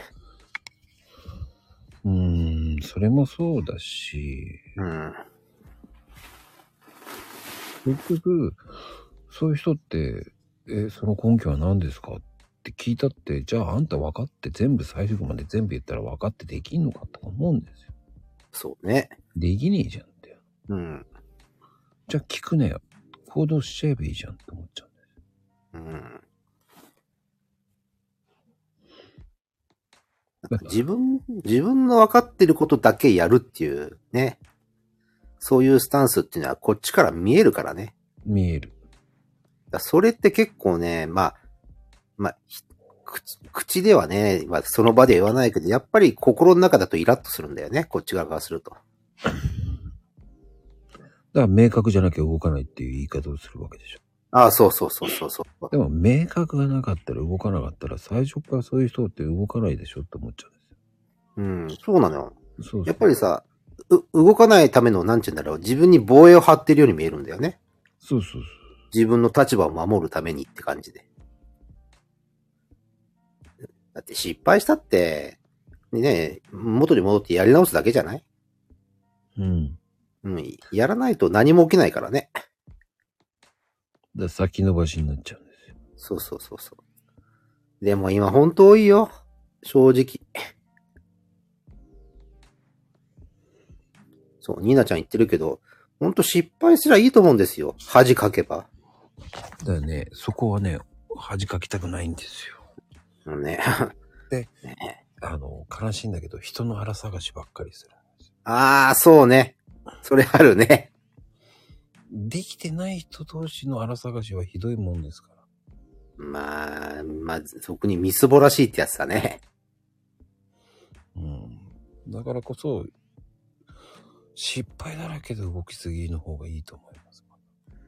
S2: うーん、それもそうだし、
S1: うん。
S2: 結局、そういう人って、えーその根拠は何ですかって聞いたって、じゃああんた分かって全部最終まで全部言ったら分かってできんのかとか思うんですよ。
S1: そうね。
S2: できねえじゃんって。
S1: うん。
S2: じゃあ聞くねよ。行動しちゃえばいいじゃんって思っちゃう。
S1: うん。
S2: まあ
S1: 自分、自分の分かってることだけやるっていうね。そういうスタンスっていうのはこっちから見えるからね。
S2: 見える。
S1: だからそれって結構ね、まあ、まあ、ひ口口ではね、まあ、その場では言わないけど、やっぱり心の中だとイラッとするんだよね。こっち側からすると。
S2: だから明確じゃなきゃ動かないっていう言い方をするわけでしょ。
S1: ああ、そうそうそうそうそう。
S2: でも明確がなかったら動かなかったら最初からそういう人って動かないでしょって思っちゃうんですよ。
S1: うん、そうなのよ。
S2: そうそう
S1: やっぱりさ、う動かないための、なんちゅうんだろう、自分に防衛を張ってるように見えるんだよね。
S2: そうそうそう。
S1: 自分の立場を守るためにって感じで。だって失敗したって、ね、元に戻ってやり直すだけじゃない
S2: うん。だか
S1: うん、やらないと何も起きないからね。
S2: ら先延ばしになっちゃうんですよ。
S1: そうそうそうそう。でも今本当多いよ。正直。そう、ニーナちゃん言ってるけど、ほんと失敗すりゃいいと思うんですよ。恥かけば。
S2: だからね、そこはね、恥かきたくないんですよ。
S1: うんね。
S2: あの、悲しいんだけど、人の腹探しばっかりする。
S1: ああ、そうね。それあるね。
S2: できてない人同士の腹探しはひどいもんですから。
S1: まあ、まあ、特にみすぼらしいってやつだね。
S2: うん。だからこそ、失敗だらけで動きすぎの方がいいと思います。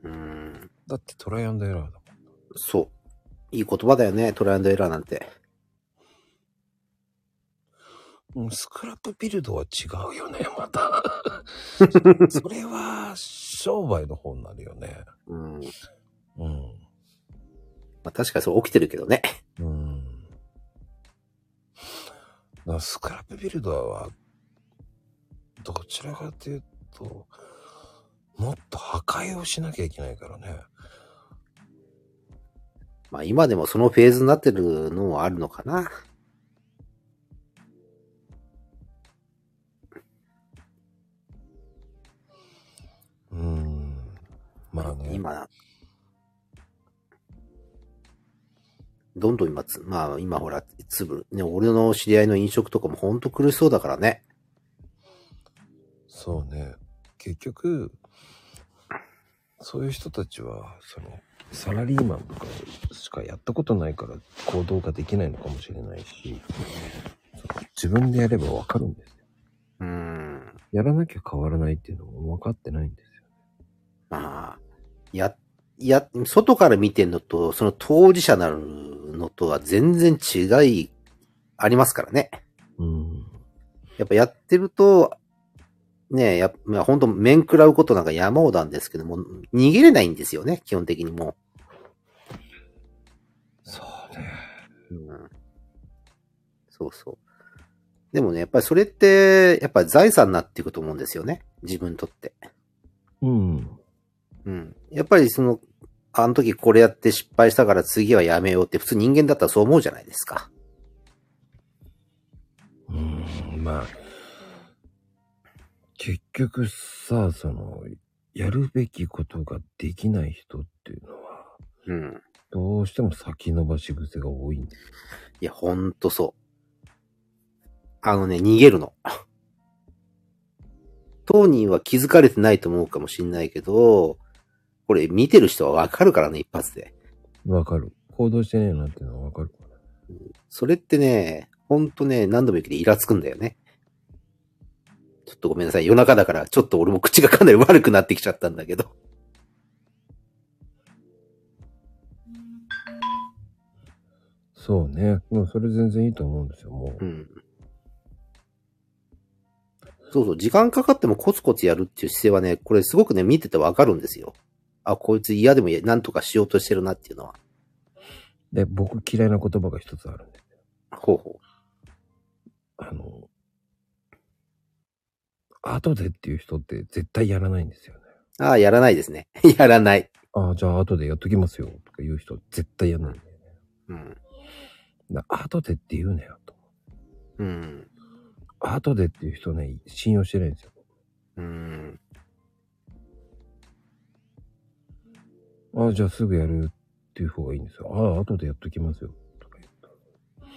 S1: うん。
S2: だってトライアンドエラーだもん。
S1: そう。いい言葉だよね。トライアンドエラーなんて。
S2: うんスクラップビルドは違うよね、また。それは商売の方になるよね。
S1: うん。ま
S2: うん。
S1: あ確かにそう起きてるけどね。
S2: うん。だからスクラップビルドは、どちらかというと、もっと破壊をしなきゃいけないからね。
S1: まあ今でもそのフェーズになってるのはあるのかな。
S2: うん。まあね。
S1: 今、どんどん今つ、まあ今ほら、粒、ね、俺の知り合いの飲食とかもほんと苦しそうだからね。
S2: そうね。結局、そういう人たちは、その、サラリーマンとかしかやったことないから行動ができないのかもしれないし、その自分でやればわかるんですよ。
S1: うーん。
S2: やらなきゃ変わらないっていうのも分かってないんですよ。
S1: まあ、や、や、外から見てんのと、その当事者なるのとは全然違い、ありますからね。
S2: うん。
S1: やっぱやってると、ねえ、やっぱ、まあ、本当面食らうことなんか山ほどなんですけども、逃げれないんですよね、基本的にも
S2: そうね。
S1: う。うん、そうそう。でもね、やっぱりそれって、やっぱ財産になっていくと思うんですよね、自分にとって。
S2: うん。
S1: うん。やっぱりその、あの時これやって失敗したから次はやめようって普通人間だったらそう思うじゃないですか。
S2: うん、まあ、結局さ、その、やるべきことができない人っていうのは、
S1: うん。
S2: どうしても先延ばし癖が多いんです
S1: いや、ほんとそう。あのね、逃げるの。 当人は気づかれてないと思うかもしんないけど、これ見てる人はわかるからね、一発で。
S2: わかる。行動してねえなっていうのはわかるから。
S1: それってね、ほんとね、何度も言うけどイラつくんだよね。ちょっとごめんなさい。夜中だから、ちょっと俺も口がかなり悪くなってきちゃったんだけど。
S2: そうね。もうそれ全然いいと思うんですよ、もう。
S1: うん。そうそう、時間かかってもコツコツやるっていう姿勢はね、これすごくね、見ててわかるんですよ。あ、こいつ嫌でもやなんとかしようとしてるなっていうのは。
S2: で、僕嫌いな言葉が一つあるんで。
S1: ほうほ
S2: あの、後でっていう人って絶対やらないんですよね。
S1: う。ああ、やらないですね。 やらない。
S2: ああ、じゃあ後でやっときますよ、とか言う人絶対やんないんだよね。
S1: うん。
S2: だ後でって言うなよ、と。
S1: うん。
S2: 後でっていう人ね、信用してないんですよ。
S1: うん。
S2: ああ、じゃあすぐやるっていう方がいいんですよ。ああ、後でやっときますよ、とか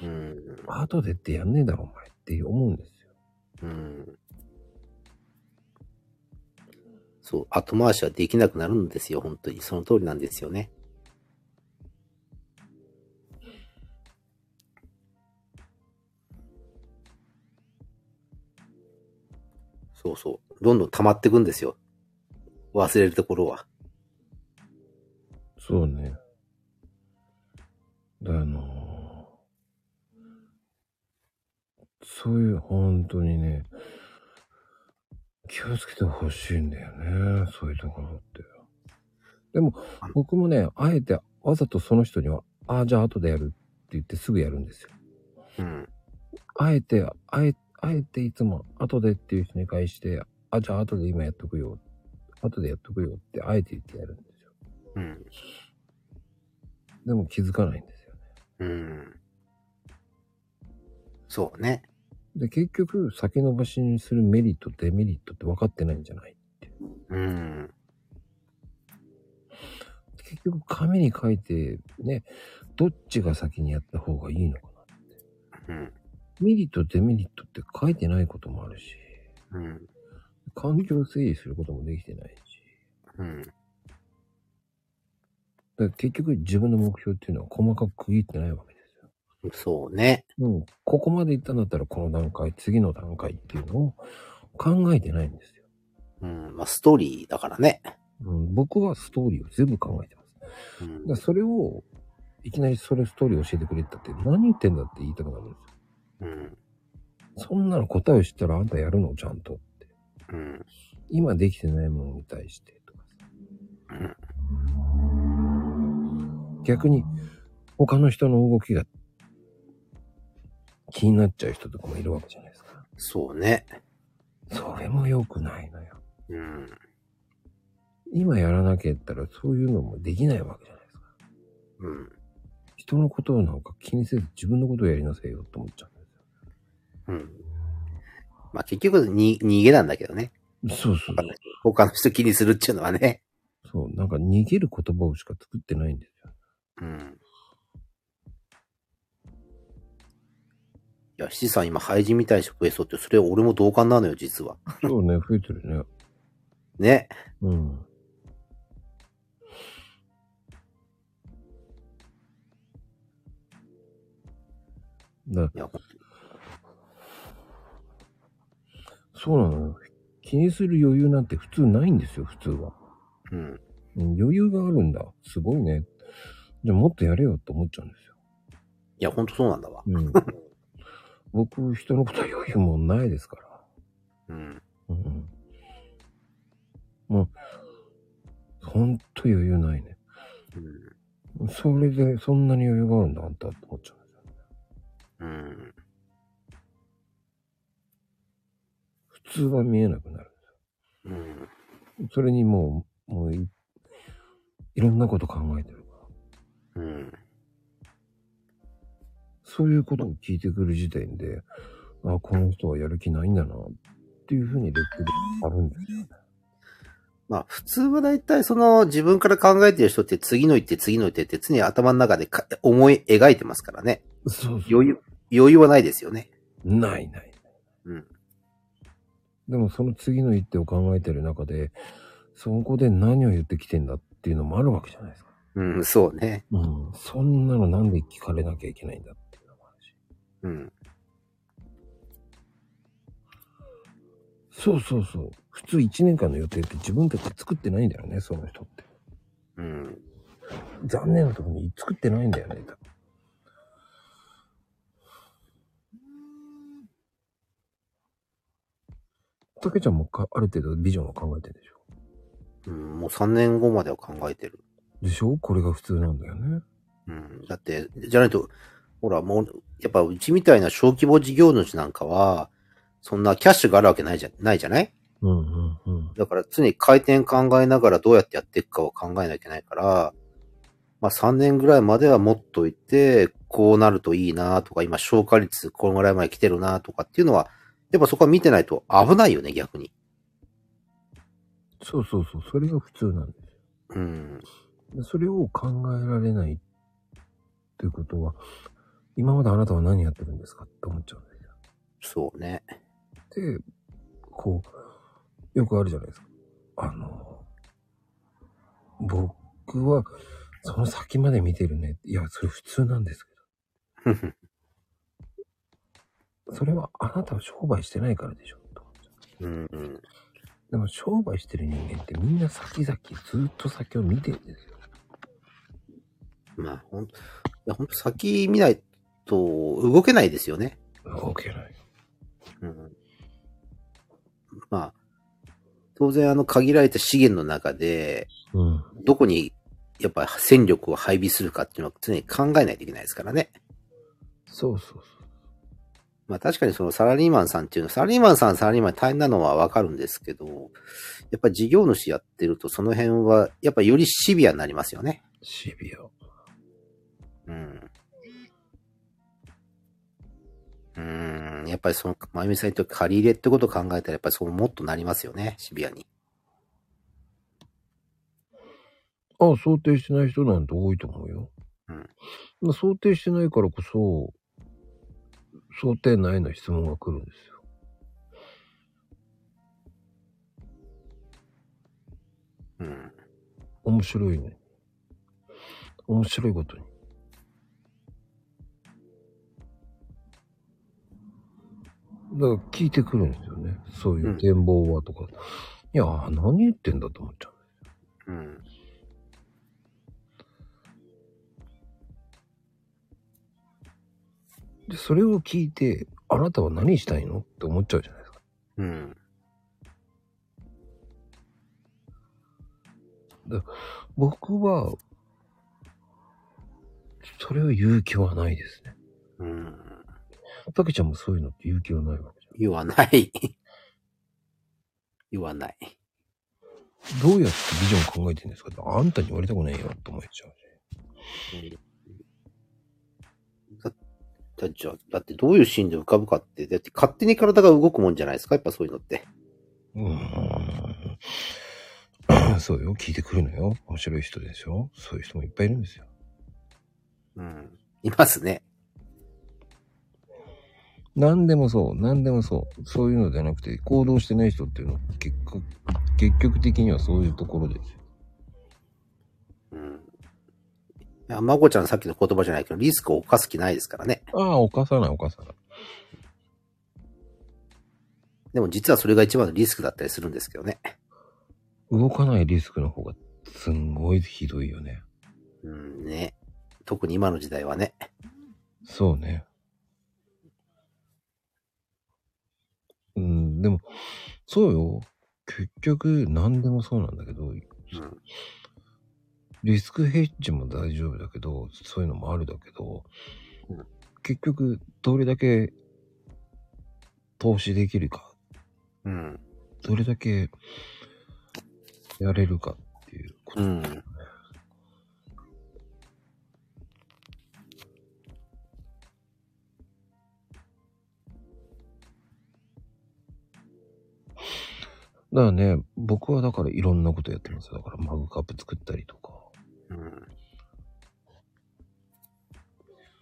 S2: 言う
S1: うん。
S2: と。後でってやんねえだろ、お前って思うんですよ。
S1: うん。そう、後回しはできなくなるんですよ、本当に。その通りなんですよね。そうそう。どんどん溜まっていくんですよ。忘れるところは。
S2: そうね。だあのーそういう、本当にね、気をつけてほしいんだよね、そういうところって。でも、僕もね、あえてわざとその人には、ああ、じゃあ後でやるって言ってすぐやるんですよ。
S1: うん。
S2: あえて、あえ、あえていつも後でっていう人に返して、あ、じゃあ後で今やっとくよ。後でやっとくよって、あえて言ってやるんですよ。
S1: うん。
S2: でも気づかないんですよ。
S1: うん。そうね。
S2: で、結局、先延ばしにするメリット、デメリットって分かってないんじゃない
S1: うん。
S2: 結局、紙に書いて、ね、どっちが先にやった方がいいのかな。
S1: うん。
S2: メリット、デメリットって書いてないこともあるし、
S1: うん。
S2: 環境整理することもできてないし、
S1: うん。
S2: だから結局、自分の目標っていうのは細かく区切ってないわけですよ。
S1: そうね。
S2: うん、ここまで行ったんだったら、この段階、次の段階っていうのを考えてないんですよ。
S1: うん。まあ、ストーリーだからね。
S2: うん、僕はストーリーを全部考えてます。
S1: う
S2: だから
S1: ん。
S2: それを、いきなりそれストーリー教えてくれって言ったって、何言ってんだって言いたくなるんです
S1: うん。
S2: よ。そんなの答えを知ったらあんたやるのちゃんとって。
S1: うん。
S2: 今できてないものに対してとかさ。逆に、他の人の動きが気になっちゃう人とかもいるわけじゃないですか。
S1: そうね。
S2: それも良くないのよ。
S1: うん。
S2: 今やらなきゃ言ったらそういうのもできないわけじゃないですか。
S1: うん。
S2: 人のことをなんか気にせず自分のことをやりなさいよって思っちゃうんですよ。
S1: うん。まあ、結局に、逃げなんだけどね。
S2: そうそうそう。
S1: 他の人気にするっていうのはね。
S2: そう、なんか逃げる言葉をしか作ってないんですよ。
S1: うん。いや、七さん今、廃人みたいにして増えそうって、それ俺も同感なのよ、実は。
S2: そうね、増えてるね。
S1: ね。
S2: うん。だ
S1: いや、
S2: そうなのよ。気にする余裕なんて普通ないんですよ、普通は。
S1: うん。
S2: うん余裕があるんだ。すごいね。じゃあもっとやれよって思っちゃうんですよ。
S1: いや、ほんとそうなんだわ。
S2: うん、僕、人のことは余裕もないですから。
S1: うん。
S2: うんもう、ほんと余裕ないね。
S1: うん。
S2: それで、そんなに余裕があるんだ、あんたって思っちゃうんですよ。
S1: うん。
S2: 普通は見えなくなる。
S1: うん。
S2: それにもう、もうい、いろんなこと考えてるから。
S1: うん。
S2: そういうことを聞いてくる時点で、あ、この人はやる気ないんだな、っていうふうにレッテルあるんですよ。
S1: まあ、普通は大体その自分から考えてる人って次の一手次の一手って常に頭の中でか思い描いてますからね。
S2: そうそう。
S1: 余裕、余裕はないですよね。
S2: ないない。
S1: うん。
S2: でもその次の一手を考えてる中で、そこで何を言ってきてんだっていうのもあるわけじゃないですか。
S1: うん、そうね。
S2: うん。そんなのなんで聞かれなきゃいけないんだっていうのもあるし。
S1: うん。
S2: そうそうそう。普通1年間の予定って自分たちで作ってないんだよね、その人って。
S1: うん。
S2: 残念なところに作ってないんだよね、多分たけちゃんもかある程度ビジョンは考えてるでしょ
S1: うん、もう3年後までは考えてる。
S2: でしょこれが普通なんだよね。
S1: うん。だって、じゃないと、ほら、もう、やっぱうちみたいな小規模事業主なんかは、そんなキャッシュがあるわけないじゃないじゃない
S2: うんうんうん。
S1: だから常に回転考えながらどうやってやっていくかを考えなきゃいけないから、まあ3年ぐらいまでは持っといて、こうなるといいなとか、今消化率このぐらいまで来てるなとかっていうのは、やっぱそこは見てないと危ないよね、逆に。
S2: そうそうそう。それが普通なんです
S1: うん。
S2: で。それを考えられないっていうことは、今まであなたは何やってるんですかって思っちゃうんですよ。
S1: そうね。
S2: で、こう、よくあるじゃないですか。あの、僕は、その先まで見てるね。いや、それ普通なんですけ
S1: ふふ
S2: ど。それはあなたは商売してないからでしょ。と思っちゃ
S1: うんうん。
S2: うでも商売してる人間ってみんな先々ずっと先を見てるんですよ。
S1: まあほん、いやほんと先見ないと動けないですよね。
S2: 動けない。
S1: うんまあ、当然あの限られた資源の中で、
S2: うん。
S1: どこにやっぱ戦力を配備するかっていうのは常に考えないといけないですからね。
S2: そうそうそう。
S1: まあ確かにそのサラリーマンさんっていうのは、サラリーマンさんはサラリーマンで大変なのはわかるんですけど、やっぱ事業主やってるとその辺はやっぱよりシビアになりますよね。
S2: シビア。
S1: うん。うーん、やっぱりその、まゆみさんにとって借り入れってことを考えたらやっぱりそうもっとなりますよね、シビアに。
S2: あ想定してない人なんて多いと思うよ。
S1: うん
S2: まあ想定してないからこそ、想定内の質問が来るんですよ。
S1: うん。
S2: 面白いのに。面白いことに。だから聞いてくるんですよね。そういう展望はとか。いや、何言ってんだと思っちゃう。
S1: うん。
S2: で、それを聞いて、あなたは何したいのって思っちゃうじゃないですか。
S1: うん。
S2: 僕は、それを言う気はないですね。
S1: うん。
S2: たけちゃんもそういうのって言う気はないわけじ
S1: 言わない。 言わない。
S2: ゃん。どうやってビジョン考えてるんですかって、あんたに言われたくないよって思っちゃうし。
S1: だだじゃあだってどういうシーンで浮かぶかって、だって勝手に体が動くもんじゃないですかやっぱそういうのって。
S2: うーん。 そうよ。聞いてくるのよ。面白い人でしょ。そういう人もいっぱいいるんですよ。
S1: うん。いますね。
S2: 何でもそう。何でもそう。そういうのじゃなくて、行動してない人っていうのは結局、結局的にはそういうところですよ。
S1: うん。いや、まこちゃんさっきの言葉じゃないけど、リスクを犯す気ないですからね。
S2: ああ、犯さない、犯さない。
S1: でも実はそれが一番のリスクだったりするんですけどね。
S2: 動かないリスクの方がすんごいひどいよね。
S1: うんね。特に今の時代はね。
S2: そうね。うん、でも、そうよ。結局、何でもそうなんだけど、
S1: うん。
S2: リスクヘッジも大丈夫だけど、そういうのもあるだけど、
S1: うん
S2: 結局、どれだけ投資できるか、
S1: うん。
S2: どれだけやれるかっていうこと。
S1: うん。
S2: だからね、僕はだからいろんなことやってますよ。だからマグカップ作ったりとか。
S1: うん。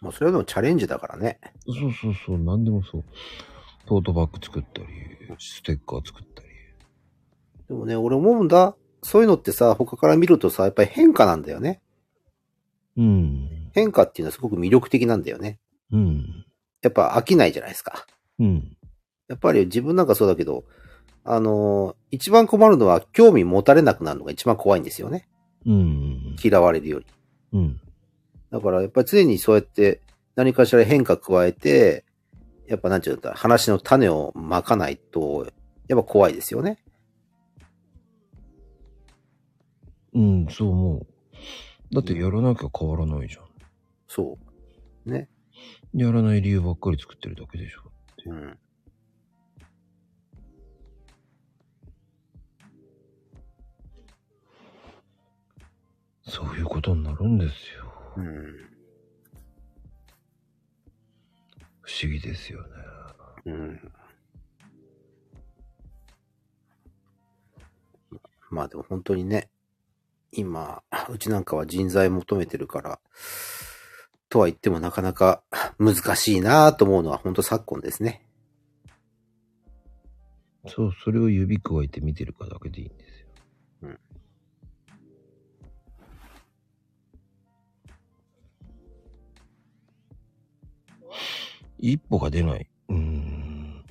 S1: もうそれはでもチャレンジだからね。
S2: そうそうそう、何でもそう。トートバッグ作ったり、ステッカー作ったり。
S1: でもね、俺思うんだ。そういうのってさ、他から見るとさ、やっぱり変化なんだよね。
S2: うん。
S1: 変化っていうのはすごく魅力的なんだよね。
S2: うん。
S1: やっぱ飽きないじゃないですか。
S2: うん。
S1: やっぱり自分なんかそうだけど、あのー一番困るのは興味持たれなくなるのが一番怖いんですよね。
S2: うん。
S1: 嫌われるより。
S2: うん。
S1: だからやっぱり常にそうやって何かしら変化加えて、やっぱなんていうんだ、話の種をまかないと、やっぱ怖いですよね。
S2: うん、そう思う。だってやらなきゃ変わらないじゃん。
S1: そう。ね。
S2: やらない理由ばっかり作ってるだけでしょ。
S1: うん。
S2: そういうことになるんですよ。
S1: うん。
S2: 不思議ですよね。
S1: うん。まあでも本当にね、今、うちなんかは人材求めてるから、とは言ってもなかなか難しいなぁと思うのは本当昨今ですね。
S2: そう、それを指加えて見てるかだけでいいんですよ。
S1: うん
S2: 一歩が出ない。うーん。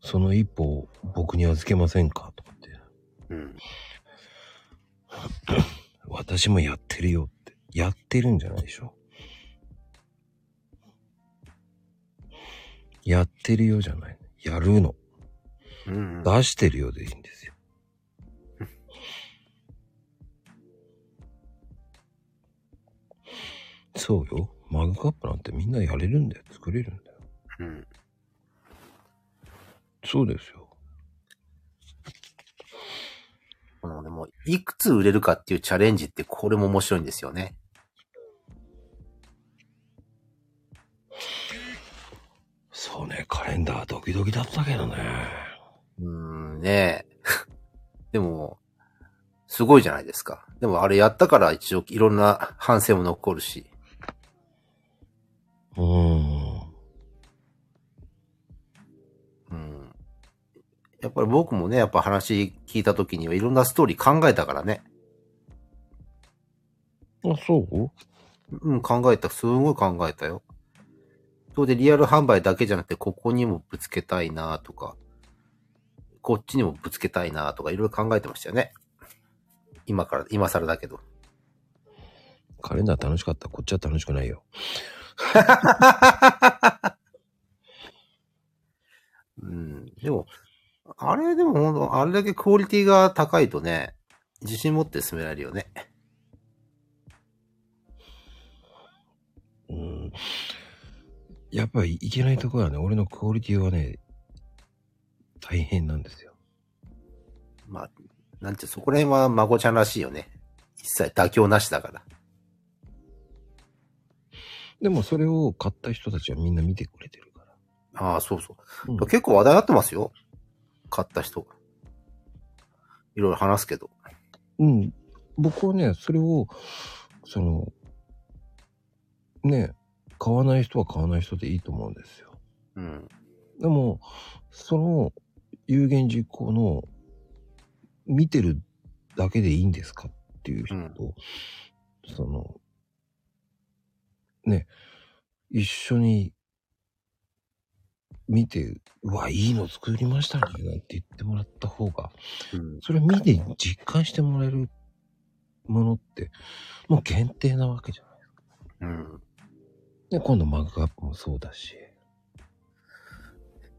S2: その一歩を僕に預けませんかとかって。
S1: うん。
S2: 私もやってるよって。やってるんじゃないでしょ。やってるよじゃない。やるの。
S1: うん、
S2: 出してるようでいいんですよ。そうよ。マグカップなんてみんなやれるんだよ。作れるんだよ。
S1: うん。
S2: そうですよ。
S1: このでも、いくつ売れるかっていうチャレンジってこれも面白いんですよね。
S2: そうね。カレンダードキドキだったけどね。
S1: うーん、ねえ。 でも、すごいじゃないですか。でもあれやったから一応いろんな反省も残るし。
S2: うーん。
S1: うん。やっぱり僕もね、やっぱ話聞いた時にはいろんなストーリー考えたからね。
S2: あ、そう
S1: うん、考えた。すごい考えたよ。それでリアル販売だけじゃなくて、ここにもぶつけたいなとか、こっちにもぶつけたいなとか、いろいろ考えてましたよね。今から、今更だけど。
S2: カレンダー楽しかった。こっちは楽しくないよ。
S1: うん。でも、あれでもほんと、あれだけクオリティが高いとね、自信持って進められるよね。
S2: うん。やっぱりいけないところはね、俺のクオリティはね、大変なんですよ。
S1: まあ、なんていう、そこら辺は孫ちゃんらしいよね。一切妥協なしだから。
S2: でもそれを買った人たちはみんな見てくれてるから。
S1: ああ、そうそう。
S2: うん
S1: 結構話題になってますよ。買った人。いろいろ話すけど。
S2: うん。僕はね、それを、その、ね、買わない人は買わない人でいいと思うんですよ。
S1: うん。
S2: でも、その有言実行の、見てるだけでいいんですかっていう人と、その、ね、一緒に見て、うわ、いいの作りましたね、なんて言ってもらった方が、
S1: うん。
S2: それ見て実感してもらえるものって、もう限定なわけじゃない。
S1: うん。
S2: ね、今度マグカップもそうだし。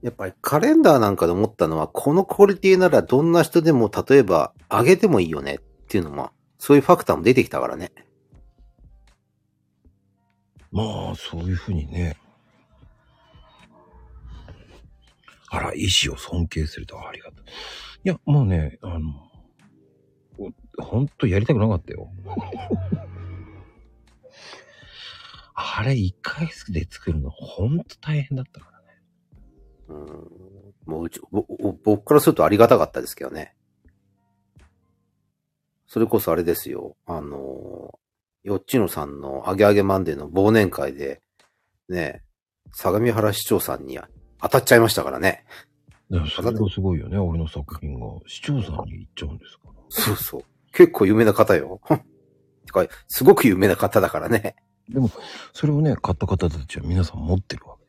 S1: やっぱりカレンダーなんかで思ったのは、このクオリティならどんな人でも、例えば、上げてもいいよねっていうのも、そういうファクターも出てきたからね。
S2: まあ、そういうふうにね。あら、意志を尊敬するとありがとう。いや、もうね、あの、おほんとやりたくなかったよ。 あれ、一回で作るのほんと大変だったから。
S1: うん。もううち、ぼぼ僕からするとありがたかったですけどね。それこそあれですよ。あのー、よっちのさんのあげあげマンデーの忘年会で、ね、相模原市長さんに当たっちゃいましたからね。
S2: でもそれがすごいよね、俺の作品が。市長さんに行っちゃうんですから。
S1: そうそう。結構有名な方よ。 てか、すごく有名な方だからね。
S2: でも、それをね、買った方たちは皆さん持ってるわけ。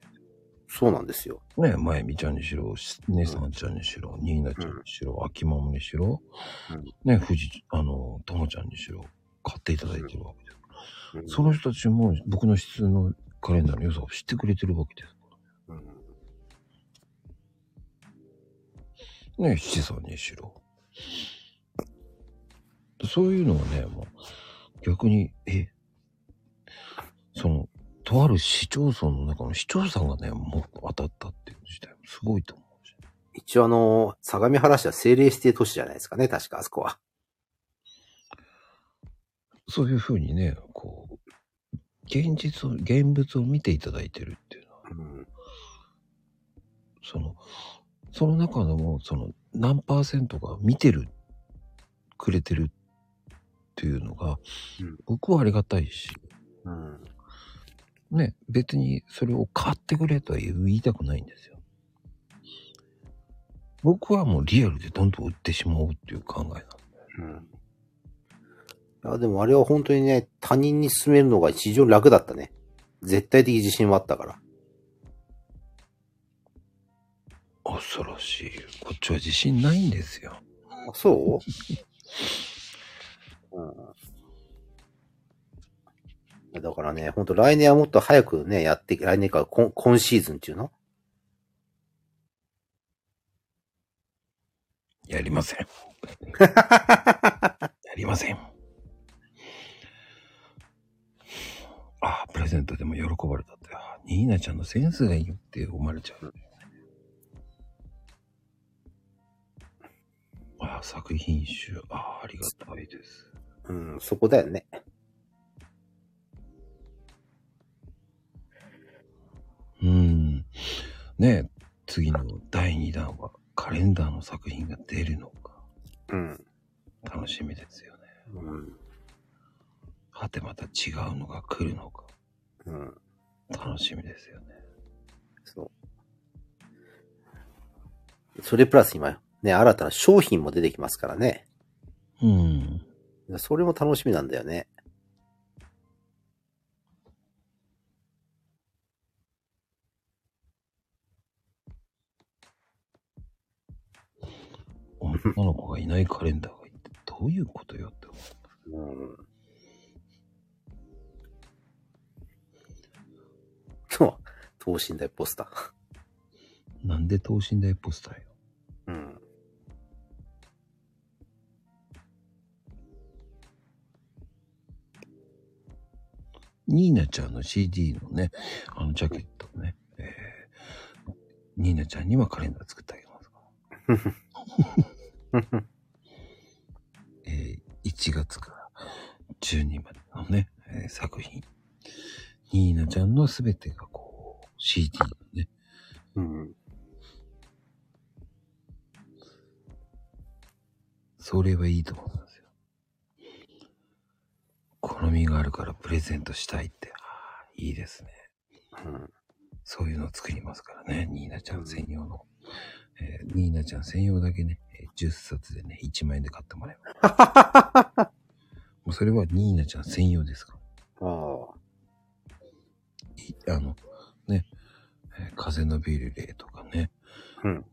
S1: そうなんですよ。
S2: ね、まゆみちゃんにしろ、しねさんちゃんにしろ、にいなちゃんにしろ、あきまもにしろ、ね、ふじ、あの、ともちゃんにしろ、買っていただいてるわけです。
S1: うん
S2: その人たちも僕の質のカレンダーの良さを知ってくれてるわけです。
S1: うん
S2: ね、七三にしろ。そういうのはね、もう、逆に、え、その、とある市町村の中の市町村がね、もう当たったっていう時代もすごいと思うし。
S1: 一応あのー、相模原市は政令指定都市じゃないですかね。確か、あそこは。
S2: そういうふうにね、こう、現実を、現物を見ていただいてるっていうのは、
S1: うん。
S2: その、その中のもう、その、何パーセントが見てる、くれてるっていうのが
S1: うん、
S2: 僕はありがたいし、
S1: うん。
S2: ね、別にそれを買ってくれとは言いたくないんですよ。僕はもうリアルでどんどん売ってしまおうっていう考えなんで
S1: うん。いや、でもあれは本当にね、他人に勧めるのが非常に楽だったね。絶対的自信はあったから。
S2: 恐ろしい。こっちは自信ないんですよ。
S1: あそう、うん、だからね、本当来年はもっと早くね、やって、来年から今今シーズンっていうの
S2: やりません。やりません。ああ、プレゼントでも喜ばれたって。ああニーナちゃんのセンスがいいって思われちゃう。ああ、作品集。ああ、ありがたいです。
S1: うん、そこだよね。
S2: うん。ねえ次の第2弾はカレンダーの作品が出るのか。
S1: うん。
S2: 楽しみですよね。
S1: うん。
S2: はてまた違うのが来るのか。
S1: うん。
S2: 楽しみですよね。
S1: そう。それプラス今、ね、新たな商品も出てきますからね。
S2: うん。
S1: それも楽しみなんだよね。
S2: 女の子がいないカレンダーがいて、どういうことよって思う。
S1: うん。そう。等身大ポスター。
S2: なんで等身大ポスターよ。
S1: うん。
S2: ニーナちゃんの CD のね、あのジャケットね、えーニーナちゃんにはカレンダー作ってあげますから。えー1月から12までのね、えー作品。ニーナちゃんのすべてがこう、CD のね、
S1: うん。
S2: それはいいと思うんですよ。好みがあるからプレゼントしたいって、ああいいですね。
S1: うん。
S2: そういうのを作りますからね。ニーナちゃん専用の。えーニーナちゃん専用だけね、えー10冊でね、1万円で買ってもらえます。もうそれはニーナちゃん専用ですから。
S1: あ
S2: いあの、ね、えー風のビルレイとかね、
S1: あ。うん。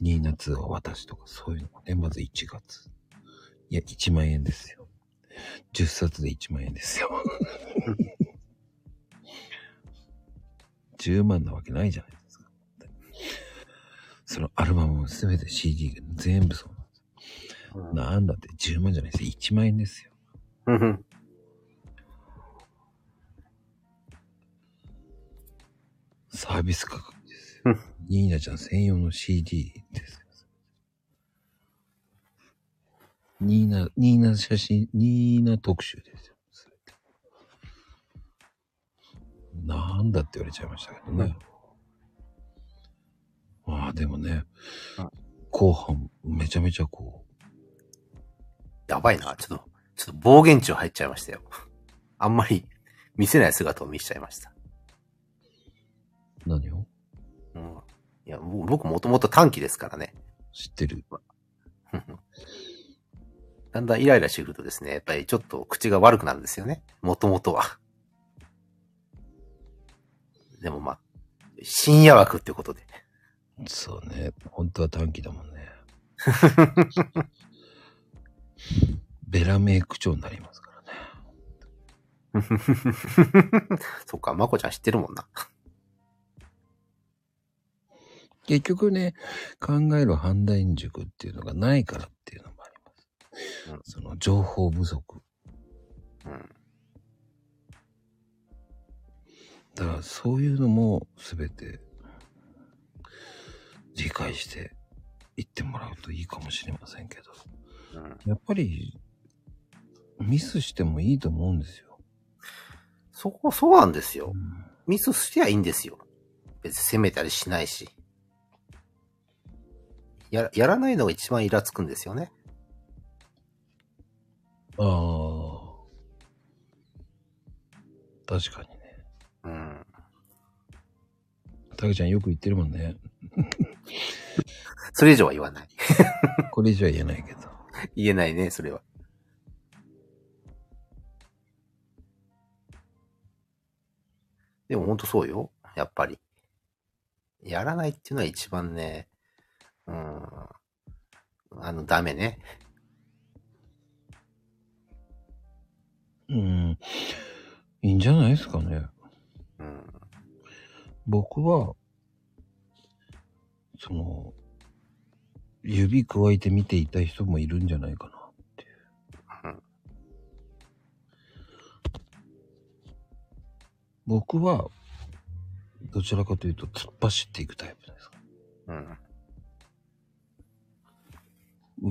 S2: ニーナ2は私とかそういうのがね、まず1月。いや、1万円ですよ。10冊で1万円ですよ。10万なわけないじゃないですか。そのアルバムも全て CD が全部そう
S1: うん
S2: なんです。なんだって10万じゃないですよ。1万円ですよ。
S1: うん。
S2: サービス価格です
S1: う
S2: よ
S1: ん。
S2: ニーナちゃん専用の CD ですよ。ニーナ、ニーナ写真、ニーナ特集ですよ。それってなんだって言われちゃいましたけどね。まあでもね
S1: うん、
S2: 後半めちゃめちゃこう、
S1: やばいな。ちょっと、ちょっと暴言中入っちゃいましたよ。あんまり見せない姿を見せちゃいました。
S2: 何を
S1: うん。いや、もう僕もともと短期ですからね。
S2: 知ってる
S1: うん だんだんイライラしてくるとですね、やっぱりちょっと口が悪くなるんですよね。もともとは。でもまあ、深夜枠ってことで。
S2: そうね。本当は短期だもんね。ベラメイク長になりますからね。
S1: そっか、まこちゃん知ってるもんな。
S2: 結局ね、考える判断塾っていうのがないからっていうのもあります。
S1: うん
S2: その情報不足。
S1: うん。
S2: だからそういうのも全て理解していってもらうといいかもしれませんけど。
S1: うん。
S2: やっぱり、ミスしてもいいと思うんですよ。
S1: そこ、そうなんですよ。ミスすりゃいいんですよ。別に責めたりしないし。やら、やらないのが一番イラつくんですよね。
S2: ああ。確かにね。
S1: うん。
S2: たけちゃんよく言ってるもんね。
S1: それ以上は言わない。
S2: これ以上は言えないけど。
S1: 言えないね、それは。でもほんとそうよ。やっぱり。やらないっていうのは一番ね、うん、あの、ダメね。
S2: うん。いいんじゃないですかね。
S1: うん。
S2: 僕は、その、指加えて見ていた人もいるんじゃないかなっていう。僕は、どちらかというと突っ走っていくタイプです。
S1: うん。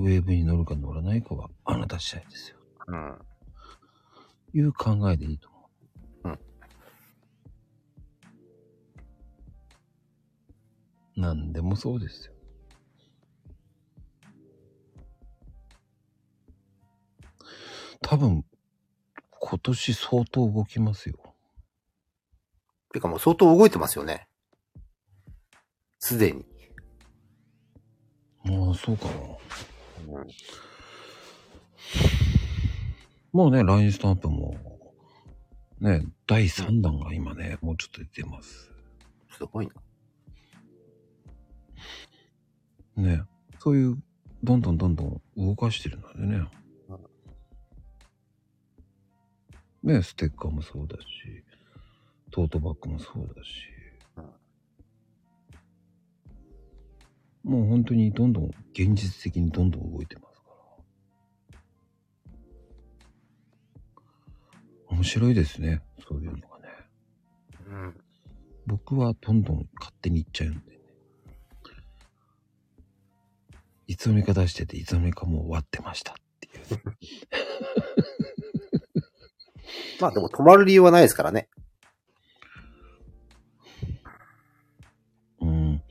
S2: ウェーブに乗るか乗らないかはあなた次第ですよ。
S1: うん。
S2: いう考えでいいと思う。うん。なんでもそうですよ。多分、今年相当動きますよ。
S1: てかもう相当動いてますよね。すでに。
S2: ああ、そうかな。もうね、LINE スタンプも、ね、第3弾が今ね、もうちょっと出てます。
S1: すごいな。
S2: ね、そういう、どんどんどんどん動かしてるのでね。ね、ステッカーもそうだし、トートバッグもそうだし。もう本当にどんどん現実的にどんどん動いてますから。面白いですね、そういうのがね。
S1: うん。
S2: 僕はどんどん勝手に行っちゃうんでね。いつの間にか出してて、いつの間にかもう終わってましたっていう。
S1: まあでも止まる理由はないですからね。
S2: うん。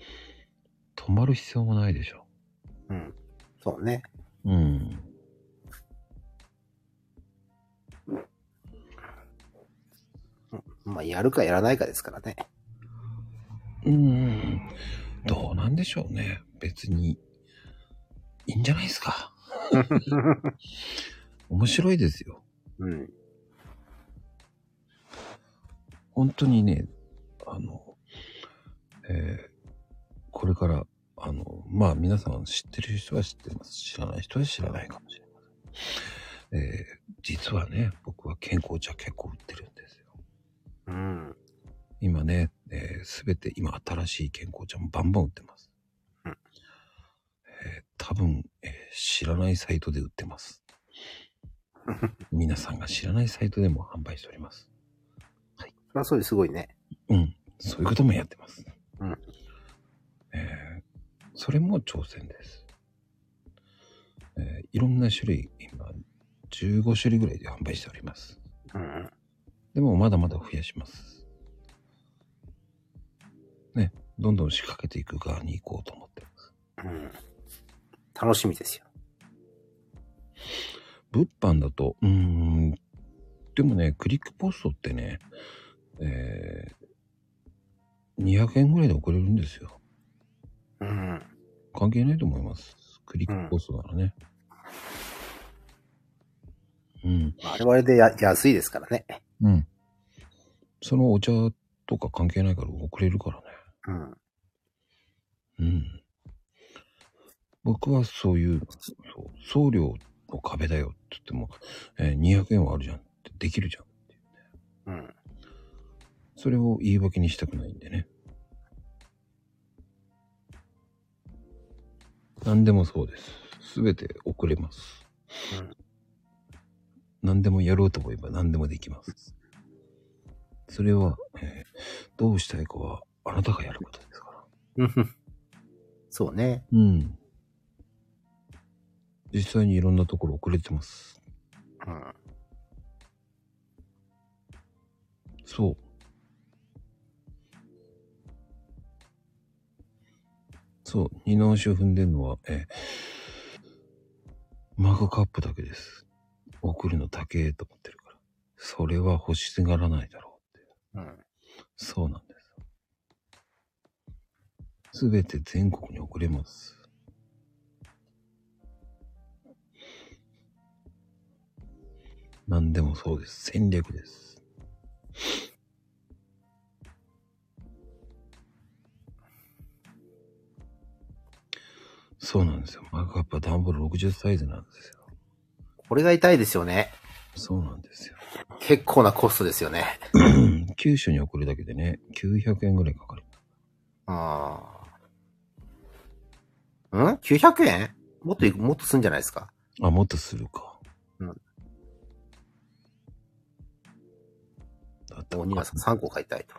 S2: 止まる必要もないでしょ。
S1: うん。そうね。
S2: うん。
S1: まあやるかやらないかですからね。
S2: うん。どうなんでしょうね。別に、いいんじゃないですか。面白いですよ。
S1: うん。
S2: 本当にね、あの、えーこれから、あの、まあ皆さん知ってる人は知ってます。知らない人は知らないかもしれません。えー実はね、僕は健康茶結構売ってるんですよ。
S1: うん。
S2: 今ね、す、べ、て今新しい健康茶もバンバン売ってます。
S1: うん
S2: えー多分、えー知らないサイトで売って ます。皆さんが知らないサイトでも販売しております。
S1: それはそれすごいね。
S2: うん。そういうこともやってます。
S1: うん。
S2: えーそれも挑戦です。えーいろんな種類、今、15種類ぐらいで販売しております。
S1: うん。
S2: でも、まだまだ増やします。ね、どんどん仕掛けていく側に行こうと思ってます。
S1: うん。楽しみですよ。
S2: 物販だと、うーん、でもね、クリックポストってね、えー200円ぐらいで送れるんですよ。
S1: うん。
S2: 関係ないと思います。クリックこそならね。うん。
S1: まあ、あれはあれでや安いですからね。
S2: うん。そのお茶とか関係ないから送れるからね。
S1: うん。
S2: うん。僕はそういう、そう送料の壁だよって言っても、えー200円はあるじゃんってできるじゃん。
S1: うん。
S2: それを言い訳にしたくないんでね。何でもそうです。すべて遅れます。
S1: うん
S2: 何でもやろうと思えば何でもできます。それは、えーどうしたいかはあなたがやることですから。
S1: うん。そうね。
S2: うん。実際にいろんなところ遅れてます。
S1: うん。
S2: そう。そう、二の足を踏んでるのは、えーマグカップだけです。送るの高えと思ってるから。それは欲しがらないだろうって。
S1: うん。
S2: そうなんです。すべて全国に送れます。何でもそうです。戦略です。そうなんですよ。マグカップは段ボール60サイズなんですよ。
S1: これが痛いですよね。
S2: そうなんですよ。
S1: 結構なコストですよね。
S2: 九州に送るだけでね、900円ぐらいかかる。
S1: ああ。ん ?900 円もっとい、もっとすんじゃないですか。
S2: あ、もっとするか。
S1: うん
S2: だって
S1: お庭さん3個買いたいと。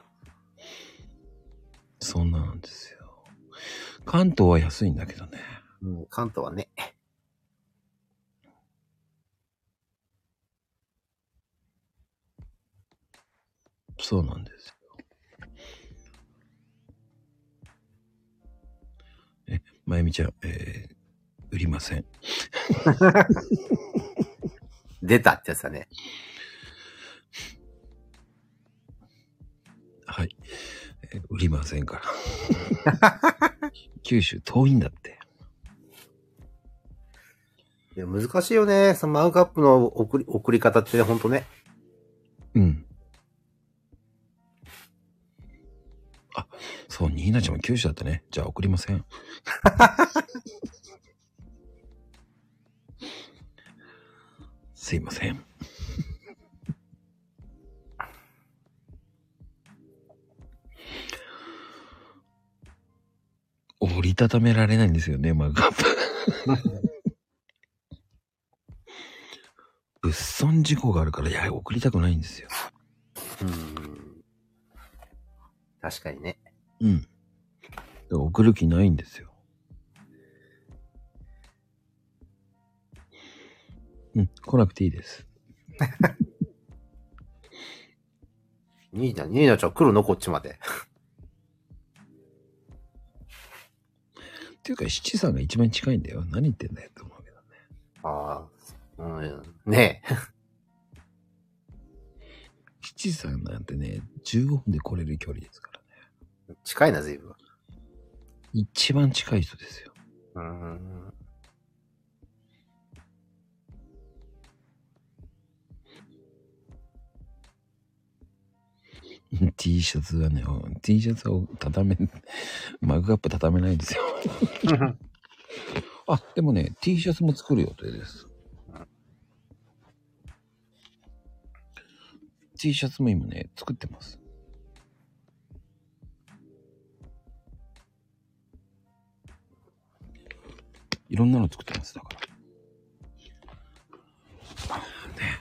S2: そんなんですよ。関東は安いんだけどね。
S1: うん、関東はね。
S2: そうなんですよ。え、まゆみちゃん、えー売りません。
S1: 出たってやつだね。
S2: はい。えー売りませんから。 九州遠いんだって。
S1: いや、難しいよね。そのマグカップの送り、送り方ってねほんとね。
S2: うん。あ、そう、ニーナちゃんも九州だったね。じゃあ送りません。 すいません。 折りたためられないんですよね、マグカップ。 物損事故があるから、いや、送りたくないんですよ。
S1: うん。確かにね。
S2: うん。送る気ないんですよ。うん、来なくていいです。
S1: ニーナ、ニーナちゃん来るのこっちま
S2: っ
S1: で。
S2: ていうか、七さんが一番近いんだよ。何言ってんだよって思うけどね。
S1: ああ。うん。ねえ。
S2: 七さんなんてね、15分で来れる距離ですからね。
S1: 近いな、随分。
S2: 一番近い人ですよ。
S1: うん。
S2: うん T シャツはね、うん T シャツを畳め、 マグカップ畳めないんですよ。あ、でもね、T シャツも作る予定です。T シャツも今ね、作ってます。いろんなの作ってます、だから。ね。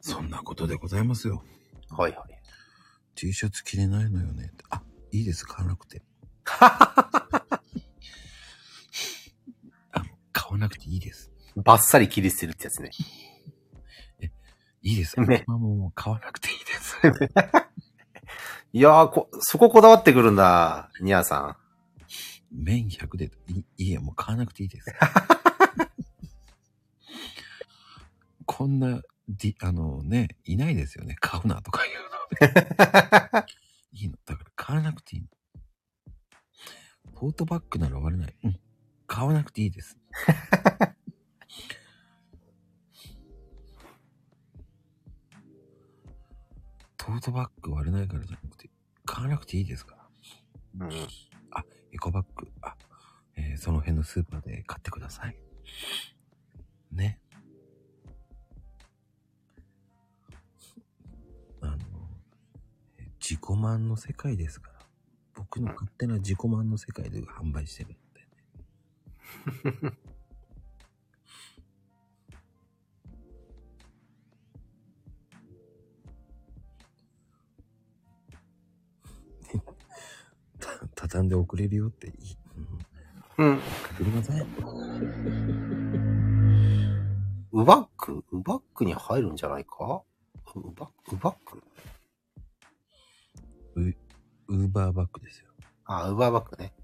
S2: そんなことでございますよ。
S1: はいはい。
S2: T シャツ着れないのよねって。あ、いいです、買わなくて。あ、買わなくていいです。
S1: バッサリ切り捨てるってやつね。
S2: いいです。
S1: ね
S2: まあもう買わなくていいです。
S1: いやーこ、そここだわってくるんだ、ニアさ
S2: 麺100で、いいいや、もう買わなくていいです。 こんな、ディあのね、いないですよね。買うなとか言うの。 いいの。だから買わなくていいの。トートバッグなら割れない。うん。買わなくていい です。トートバッグ割れないからじゃなくて、買わなくていいですから。
S1: ん。うん。
S2: エコバッグ、あ、えーその辺のスーパーで買ってください。ね。あの、えー自己満の世界ですから。僕の勝手な自己満の世界で販売してるんでね。た 畳んで送れるよっていい。うん
S1: うん。
S2: 送りません。
S1: ウバックウバックに入るんじゃないかウ
S2: うば、うばっくう、ウーバーバックですよ。
S1: あ、ウーバーバックね。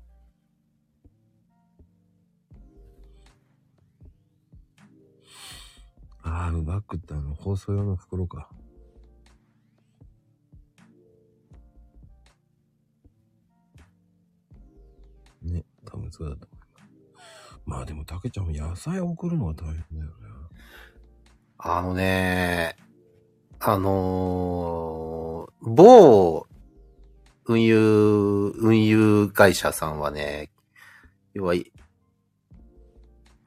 S2: ああ、ウバックってあの、放送用の袋か。ね、多分そうだと思います。まあでも、たけちゃんも野菜送るのが大変だよね。
S1: あのね、あのー某運輸、運輸会社さんはね、要は、い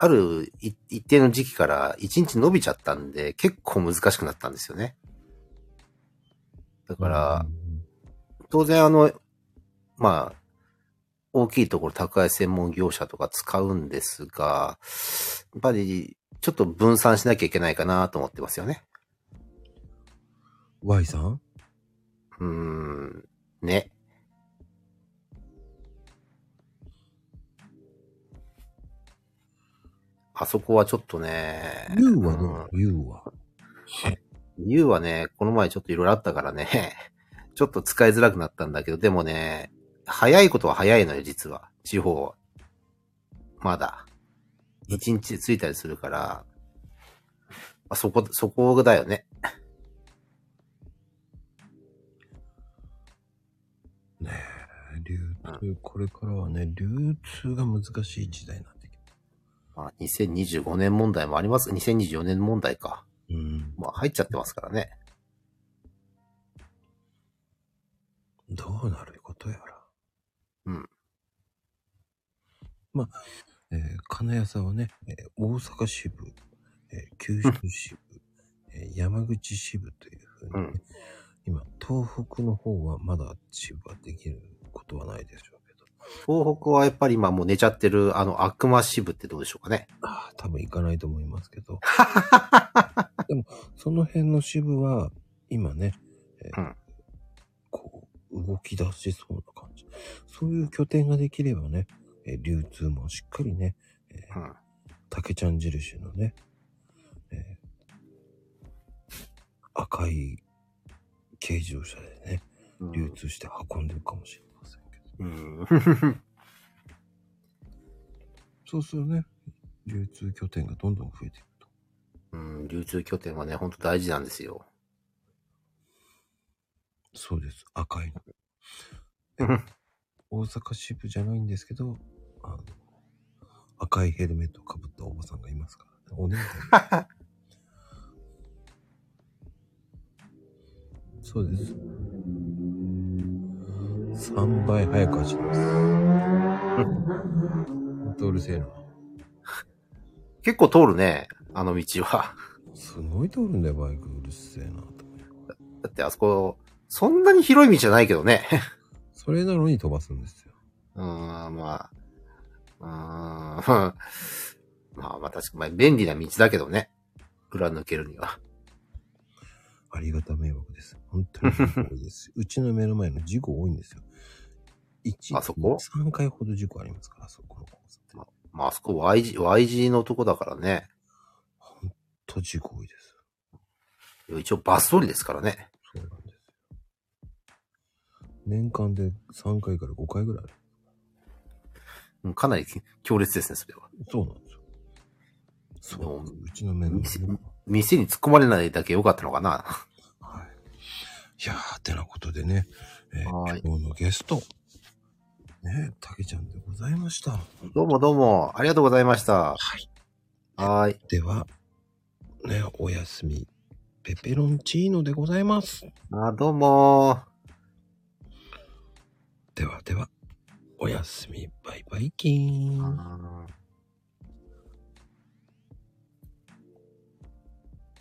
S1: あるい一定の時期から1日伸びちゃったんで、結構難しくなったんですよね。だから、当然あの、まあ、大きいところ宅配専門業者とか使うんですが、やっぱりちょっと分散しなきゃいけないかなと思ってますよね。
S2: Y さん
S1: うーん、ね。あそこはちょっとね、
S2: ?U はどう
S1: うん
S2: なの ?U は。
S1: U はね、この前ちょっといろいろあったからね、 ちょっと使いづらくなったんだけど、でもね、早いことは早いのよ、実は。地方は。まだ。一日で着いたりするから、あそこ、そこだよね。
S2: ねえ、流通、これからはね、流通が難しい時代になってきて。
S1: まあ、2025年問題もあります。2024年問題か。
S2: うん。
S1: まあ、入っちゃってますからね。
S2: どうなることやら。
S1: うん。
S2: まあ、えー金谷さんはね、えー大阪支部、えー九州支部、えー山口支部というふうに、
S1: うん
S2: 今、東北の方はまだ支部はできることはないでしょうけど、
S1: 東北はやっぱり今もう寝ちゃってる、あの、悪魔支部ってどうでしょうかね。
S2: ああ、多分行かないと思いますけ ど、でも、その辺の支部は、今ね、えー
S1: うん
S2: こう、動き出しそうな感じ。そういう拠点ができればね、えー流通もしっかりね、えー
S1: うん。
S2: 竹ちゃん印のね、えー赤い軽乗車でね、
S1: うん
S2: 流通して運んでるかもしれませんけど、
S1: うん。
S2: そうするとね、流通拠点がどんどん増えていくと。
S1: うん、流通拠点はね、ほんと大事なんですよ。
S2: そうです、赤いの。
S1: うん
S2: 大阪支部じゃないんですけど、あの、赤いヘルメットをかぶったおばさんがいますからね。お姉さん。そうです。3倍早く走ります。ほんとうるせえな。
S1: 結構通るね、あの道は。
S2: すごい通るんだよ、バイク。うるせえなと思って。
S1: だってあそこ、そんなに広い道じゃないけどね。
S2: それなのに飛ばすんですよ。
S1: うーん、ま あ。うーん。まあまあ確かに、まあ便利な道だけどね。裏抜けるには。
S2: ありがた迷惑です。本当に多い です。うちの目の前の事故多いんですよ。1、
S1: あそこ
S2: ?3 回ほど事故ありますから、あそこの交差点。
S1: まああそこ Y 字、Y 字のとこだからね。
S2: 本当事故多いです。
S1: 一応バス通りですからね。
S2: そうなんですよ。年間で3回から5回ぐらいある。
S1: うんかなりき強烈ですね、それは。
S2: そうなんですよ。そう、うちの目の前の。
S1: 店に突っ込まれないだけ良かったのかな。
S2: はい。いやー、てなことでね、えー
S1: はーい
S2: 今日のゲスト、ね、たけちゃんでございました。
S1: どうもどうも、ありがとうございました。
S2: はい。
S1: はーい。
S2: では、ね、おやすみ。ペペロンチーノでございます。
S1: あ、どうもー。
S2: ではでは、おやすみ。バイバイキーン。
S1: あー